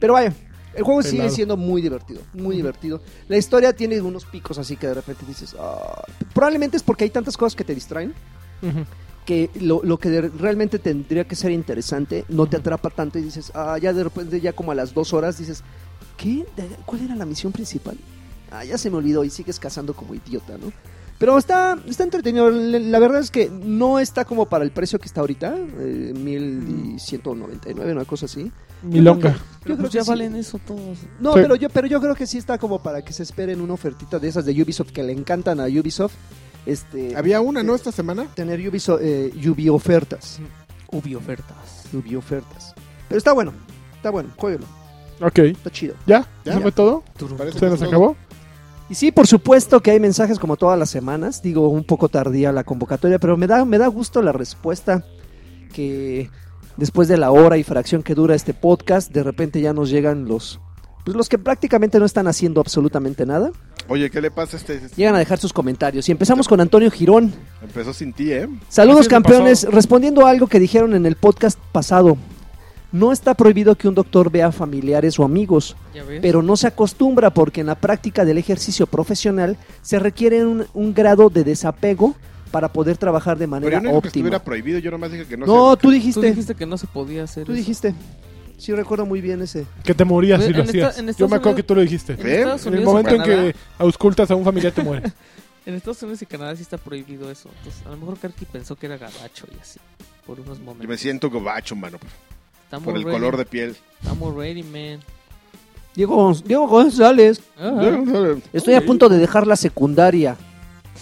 Pero vaya, el juego sigue Pelado. siendo muy divertido, muy divertido. La historia tiene unos picos así que de repente dices, "Ah". probablemente es porque hay tantas cosas que te distraen Ujú. que lo, lo que de- realmente tendría que ser interesante no te atrapa tanto y dices, ah, ya de repente, ya como a las dos horas dices, ¿qué? ¿De- ¿Cuál era la misión principal? Ah, ya se me olvidó y sigues cazando como idiota, ¿no? Pero está, está entretenido. Le- La verdad es que no está como para el precio que está ahorita, eh, 1199, una cosa así. Milonga. Yo Pero creo pues ya que sí. valen eso todos. No, Sí. pero, yo, pero yo creo que sí está como para que se esperen una ofertita de esas de Ubisoft que le encantan a Ubisoft. Este, Había una, ¿no? Esta semana. tener Ubisoft, eh, Ubi ofertas. Ubi ofertas. Ubi ofertas. Pero está bueno, está bueno, jueguelo, Ok. está chido. ¿Ya? Ya. ¿Ya fue todo? Parece ¿Se que nos todo. acabó? Y sí, por supuesto que hay mensajes como todas las semanas, digo un poco tardía la convocatoria, pero me da, me da gusto la respuesta que después de la hora y fracción que dura este podcast, de repente ya nos llegan los pues los que prácticamente no están haciendo absolutamente nada, Oye, ¿qué le pasa a este? llegan a dejar sus comentarios. Y empezamos con Antonio Girón. Empezó sin ti, ¿eh? Así Saludos es, campeones, pasado. respondiendo a algo que dijeron en el podcast pasado. No está prohibido que un doctor vea familiares o amigos, Ya ves. pero no se acostumbra porque en la práctica del ejercicio profesional se requiere un, un grado de desapego para poder trabajar de Pero yo manera no digo que óptima. estuviera prohibido, yo nomás dije que no, No, tú Tú dijiste, dijiste que no se podía hacer tú eso. dijiste. Sí recuerdo muy bien ese. Que te morías si En lo esta- hacías. en Yo Estados me acuerdo Unidos- que tú lo dijiste. En Estados En el Unidos o momento en Canadá- que auscultas a un familiar te mueres. En Estados Unidos y Canadá sí está prohibido eso. Entonces, a lo mejor Karki pensó que era gabacho y así. Por unos se- yo me momentos. siento gobacho, mano, por- Estamos por el ready. color de piel. Estamos ready, man. Diego, Gonz- Diego González, Ah, Ajá. estoy a punto de dejar la secundaria.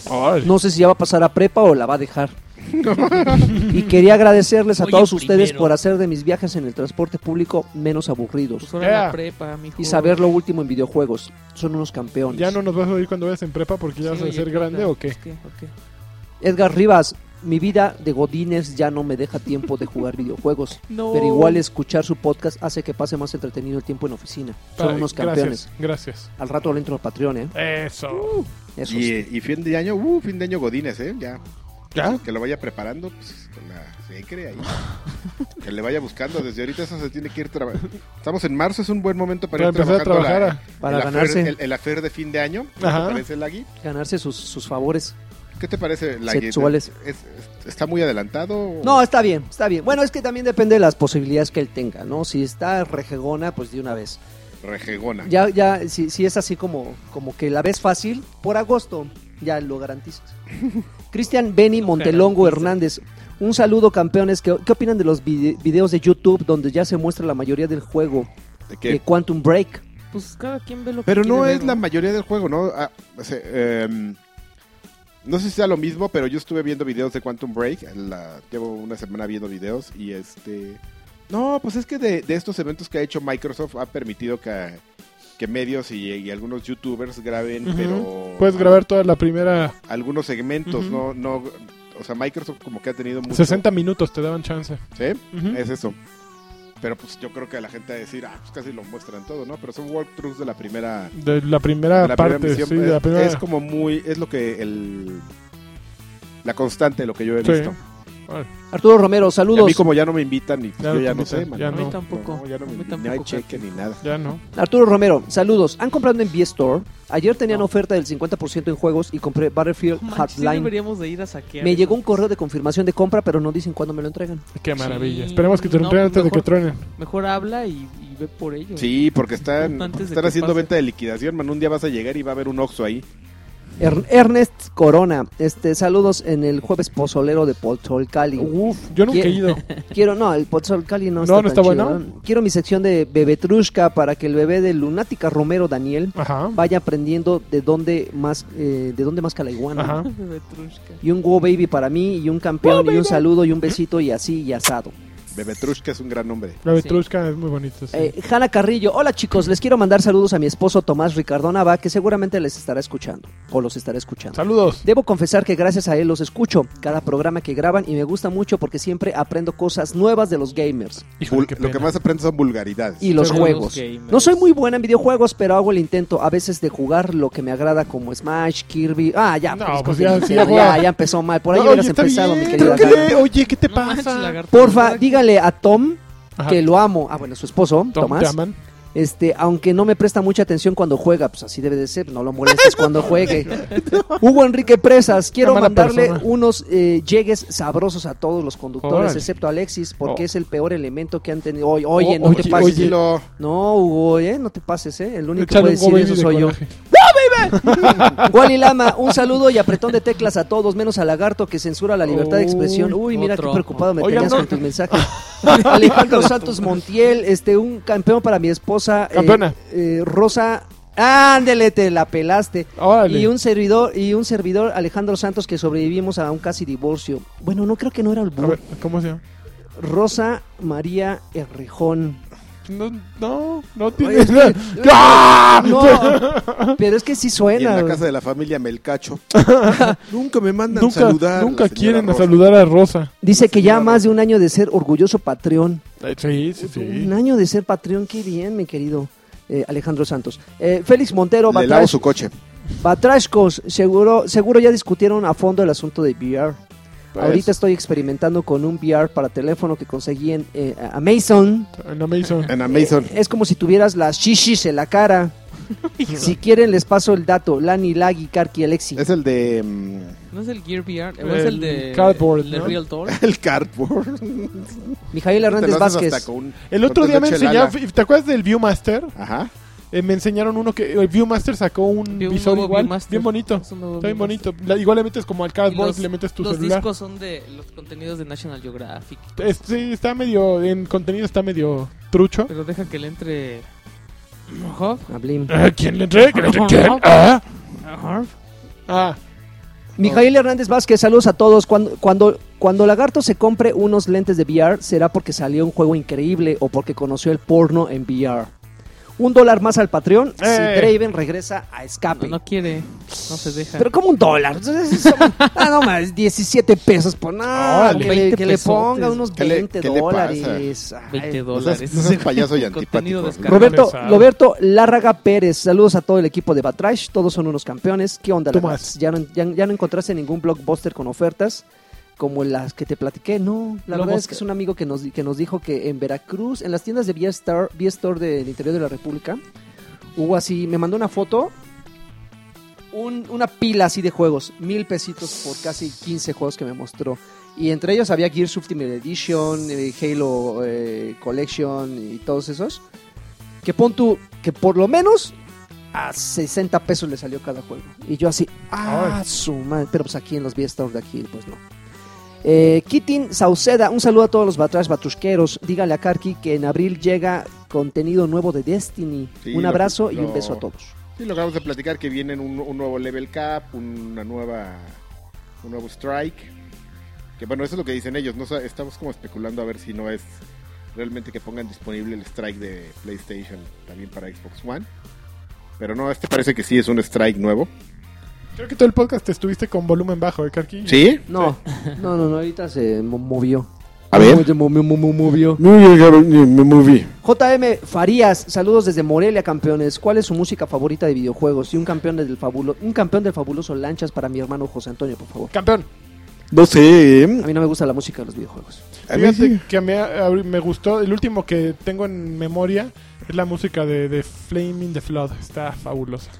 Órale. No sé si ya va a pasar a prepa o la va a dejar. y quería agradecerles a Oye, todos ustedes primero. por hacer de mis viajes en el transporte público menos aburridos Pues ahora Ya. la prepa, mijo. y saber lo último en videojuegos. Son unos campeones. ¿Ya no nos vas a oír cuando vayas en prepa porque ya vas a ser grande o Pues qué? Edgar Rivas, mi vida de godines ya no me deja tiempo de jugar videojuegos, No. pero igual escuchar su podcast hace que pase más entretenido el tiempo en oficina. Son Ay, unos campeones. Gracias, gracias. Al rato le entro a Patreon, ¿eh? Eso. Esos. Y, eh, y fin de año, uh, fin de año Godines, ¿eh? Ya. ¿Ya? Que lo vaya preparando, pues, con la secre ahí. que le vaya buscando. Desde ahorita eso se tiene que ir trabajando. Estamos en marzo, es un buen momento para, Para ir empezar a trabajando trabajar. la- a- Para el ganarse. Afer, el, el afer de fin de año. ¿no Ajá. ¿Te parece, Lagui? Ganarse sus, sus favores. ¿Qué te parece, Lagui? Sexuales. ¿Es- es- ¿Está muy adelantado? o- No, está bien, está bien. Bueno, es que también depende de las posibilidades que él tenga, ¿no? Si está rejegona, pues de una vez. Rejegona. Ya, ya, si, si es así como, como que la ves fácil, por agosto ya lo garantizas. Cristian Beni Montelongo Hernández. Un saludo, campeones. ¿Qué, qué opinan de los vide- videos de YouTube donde ya se muestra la mayoría del juego ¿De qué? de Quantum Break? Pues cada quien ve lo Pero que no quiere es ver, la mayoría del juego, ¿no? Ah, o sea, em, no sé si sea lo mismo, pero yo estuve viendo videos de Quantum Break. la- llevo una semana viendo videos y este... No, pues es que de, de estos eventos que ha hecho Microsoft ha permitido que, que medios y, y algunos youtubers graben, Ujú. pero... Puedes grabar toda la primera. Algunos segmentos, Ujú. no, no... O sea, Microsoft como que ha tenido mucho... 60 minutos te daban chance. ¿sí? Ujú. Es eso. Pero pues yo creo que a la gente va a decir, ah, pues casi lo muestran todo, ¿no? Pero son walkthroughs de la primera... De la primera la parte, primera misión, pues, sí, de es, la primera. es como muy es lo que el la constante de lo que yo he Sí. visto. Órale. Arturo Romero, Y a mí saludos. como ya no me invitan, y pues, Ya yo no ya te no sé, invitan, man. ya A mí no. tampoco. No, ya no A mí me invitan, ni hay tampoco, cheque ni nada. Ya no. Arturo Romero, saludos. ¿Han comprado en V-Store? Ayer tenían oferta del 50% en juegos y compré Battlefield No manches, sí Hotline. deberíamos de ir a saquear. Me eso. llegó un correo de confirmación de compra, pero no dicen cuándo me lo entregan. Qué maravilla. Sí. Esperemos que te No, entren antes de mejor- que truenen. Mejor habla y, y ve por ello. Sí, porque están, Antes de están que haciendo pase. venta de liquidación, man. Un día vas a llegar y va a haber un Oxxo ahí. Er- Ernest Corona, este, saludos en el jueves pozolero de Pozol Cali. Uf, yo nunca he ¿Quién? ido. Quiero, no, el Pozol Cali no Uh. No, está no tan está chido, bueno. ¿verdad? Quiero mi sección de Bebetrushka para que el bebé de Lunática Romero Daniel Ajá. vaya aprendiendo de dónde más, eh, de dónde más que la iguana. Ajá. Oh, Petrushka. Y un wow baby para mí, y un campeón, y un saludo, y un besito, y así, y asado. Bebetrushka es un gran nombre. La Vetrushka es muy bonita. sí. Eh, Hanna Carrillo, hola chicos, les quiero mandar saludos a mi esposo Tomás Ricardo Nava, que seguramente les estará escuchando, o los estará escuchando. Saludos. Debo confesar que gracias a él los escucho, cada programa que graban, y me gusta mucho porque siempre aprendo cosas nuevas de los gamers Híjole, Bul- qué lo que pena. más aprendes son vulgaridades. y los Pero juegos. los gamers. no soy muy buena en videojuegos, pero hago el intento a veces de jugar lo que me agrada como Smash, Kirby. Ah, ya, No, puras pues cosas ya, de sí, Nintendo, ya ya, juega. ya empezó mal. Por ahí No, hubieras oye, está empezado, bien, mi querida. creo que- Hanna. Oye, ¿qué te No pasa? manches, lagarto. Porfa, Ajá. dígale a Tom Ajá. que lo amo. Ah, bueno, su esposo, Tom, Tomás. te aman. Este, aunque no me presta mucha atención cuando juega, pues así debe de ser, no lo molestes cuando juegue. Hugo Enrique Presas, quiero Una mala mandarle persona. unos eh, llegues sabrosos a todos los conductores, Órale. excepto a Alexis, porque Oh. es el peor elemento que han tenido. Oye, oye, Oh, no te oye, pases. oye. Lo- No, Hugo, eh, no te pases, eh. El único que Echar puede un decir go eso baby de soy yo. coraje. Wally Lama, un saludo y apretón de teclas a todos, menos a Lagarto que censura la libertad de expresión. Uy, Uy, mira otro. qué preocupado me Oigan, tenías no. con tus mensajes. Alejandro Santos Montiel, este, un campeón para mi esposa. eh, Campeona. eh, Rosa. Ándele, te la pelaste. Órale. Y un servidor, y un servidor, Alejandro Santos, que sobrevivimos a un casi divorcio. Bueno, no creo que no era el A burro. ver, ¿cómo se llama? Rosa María Errejón. No, no, no Oye, tiene. es que- ¡Ah! No, pero es que sí Y en suena. la güey. casa de la familia Melcacho. nunca me mandan Nunca, saludar. nunca la señora quieren Rosa. saludar a Rosa. Dice que ya Claro. más de un año de ser orgulloso Patreon. Eh, Sí, sí, Un sí. año de ser Patreon, qué bien, mi querido eh, Alejandro Santos. Eh, Félix Montero, Le lavo Batrash- su coche. Batrashcos, seguro, seguro ya discutieron a fondo el asunto de VR. Pues. Ahorita estoy experimentando con un VR para teléfono que conseguí en eh, Amazon. En Amazon. En Amazon. Eh, es como si tuvieras las shishis en la cara. si quieren les paso el dato. Lani, Lagi, Karki, Alexi. Es el de. mm, ¿No es el Gear VR? ¿No es el El de. cardboard, el de ¿no? Real Tour? el cardboard. Mijail Te Hernández lo haces hasta Vázquez. con- El otro con día me Tenoch enseñaron, Elala. ¿te acuerdas del Viewmaster? Ajá. Eh, me enseñaron uno que el Viewmaster sacó un Vi un visor nuevo igual, Viewmaster. bien bonito. Es un nuevo Está bien Viewmaster. bonito. La- igual le metes como al Y cardboard, los- le metes tu los celular. Este, discos son de los contenidos de National Geographic. Es- sí, está medio en contenido está medio trucho. Pero deja que le entre. Ajá. Ablim. Ah, ¿Quién le entré? ¿Quién le entré? ¿Quién? Ah. Ajá. Ah, Mijail Hernández Vázquez, saludos a todos. Cuando, cuando, cuando Lagarto se compre unos lentes de VR, será porque salió un juego increíble o porque conoció el porno en VR. Un dólar más al Patreon si ¡Eh! Draven regresa a No, escape. no quiere. No se deja. Pero como un dólar. ah, no más, 17 pesos por nada. Órale. que, le, 20 que le ponga pesotes. unos ¿Qué le- 20 qué le pasa? dólares. Ay. 20 No seas- dólares. no seas payaso y Contenido antipático. descargado. Roberto, Pesado. Roberto Lárraga Pérez, saludos a todo el equipo de Batrash, todos son unos campeones. ¿Qué onda, Tomás. Lagats? ¿Ya no, ya, ya no encontraste ningún blockbuster con ofertas como las que te platiqué? No, la Lo verdad es busca- que es un amigo que nos, que nos dijo que en Veracruz, en las tiendas de V-Star, V-Store del interior de la República, hubo así, me mandó una foto, un- una pila así de juegos, mil pesitos por casi 15 juegos que me mostró. Y entre ellos había Gears Ultimate Edition, eh, Halo eh, Collection y todos esos. Que pon tú, que por lo menos a 60 pesos le salió cada juego. Y yo así, ah, su madre. Pero pues aquí en los V-Stores de aquí, pues no. Eh, Kitin Sauceda, un saludo a todos los batrás batrusqueros. Dígale a Karki que en abril llega contenido nuevo de Destiny. Sí, un lo- abrazo y un lo- beso a todos. Sí, lo acabamos de platicar que vienen un, un nuevo level cap, una nueva, un nuevo strike. Que bueno, eso es lo que dicen ellos. No sa- estamos como especulando a ver si no es realmente que pongan disponible el strike de PlayStation también para Xbox One. Pero no, este parece que sí es un strike nuevo. creo que todo el podcast te estuviste con volumen bajo, ¿eh, Karki? Sí. No, no, no, no, ahorita se mo- movió. A ver. Se movió, mo- mo- movió. Me moví. JM Farías, saludos desde Morelia, campeones. ¿Cuál es su música favorita de videojuegos? Y un campeón del fabulo, un campeón del fabuloso Lanchas para mi hermano José Antonio, por favor. Campeón. No sé. A mí no me gusta la música de los videojuegos. A mí Fíjate sí. que a mí a- a- me gustó. El último que tengo en memoria es la música de, de Flaming the Flood. Está fabulosa.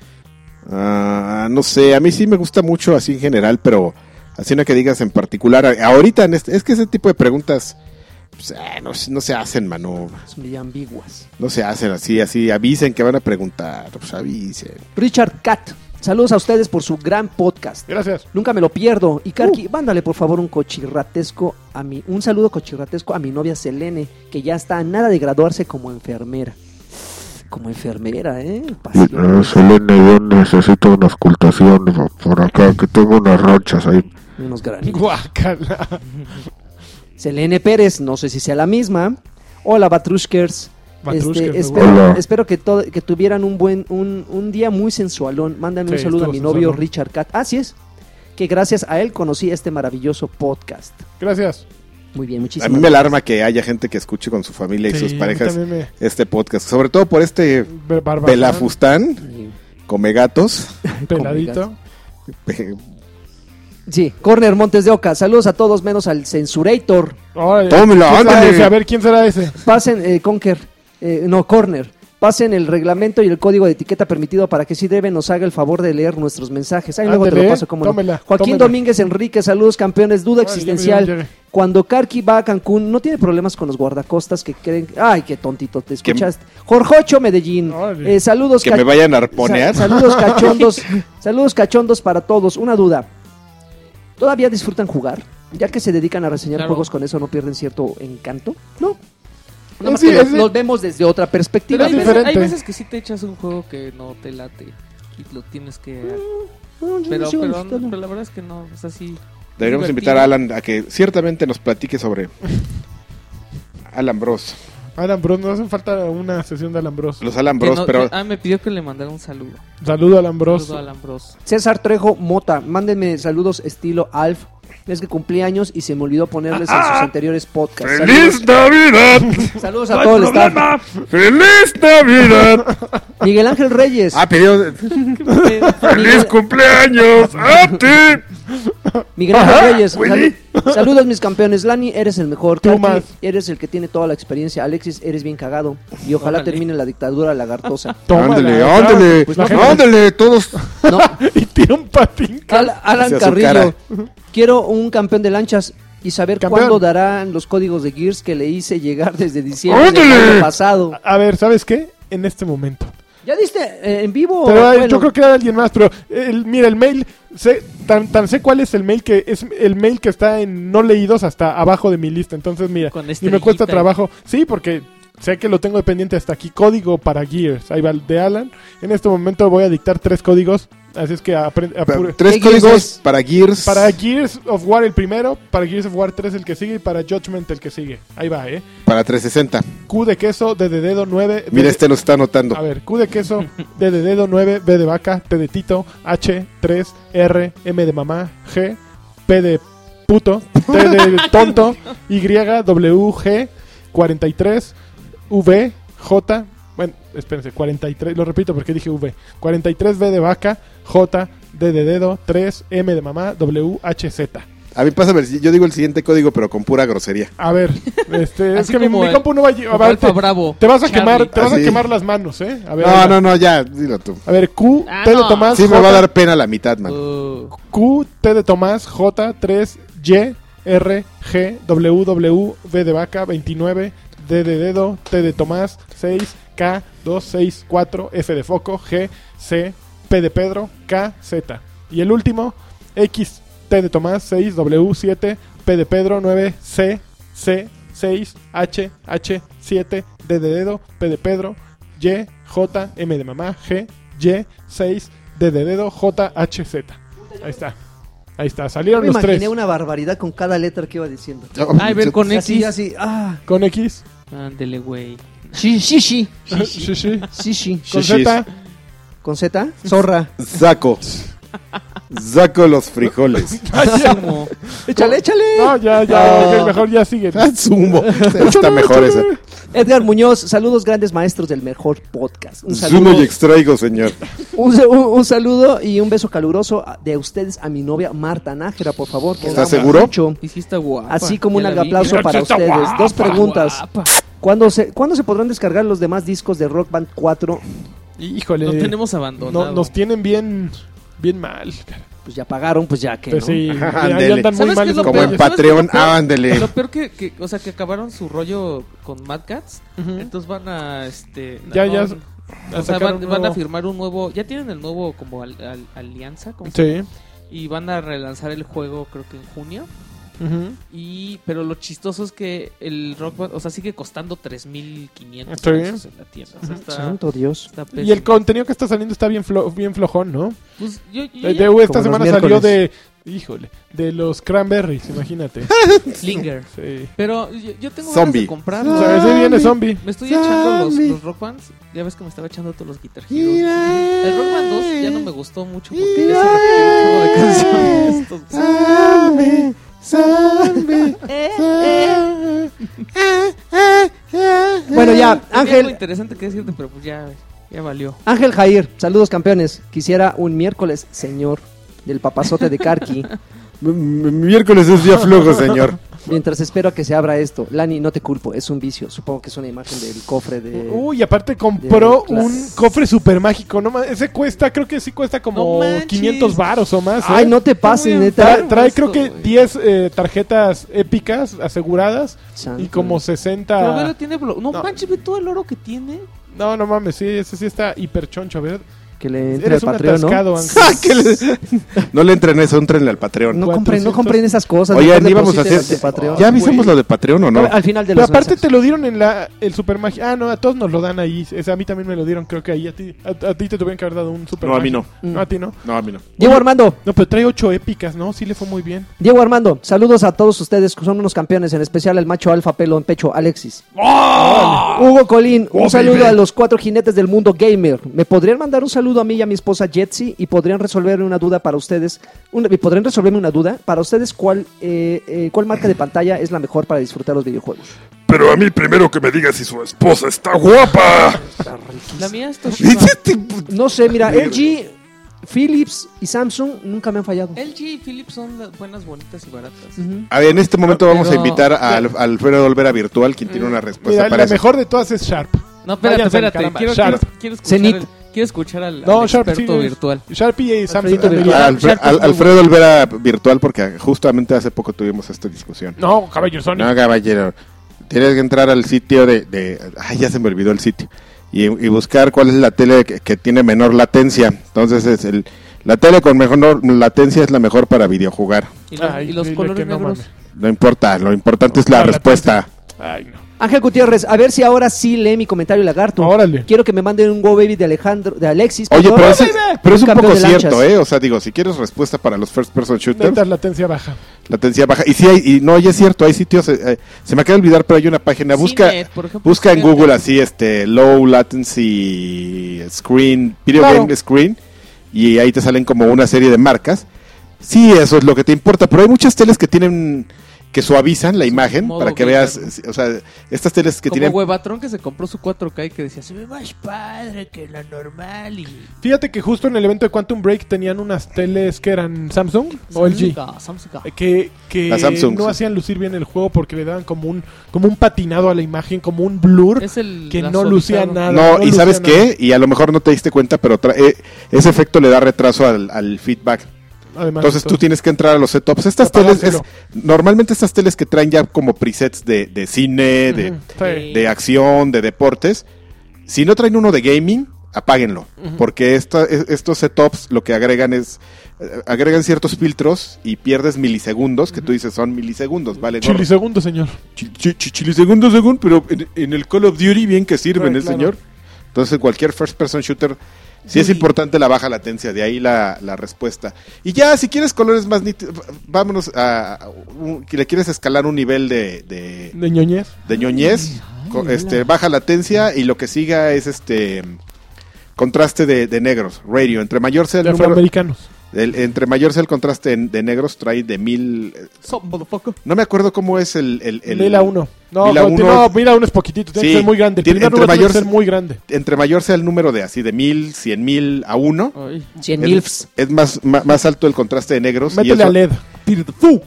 Ah, no sé, a mí sí me gusta mucho así en general, pero así una que digas en particular. a- Ahorita, en este- es que ese tipo de preguntas pues, eh, no, se- no se hacen, mano. Son muy ambiguas. No se hacen así, así. Avisen que van a preguntar, pues avisen. Richard Cat, saludos a ustedes por su gran podcast. Gracias. Nunca me lo pierdo. Y Uh. Karki, mándale por favor un cochirratesco a mi, un saludo cochirratesco a mi novia Selene, que ya está a nada de graduarse como enfermera. Como enfermera, ¿eh? Pasión. Eh, Selene, yo necesito unas ocultaciones por acá, que tengo unas ronchas ahí. Unos granitos. Guacala. Selene Pérez, no sé si sea la misma. Hola, Batrushkers. Batrushkers, Este, me espero, Hola. espero que, todo- que tuvieran un buen un, un día muy sensualón. Mándame un Sí, saludo a estuvo mi novio sensualón. Richard Cat. Así es, que gracias a él conocí este maravilloso podcast. Gracias. Muy bien, A muchísimas mí me alarma que haya gente que escuche con su familia y Sí, sus a mí parejas también me- este podcast. Sobre todo por este Be- Barbazán, pelafustán, gracias. come gatos. Peladito. Sí, Corner Montes de Oca. Saludos a todos menos al Censurator. Órale. Tómelo, ¿Quién será ándale. ese? A ver, ¿quién será ese? Pasen, eh, Conker, eh, no, Corner. Pasen el reglamento y el código de etiqueta permitido para que si deben nos haga el favor de leer nuestros mensajes. Ahí luego te lo Ándale, paso como tómela, Joaquín tómela. Domínguez Enrique, saludos campeones, duda Órale, existencial. ya me llegué. Cuando Karki va a Cancún, no tiene problemas con los guardacostas que creen. Ay, qué tontito, te Que- escuchaste. Jorjocho Medellín, Órale. eh, saludos Que ca- me vayan a arponear. Sa- saludos cachondos, saludos cachondos para todos. Una duda. ¿Todavía disfrutan jugar? Ya que se dedican a reseñar Claro. juegos con eso, ¿no pierden cierto encanto? No. Nada Eh, más sí, que los, es de- los vemos desde otra Pero perspectiva. es hay veces, diferente. hay veces que sí te echas un juego que no te late y lo tienes que... Mm, No, yo no Pero, sigo pero, disfrutando. pero la verdad es que no, o sea, sí... Deberíamos divertido. invitar a Alan a que ciertamente nos platique sobre Alan Bros. Alan Bros, nos hace falta una sesión de Alan Bros. Los Alan que Bros, no- pero Ah, me pidió que le mandara un saludo. Saludo a Alan Bros. Saludo a Alan Bros. César Trejo Mota, mándenme saludos estilo Alf. Es que cumplí años y se me olvidó ponerles en sus anteriores podcasts. ¡Feliz Navidad! Saludos, saludos a todo el staff. ¡Feliz Navidad! Miguel Ángel Reyes. Ah, pidió ¡Feliz cumpleaños a ti! Miguel Ángel Reyes, salu- saludos mis campeones. Lani, eres el mejor. Tú Katy, más. eres el que tiene toda la experiencia. Alexis, eres bien cagado. Y ojalá Órale. termine la dictadura lagartosa. Tómala, Ándale, claro. ándale, Pues la gente- ándale, todos. No, Y tira un patín. Al- Alan Hacia su Carrillo, cara. quiero un campeón de lanchas y saber Campeón. cuándo darán los códigos de Gears que le hice llegar desde diciembre del ¡Ándale! año pasado. A ver, ¿sabes qué? En este momento. ¿Ya diste eh, en vivo? Oh, Pero eh, Bueno, yo creo que era alguien más, pero el, mira, el mail, sé, tan, tan sé cuál es el mail que es el mail que está en no leídos hasta abajo de mi lista. Entonces, mira, Con y me cuesta estrellita. trabajo. Sí, porque sé que lo tengo dependiente hasta aquí. Código para Gears. Ahí va el de Alan. En este momento voy a dictar tres códigos. Así es que aprende. apure- Tres ¿Qué códigos Gears es? para Gears. Para Gears of War el primero, para Gears of War 3 el que sigue y para Judgment el que sigue. Ahí va, ¿eh? para 360. Q de queso, D de dedo 9. D Mira, Pues de- este lo está anotando. A ver, Q de queso, D de dedo 9, B de vaca, T de tito, H, 3, R, M de mamá, G, P de puto, T de tonto, Y, W, G, 43, V, J, bueno, espérense, 43, lo repito porque dije V, 43, B de vaca, J, D de dedo, 3, M de mamá, W, H, Z. A mí pasa, yo digo el siguiente código, pero con pura grosería. A ver, este, es Así que mi, como mi el- compu no va a lle- a... Como ver, Alfa te, Bravo. te vas a Charlie. quemar, te vas a Así. quemar las manos, ¿eh? A ver, No, ahí va. no, no, ya, dilo tú. A ver, Q, Ah, T de no. Tomás, Sí, me va a J, dar pena la mitad, man. Uh, Q, T de Tomás, J, 3, Y, R, G, W, W, V de vaca, 29, D de dedo, T de Tomás, 6, K, 2, 6, 4, F de foco, G, C, P de Pedro, K, Z. Y el último, X, T de Tomás, 6, W, 7, P de Pedro, 9, C, C, 6, H, H, 7, D de dedo, P de Pedro, Y, J, M de mamá, G, Y, 6, D de dedo, J, H, Z. Ahí está. Ahí está. yo Salieron me los imaginé tres. una barbaridad con cada letra que iba diciendo. Oh, ay, ver con Así, X. así, ah. Con X. Ándele, güey. Sí, sí, sí. Sí, sí. Sí, sí. Con Shishis. Z. ¿Con Z? Zorra. Saco. Saco los frijoles. Sumo. Échale, échale. No, ya, ya, Ah. ya, mejor ya sigue. Ah, Sumo. Está mejor esa. Edgar Muñoz, saludos grandes maestros del mejor podcast. Un Sumo saludo, y extraigo, señor. un, sa- un- un saludo y un beso caluroso a- de ustedes a mi novia Marta Nájera, por favor. que la ¿Estás amo seguro? mucho. Y sí está guapa. Así como un Ya la vi. aplauso Mira, para está ustedes. guapa, Dos preguntas. guapa. ¿Cuándo se, ¿Cuándo se podrán descargar los demás discos de Rock Band 4? Híjole. Lo tenemos No, abandonado. nos tienen bien, bien mal. cara. Pues ya pagaron, pues ya que. Pues ¿no? sí, ya- Ajá, ya ándele. andan muy ¿Sabes mal. qué es lo esos Como peor? en güeyes. ¿Sabes qué es lo Patreon, peor? ándele. Lo peor que, que- o sea, que acabaron su rollo con Mad Cats, entonces van a, este... Ya, no, ya, no, a o sea, sacar van, un van a nuevo. firmar un nuevo... Ya tienen el nuevo como al- al- alianza, como Sí. y van a relanzar el juego creo que en junio. Ujú. Y, pero lo chistoso es que el Rock Band, o sea, sigue costando 3.500 Está bien. pesos en la tienda. O sea, está, Santo Dios. está Y el pésimo. contenido que está saliendo está bien, flo- bien flojón, ¿no? Eh, Pues, yo- yo- De- de- esta los semana salió miércoles. de. Híjole, de los cranberries, imagínate. Slinger. Sí. Pero yo, yo tengo ganas Zombie. de comprarlo. O sea, ese Ah, Ah. viene zombie. Me estoy echando los, Zombie. los Rock Bands. Ya ves que me estaba echando todos los Guitar Heroes. El Rock Band 2 ya no me gustó mucho porque ya se repitió el juego de Ah. canciones. Entonces, Zombie, zombie, Bueno, ya, tenía algo Ángel. interesante que decirte, pero pues ya, ya valió. Ángel Jair, saludos campeones. Quisiera un miércoles, señor, del papazote de Karki. M- m- Miércoles es día flojo, señor. Mientras espero a que se abra esto. Lani, no te culpo, es un vicio. Supongo que es una imagen del cofre de. Uy, aparte compró de- un cofre super mágico. No ma- ese cuesta, creo que sí cuesta No como manches. 500 varos o más. ¿eh? Ay, no te pases, Está muy neta. Trae, Claro, trae esto, creo que güey. 10 eh, tarjetas épicas aseguradas Santo. y como Pero velo, 60... tiene. blo- No, Ah. No. manches, ve todo el oro que tiene. No, no mames, sí, ese sí está hiper choncho, ¿verdad? Que le entre al Eres un Patreon, ¿no? Ah, atascado, Ángel. ¿Qué le- No le entren eso, entrenle al Patreon. No compren, no 400. compren esas cosas. Oye, mejor ni íbamos a depositen hacer. al Patreon. ¿Ya avisamos lo de Patreon o no? Al final de Pero los aparte mensajes. te lo dieron en la el super mágico. Ah, no, a todos nos lo dan ahí. Ese, a mí también me lo dieron, creo que ahí. A ti, a, a ti te tuvieron que haber dado un super No, a mí mágico. No, a ti no. No, a mí no. Diego Armando, No, pero trae 8 épicas, ¿no? Sí le fue muy bien. Diego Armando, saludos a todos ustedes que son unos campeones, en especial al macho alfa pelo en pecho, Alexis. ¡Ah! Hugo Colín, un saludo a los cuatro jinetes del mundo gamer. ¿Me podrían mandar un saludo a mí y a mi esposa Jetsi y podrían resolverme una duda para ustedes? Una- ¿y ¿Podrían resolverme una duda? Para ustedes, ¿cuál, eh, eh, ¿cuál marca de pantalla es la mejor para disfrutar los videojuegos? Pero a mí primero que me diga si su esposa está guapa. La mía es Toshiba. Dice este puto- No sé, mira, LG, Philips y Samsung nunca me han fallado. LG y Philips son las buenas, bonitas y baratas. A ver, en este momento vamos a Pero- invitar a Al- Alfredo Olvera Virtual, quien tiene una respuesta Mira, para la eso. mejor de todas es Sharp. No, espérate, Váyanse al espérate. caramba. Quiero, Sharp. quiero- quiero escuchar Cenit. al, quiero escuchar al, No, al Sharp experto sí, virtual. Sharp y Samsung. Alfredito también. Ah, Virtual. Al- Sharp es Al- muy Alfredo Olvera Virtual, porque justamente hace poco tuvimos esta discusión. No, caballo Sony. No, caballero. Tienes que entrar al sitio de, de- Ay, ya se me olvidó el sitio. Y, y buscar cuál es la tele que, que tiene menor latencia. Entonces, es el, la tele con mejor latencia es la mejor para videojugar. Y los, Ay, y los dile colores que no negros. mames. No importa, lo importante es la, La respuesta. Ay, no. Ángel Gutiérrez, a ver si ahora sí lee mi comentario lagarto. Órale. Quiero que me manden un Go Baby de Alejandro, de Alexis. Oye, perdón. pero, ese- pero es un Campeón poco de lanchas. cierto, ¿eh? O sea, digo, si quieres respuesta para los first person shooters, Neta latencia baja. latencia baja. Y sí, hay, y no, y es cierto, hay sitios. eh, eh, se me acaba de olvidar, pero hay una página. Busca. Cinet, por ejemplo, Busca en Cinet. Google así, este, low latency screen, video Claro. game screen, y ahí te salen como una serie de marcas. Sí, eso es lo que te importa, pero hay muchas teles que tienen, que suavizan la imagen modo para que gamer. veas, eh, o sea, estas teles que Como tienen... Huevatrón que se compró su 4K y que decía, se ve más padre que la normal. Y... Fíjate que justo en el evento de Quantum Break tenían unas teles que eran Samsung o LG. Samsung, Samsung. Que, que La Samsung, no sí. hacían lucir bien el juego porque le daban como un, como un patinado a la imagen, como un blur Es el que no suavizado. lucía nada. No, y lucía ¿sabes nada. qué? Y a lo mejor no te diste cuenta, pero tra- eh, ese efecto le da retraso al, al feedback. Además, Entonces tú tienes que entrar a los setups. Estas teles, Apagárselo. es- normalmente estas teles que traen ya como presets de, de cine, de, Sí. de acción, de deportes. Si no traen uno de gaming, apáguenlo. Porque esta- e- estos setups lo que agregan es. eh, agregan ciertos filtros y pierdes milisegundos, que tú dices son milisegundos, vale. gorro. Chilisegundo, señor. Chi- chi- chi- Chilisegundos, según, pero en, en el Call of Duty bien que sirven, Claro, ¿eh, claro. señor? Entonces, cualquier first-person shooter, sí es Duty. importante la baja latencia, de ahí la, la respuesta. Y ya, si quieres colores más nítidos, v- vámonos a. a un- que le quieres escalar un nivel de, de, De ñoñez. de ñoñez, co- hola. este, baja latencia y lo que siga es este contraste de, de negros, radio. Entre mayor sea el De número, afroamericanos. El- entre mayor sea el contraste en- de negros, trae de mil. eh, So, motherfucker. No me acuerdo cómo es el. el, el- Mil a uno. No, Mil a conti- uno. no, mil a uno es poquitito. Tiene Sí, que ser muy grande. El tiene- primer entre lugar tiene que mayor- ser muy grande. Entre mayor sea el número de así, de mil, cien mil a uno, Ay. 100 es- milfs. es, más, ma- más, alto el contraste de negros. y Métele eso- a LED.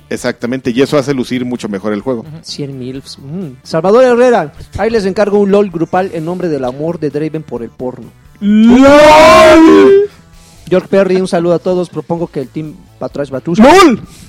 Exactamente, y eso hace lucir mucho mejor el juego. 100 milfs. Mm. Salvador Herrera, ahí les encargo un LOL grupal en nombre del amor de Draven por el porno. York Perry, un saludo a todos. Propongo que el team Patrash Batus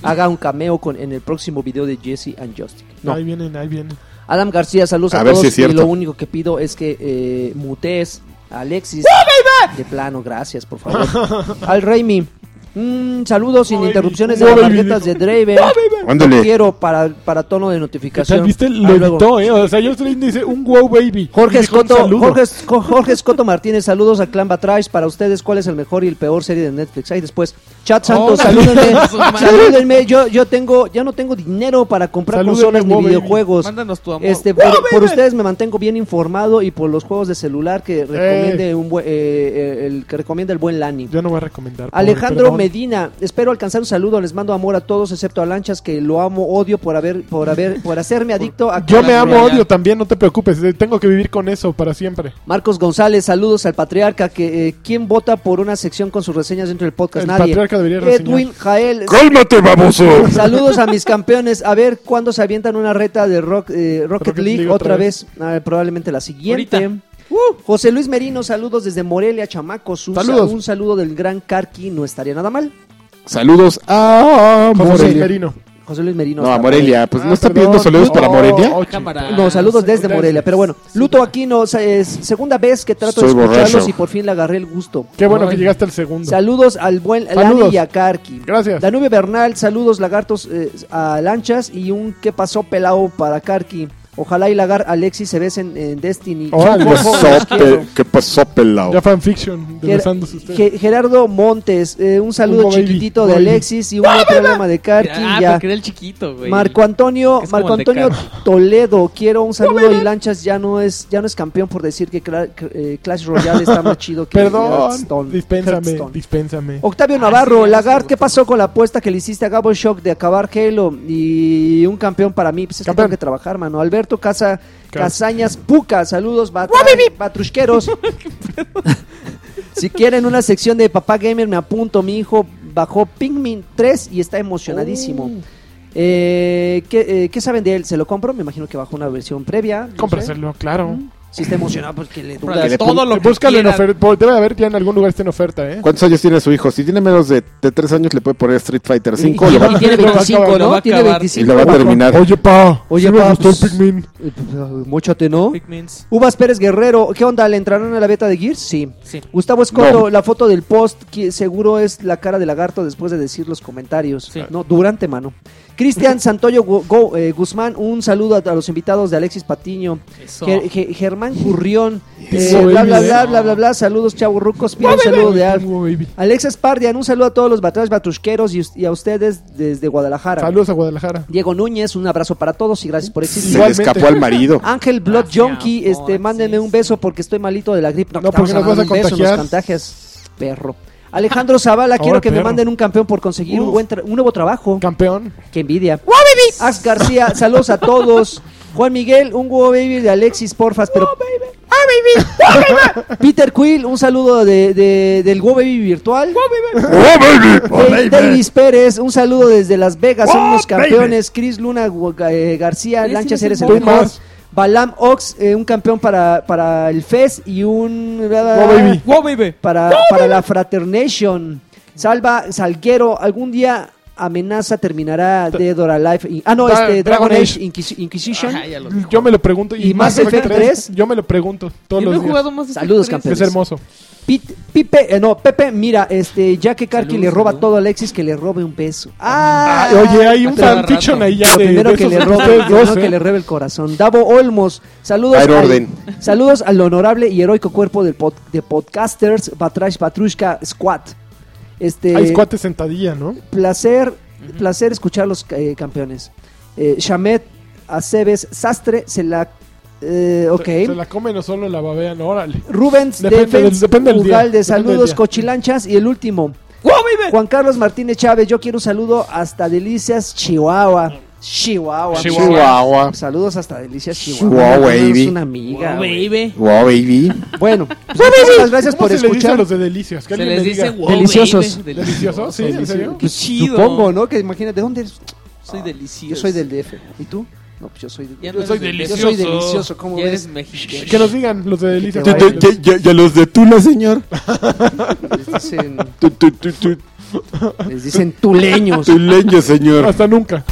haga un cameo con, en el próximo video de Jesse and Justin. No. Ahí vienen, ahí vienen. Adam García, saludos a, A ver todos. si es y cierto. lo único que pido es que eh, mutees a Alexis. ¡Oh, De plano, gracias, por favor. Al Raimi. mm, saludos sin No, Oh, baby. interrupciones No, de las baby, tarjetas de dijo. Draven. Ándale. Lo quiero para, para tono de ¿Qué tal? notificación. ¿Viste? Lo Ahí Ah, luego. editó, ¿eh? O sea, yo estoy leyendo y dice un wow baby. Jorge Y dijo, un Escoto, saludo. Jorge, Esco- Jorge Escoto Martínez, saludos a Clan Batrash. Para ustedes, ¿cuál es el mejor y el peor serie de Netflix? Ahí después, Chat Santos, Oh, salúdenme. su madre. salúdenme. Yo, yo tengo, ya no tengo dinero para comprar Salúdenme, consolas ni Bob, baby. videojuegos. Mándanos tu amor. Este, por, por ustedes me mantengo bien informado y por los juegos de celular que recomiende un buen- eh, eh, el que recomienda el buen Lani. Yo no voy a recomendar. pobre, Alejandro perdón. Medina, espero alcanzar un saludo, les mando amor a todos excepto a Lanchas que lo amo, odio por haber por haber por hacerme adicto a Yo me Hola, amo, Gloria. odio también, no te preocupes. eh, Tengo que vivir con eso para siempre. Marcos González, saludos al patriarca que eh, quién vota por una sección con sus reseñas dentro del podcast El nadie. patriarca debería reseñar. Edwin Jael, ¡Cálmate, baboso! saludos a mis campeones. A ver cuándo se avientan una reta de rock, eh, Rocket, Rocket League, League otra otra vez, Ah, probablemente la siguiente. Ahorita. Uh, José Luis Merino, saludos desde Morelia, chamacos. Un, Saludos. un saludo del gran Karki, no estaría nada mal. Saludos a José Luis Morelia. Merino. José Luis Merino. No, a hasta Morelia. Pues no Ah, está perdón. pidiendo saludos para Oh, Morelia. oh, Cámara. No, saludos desde Gracias. Morelia, pero bueno, Luto Aquino, sa- es segunda vez que trato Soy de escucharlos borracho. y por fin le agarré el gusto. Qué bueno Ay. que llegaste al segundo. Saludos al buen Lani Saludos. y a Karki. Gracias. Danube Bernal, saludos lagartos eh, a lanchas y un qué pasó pelao para Karki. Ojalá y lagar Alexis se besen en Destiny. Órale. ¿Qué pasó, pe- ¿Qué pasó, pelado? Ya fanfiction de Ger- besándose ustedes. Ge- Gerardo Montes, eh, un saludo Hugo Baby, chiquitito Hugo de Baby. Alexis y un problema de Karki. Ah, ya. pero que era el chiquito, güey. Marco Antonio, Es como Marco el de Antonio Toledo, quiero un saludo y Lanchas ya no es ya no es campeón por decir que Cla- eh, Clash Royale está más chido que Perdón. Hearthstone. Dispénsame, Hearthstone. dispénsame. Octavio Navarro, Lagarde, ¿qué pasó con la apuesta que le hiciste a Gabo Shock de acabar Halo? Y un campeón para mí, pues es que Campeón. tengo que trabajar, mano. Alberto Casa, Cas- Casañas Puca, saludos, bat- batrusqueros. si quieren una sección de Papá Gamer, me apunto. Mi hijo bajó Pikmin 3 y está emocionadísimo. Oh. Eh, ¿qué, eh, qué saben de él? ¿Se lo compro? Me imagino que bajó una versión previa. no sé. Cómpraselo, claro. Si está emocionado, porque le Órale, dudas. todo lo que Eh, Búscalo en quiera. oferta. por- Debe de haber ya en algún lugar está en oferta, ¿eh? ¿Cuántos años tiene su hijo? Si tiene menos de, de tres años, le puede poner Street Fighter 5 Y- lo y va- tiene lo va a 25, acabar, lo va ¿no? a Tiene acabar. 25. y lo va a terminar. Oye, pa. Oye, Oye, pa, pa. Me gustó el pues- Pikmin. Eh, pues, ah, Mochate, ¿no? Pikmins. Uvas Pérez Guerrero, ¿qué onda? ¿Le entrarán a la beta de Gears? Sí. Sí. Gustavo Escoto, la foto del post, que seguro es la cara de lagarto después de decir los comentarios. Sí. No, durante mano. Cristian Santoyo Gu- Go- eh, Guzmán, un saludo a, a los invitados de Alexis Patiño. Eso. Ge- Ge- Germán Currión, Eso, eh, bla, bla, baby, bla, eh. bla, bla, bla, saludos, chavo rucos, pido un saludo de Alf. Hugo Baby. Alexa Spardian, un saludo a todos los batrash batrusqueros y, us- y a ustedes desde Guadalajara. Saludos a Guadalajara. Diego Núñez, un abrazo para todos y gracias por existir. Se le Igualmente. Ah. escapó al marido. Ángel Blood Gracias, Junkie, amor, este, así mándenme es. un beso porque estoy malito de la gripe. No, No, que te porque nos vamos a vas a mandar un beso, nos contagiar. contagias, perro. Alejandro Zavala, quiero Ahora, que me perro. manden un campeón por conseguir un, Uf. buen tra- un nuevo trabajo. Campeón. Qué envidia. Ax García, saludos a todos. Juan Miguel, un wow baby de Alexis, porfas, pero... Peter Quill, un saludo de, de- del wow baby virtual. ¡Oh, baby! Da- Davis Pérez, un saludo desde Las Vegas, Oh, son unos campeones. Chris Luna Gu- Ga- eh, García, Chris, Lanchas, eres eres el un mejor. más. Balam Ox, eh, un campeón para, para el FES y un... baby. Wow, baby. Para, para la Fraternation. Salva Salguero, algún día amenaza terminará Dead or Alive. in- ah, no, Dra- este, Dragon, Dragon Age Age. Inquis- Inquisition. Ajá, ya lo- Yo me lo pregunto. ¿Y Mass Effect 3? Yo me lo pregunto todos Yo no he los días. jugado más de Saludos, tres. campeón. Es hermoso. Pit- Pipe, eh, no, Pepe, mira, este, ya que Karki Salud, le roba salud. todo a Alexis, que le robe un beso. Ah, Ah, oye, hay un a cada fanfiction rato. ahí ya Lo de primero que besos le de robe, ustedes lo dos, primero que ¿eh? le robe el corazón. Davo Olmos, saludos, Hay al, orden. saludos al honorable y heroico cuerpo del pod- de podcasters Batrash Patrushka Squad. Este, Hay squat de sentadilla, ¿no? placer, placer escuchar los eh, campeones. Eh, Shamet Aceves Sastre se la, eh, ok. Se, se la comen o solo la babean. Órale. Rubens Depende del- Defense depende del día, depende Ugalde, del saludos día. cochilanchas y el último ¡Wow, baby! Juan Carlos Martínez Chávez, yo quiero un saludo hasta Delicias, Chihuahua. Chihuahua. Chihuahua. Chihuahua. Saludos hasta Delicias, Chihuahua. Chihuahua, baby. Es una amiga. güey. baby. Wow, baby. Bueno, pues, muchísimas gracias ¿Cómo por se le dice a escuchar. los de delicias? Que Se alguien les me dice diga. wow, Deliciosos. baby. ¿Deliciosos? ¿Sí? ¿En serio? Qué chido. Pues, Supongo, ¿no? Que imagínate, ¿de dónde eres? Soy delicioso. Yo soy del DF. ¿Y tú? No, pues yo soy del Ya yo no soy- eres del- Yo soy delicioso, ¿cómo Ya ves? eres mexicano. Que nos digan los de delicias. Que te vaya bien. los de Tula, señor. Les dicen, Tu, tu, tu, tu, les dicen tuleños. leño, señor. Hasta nunca.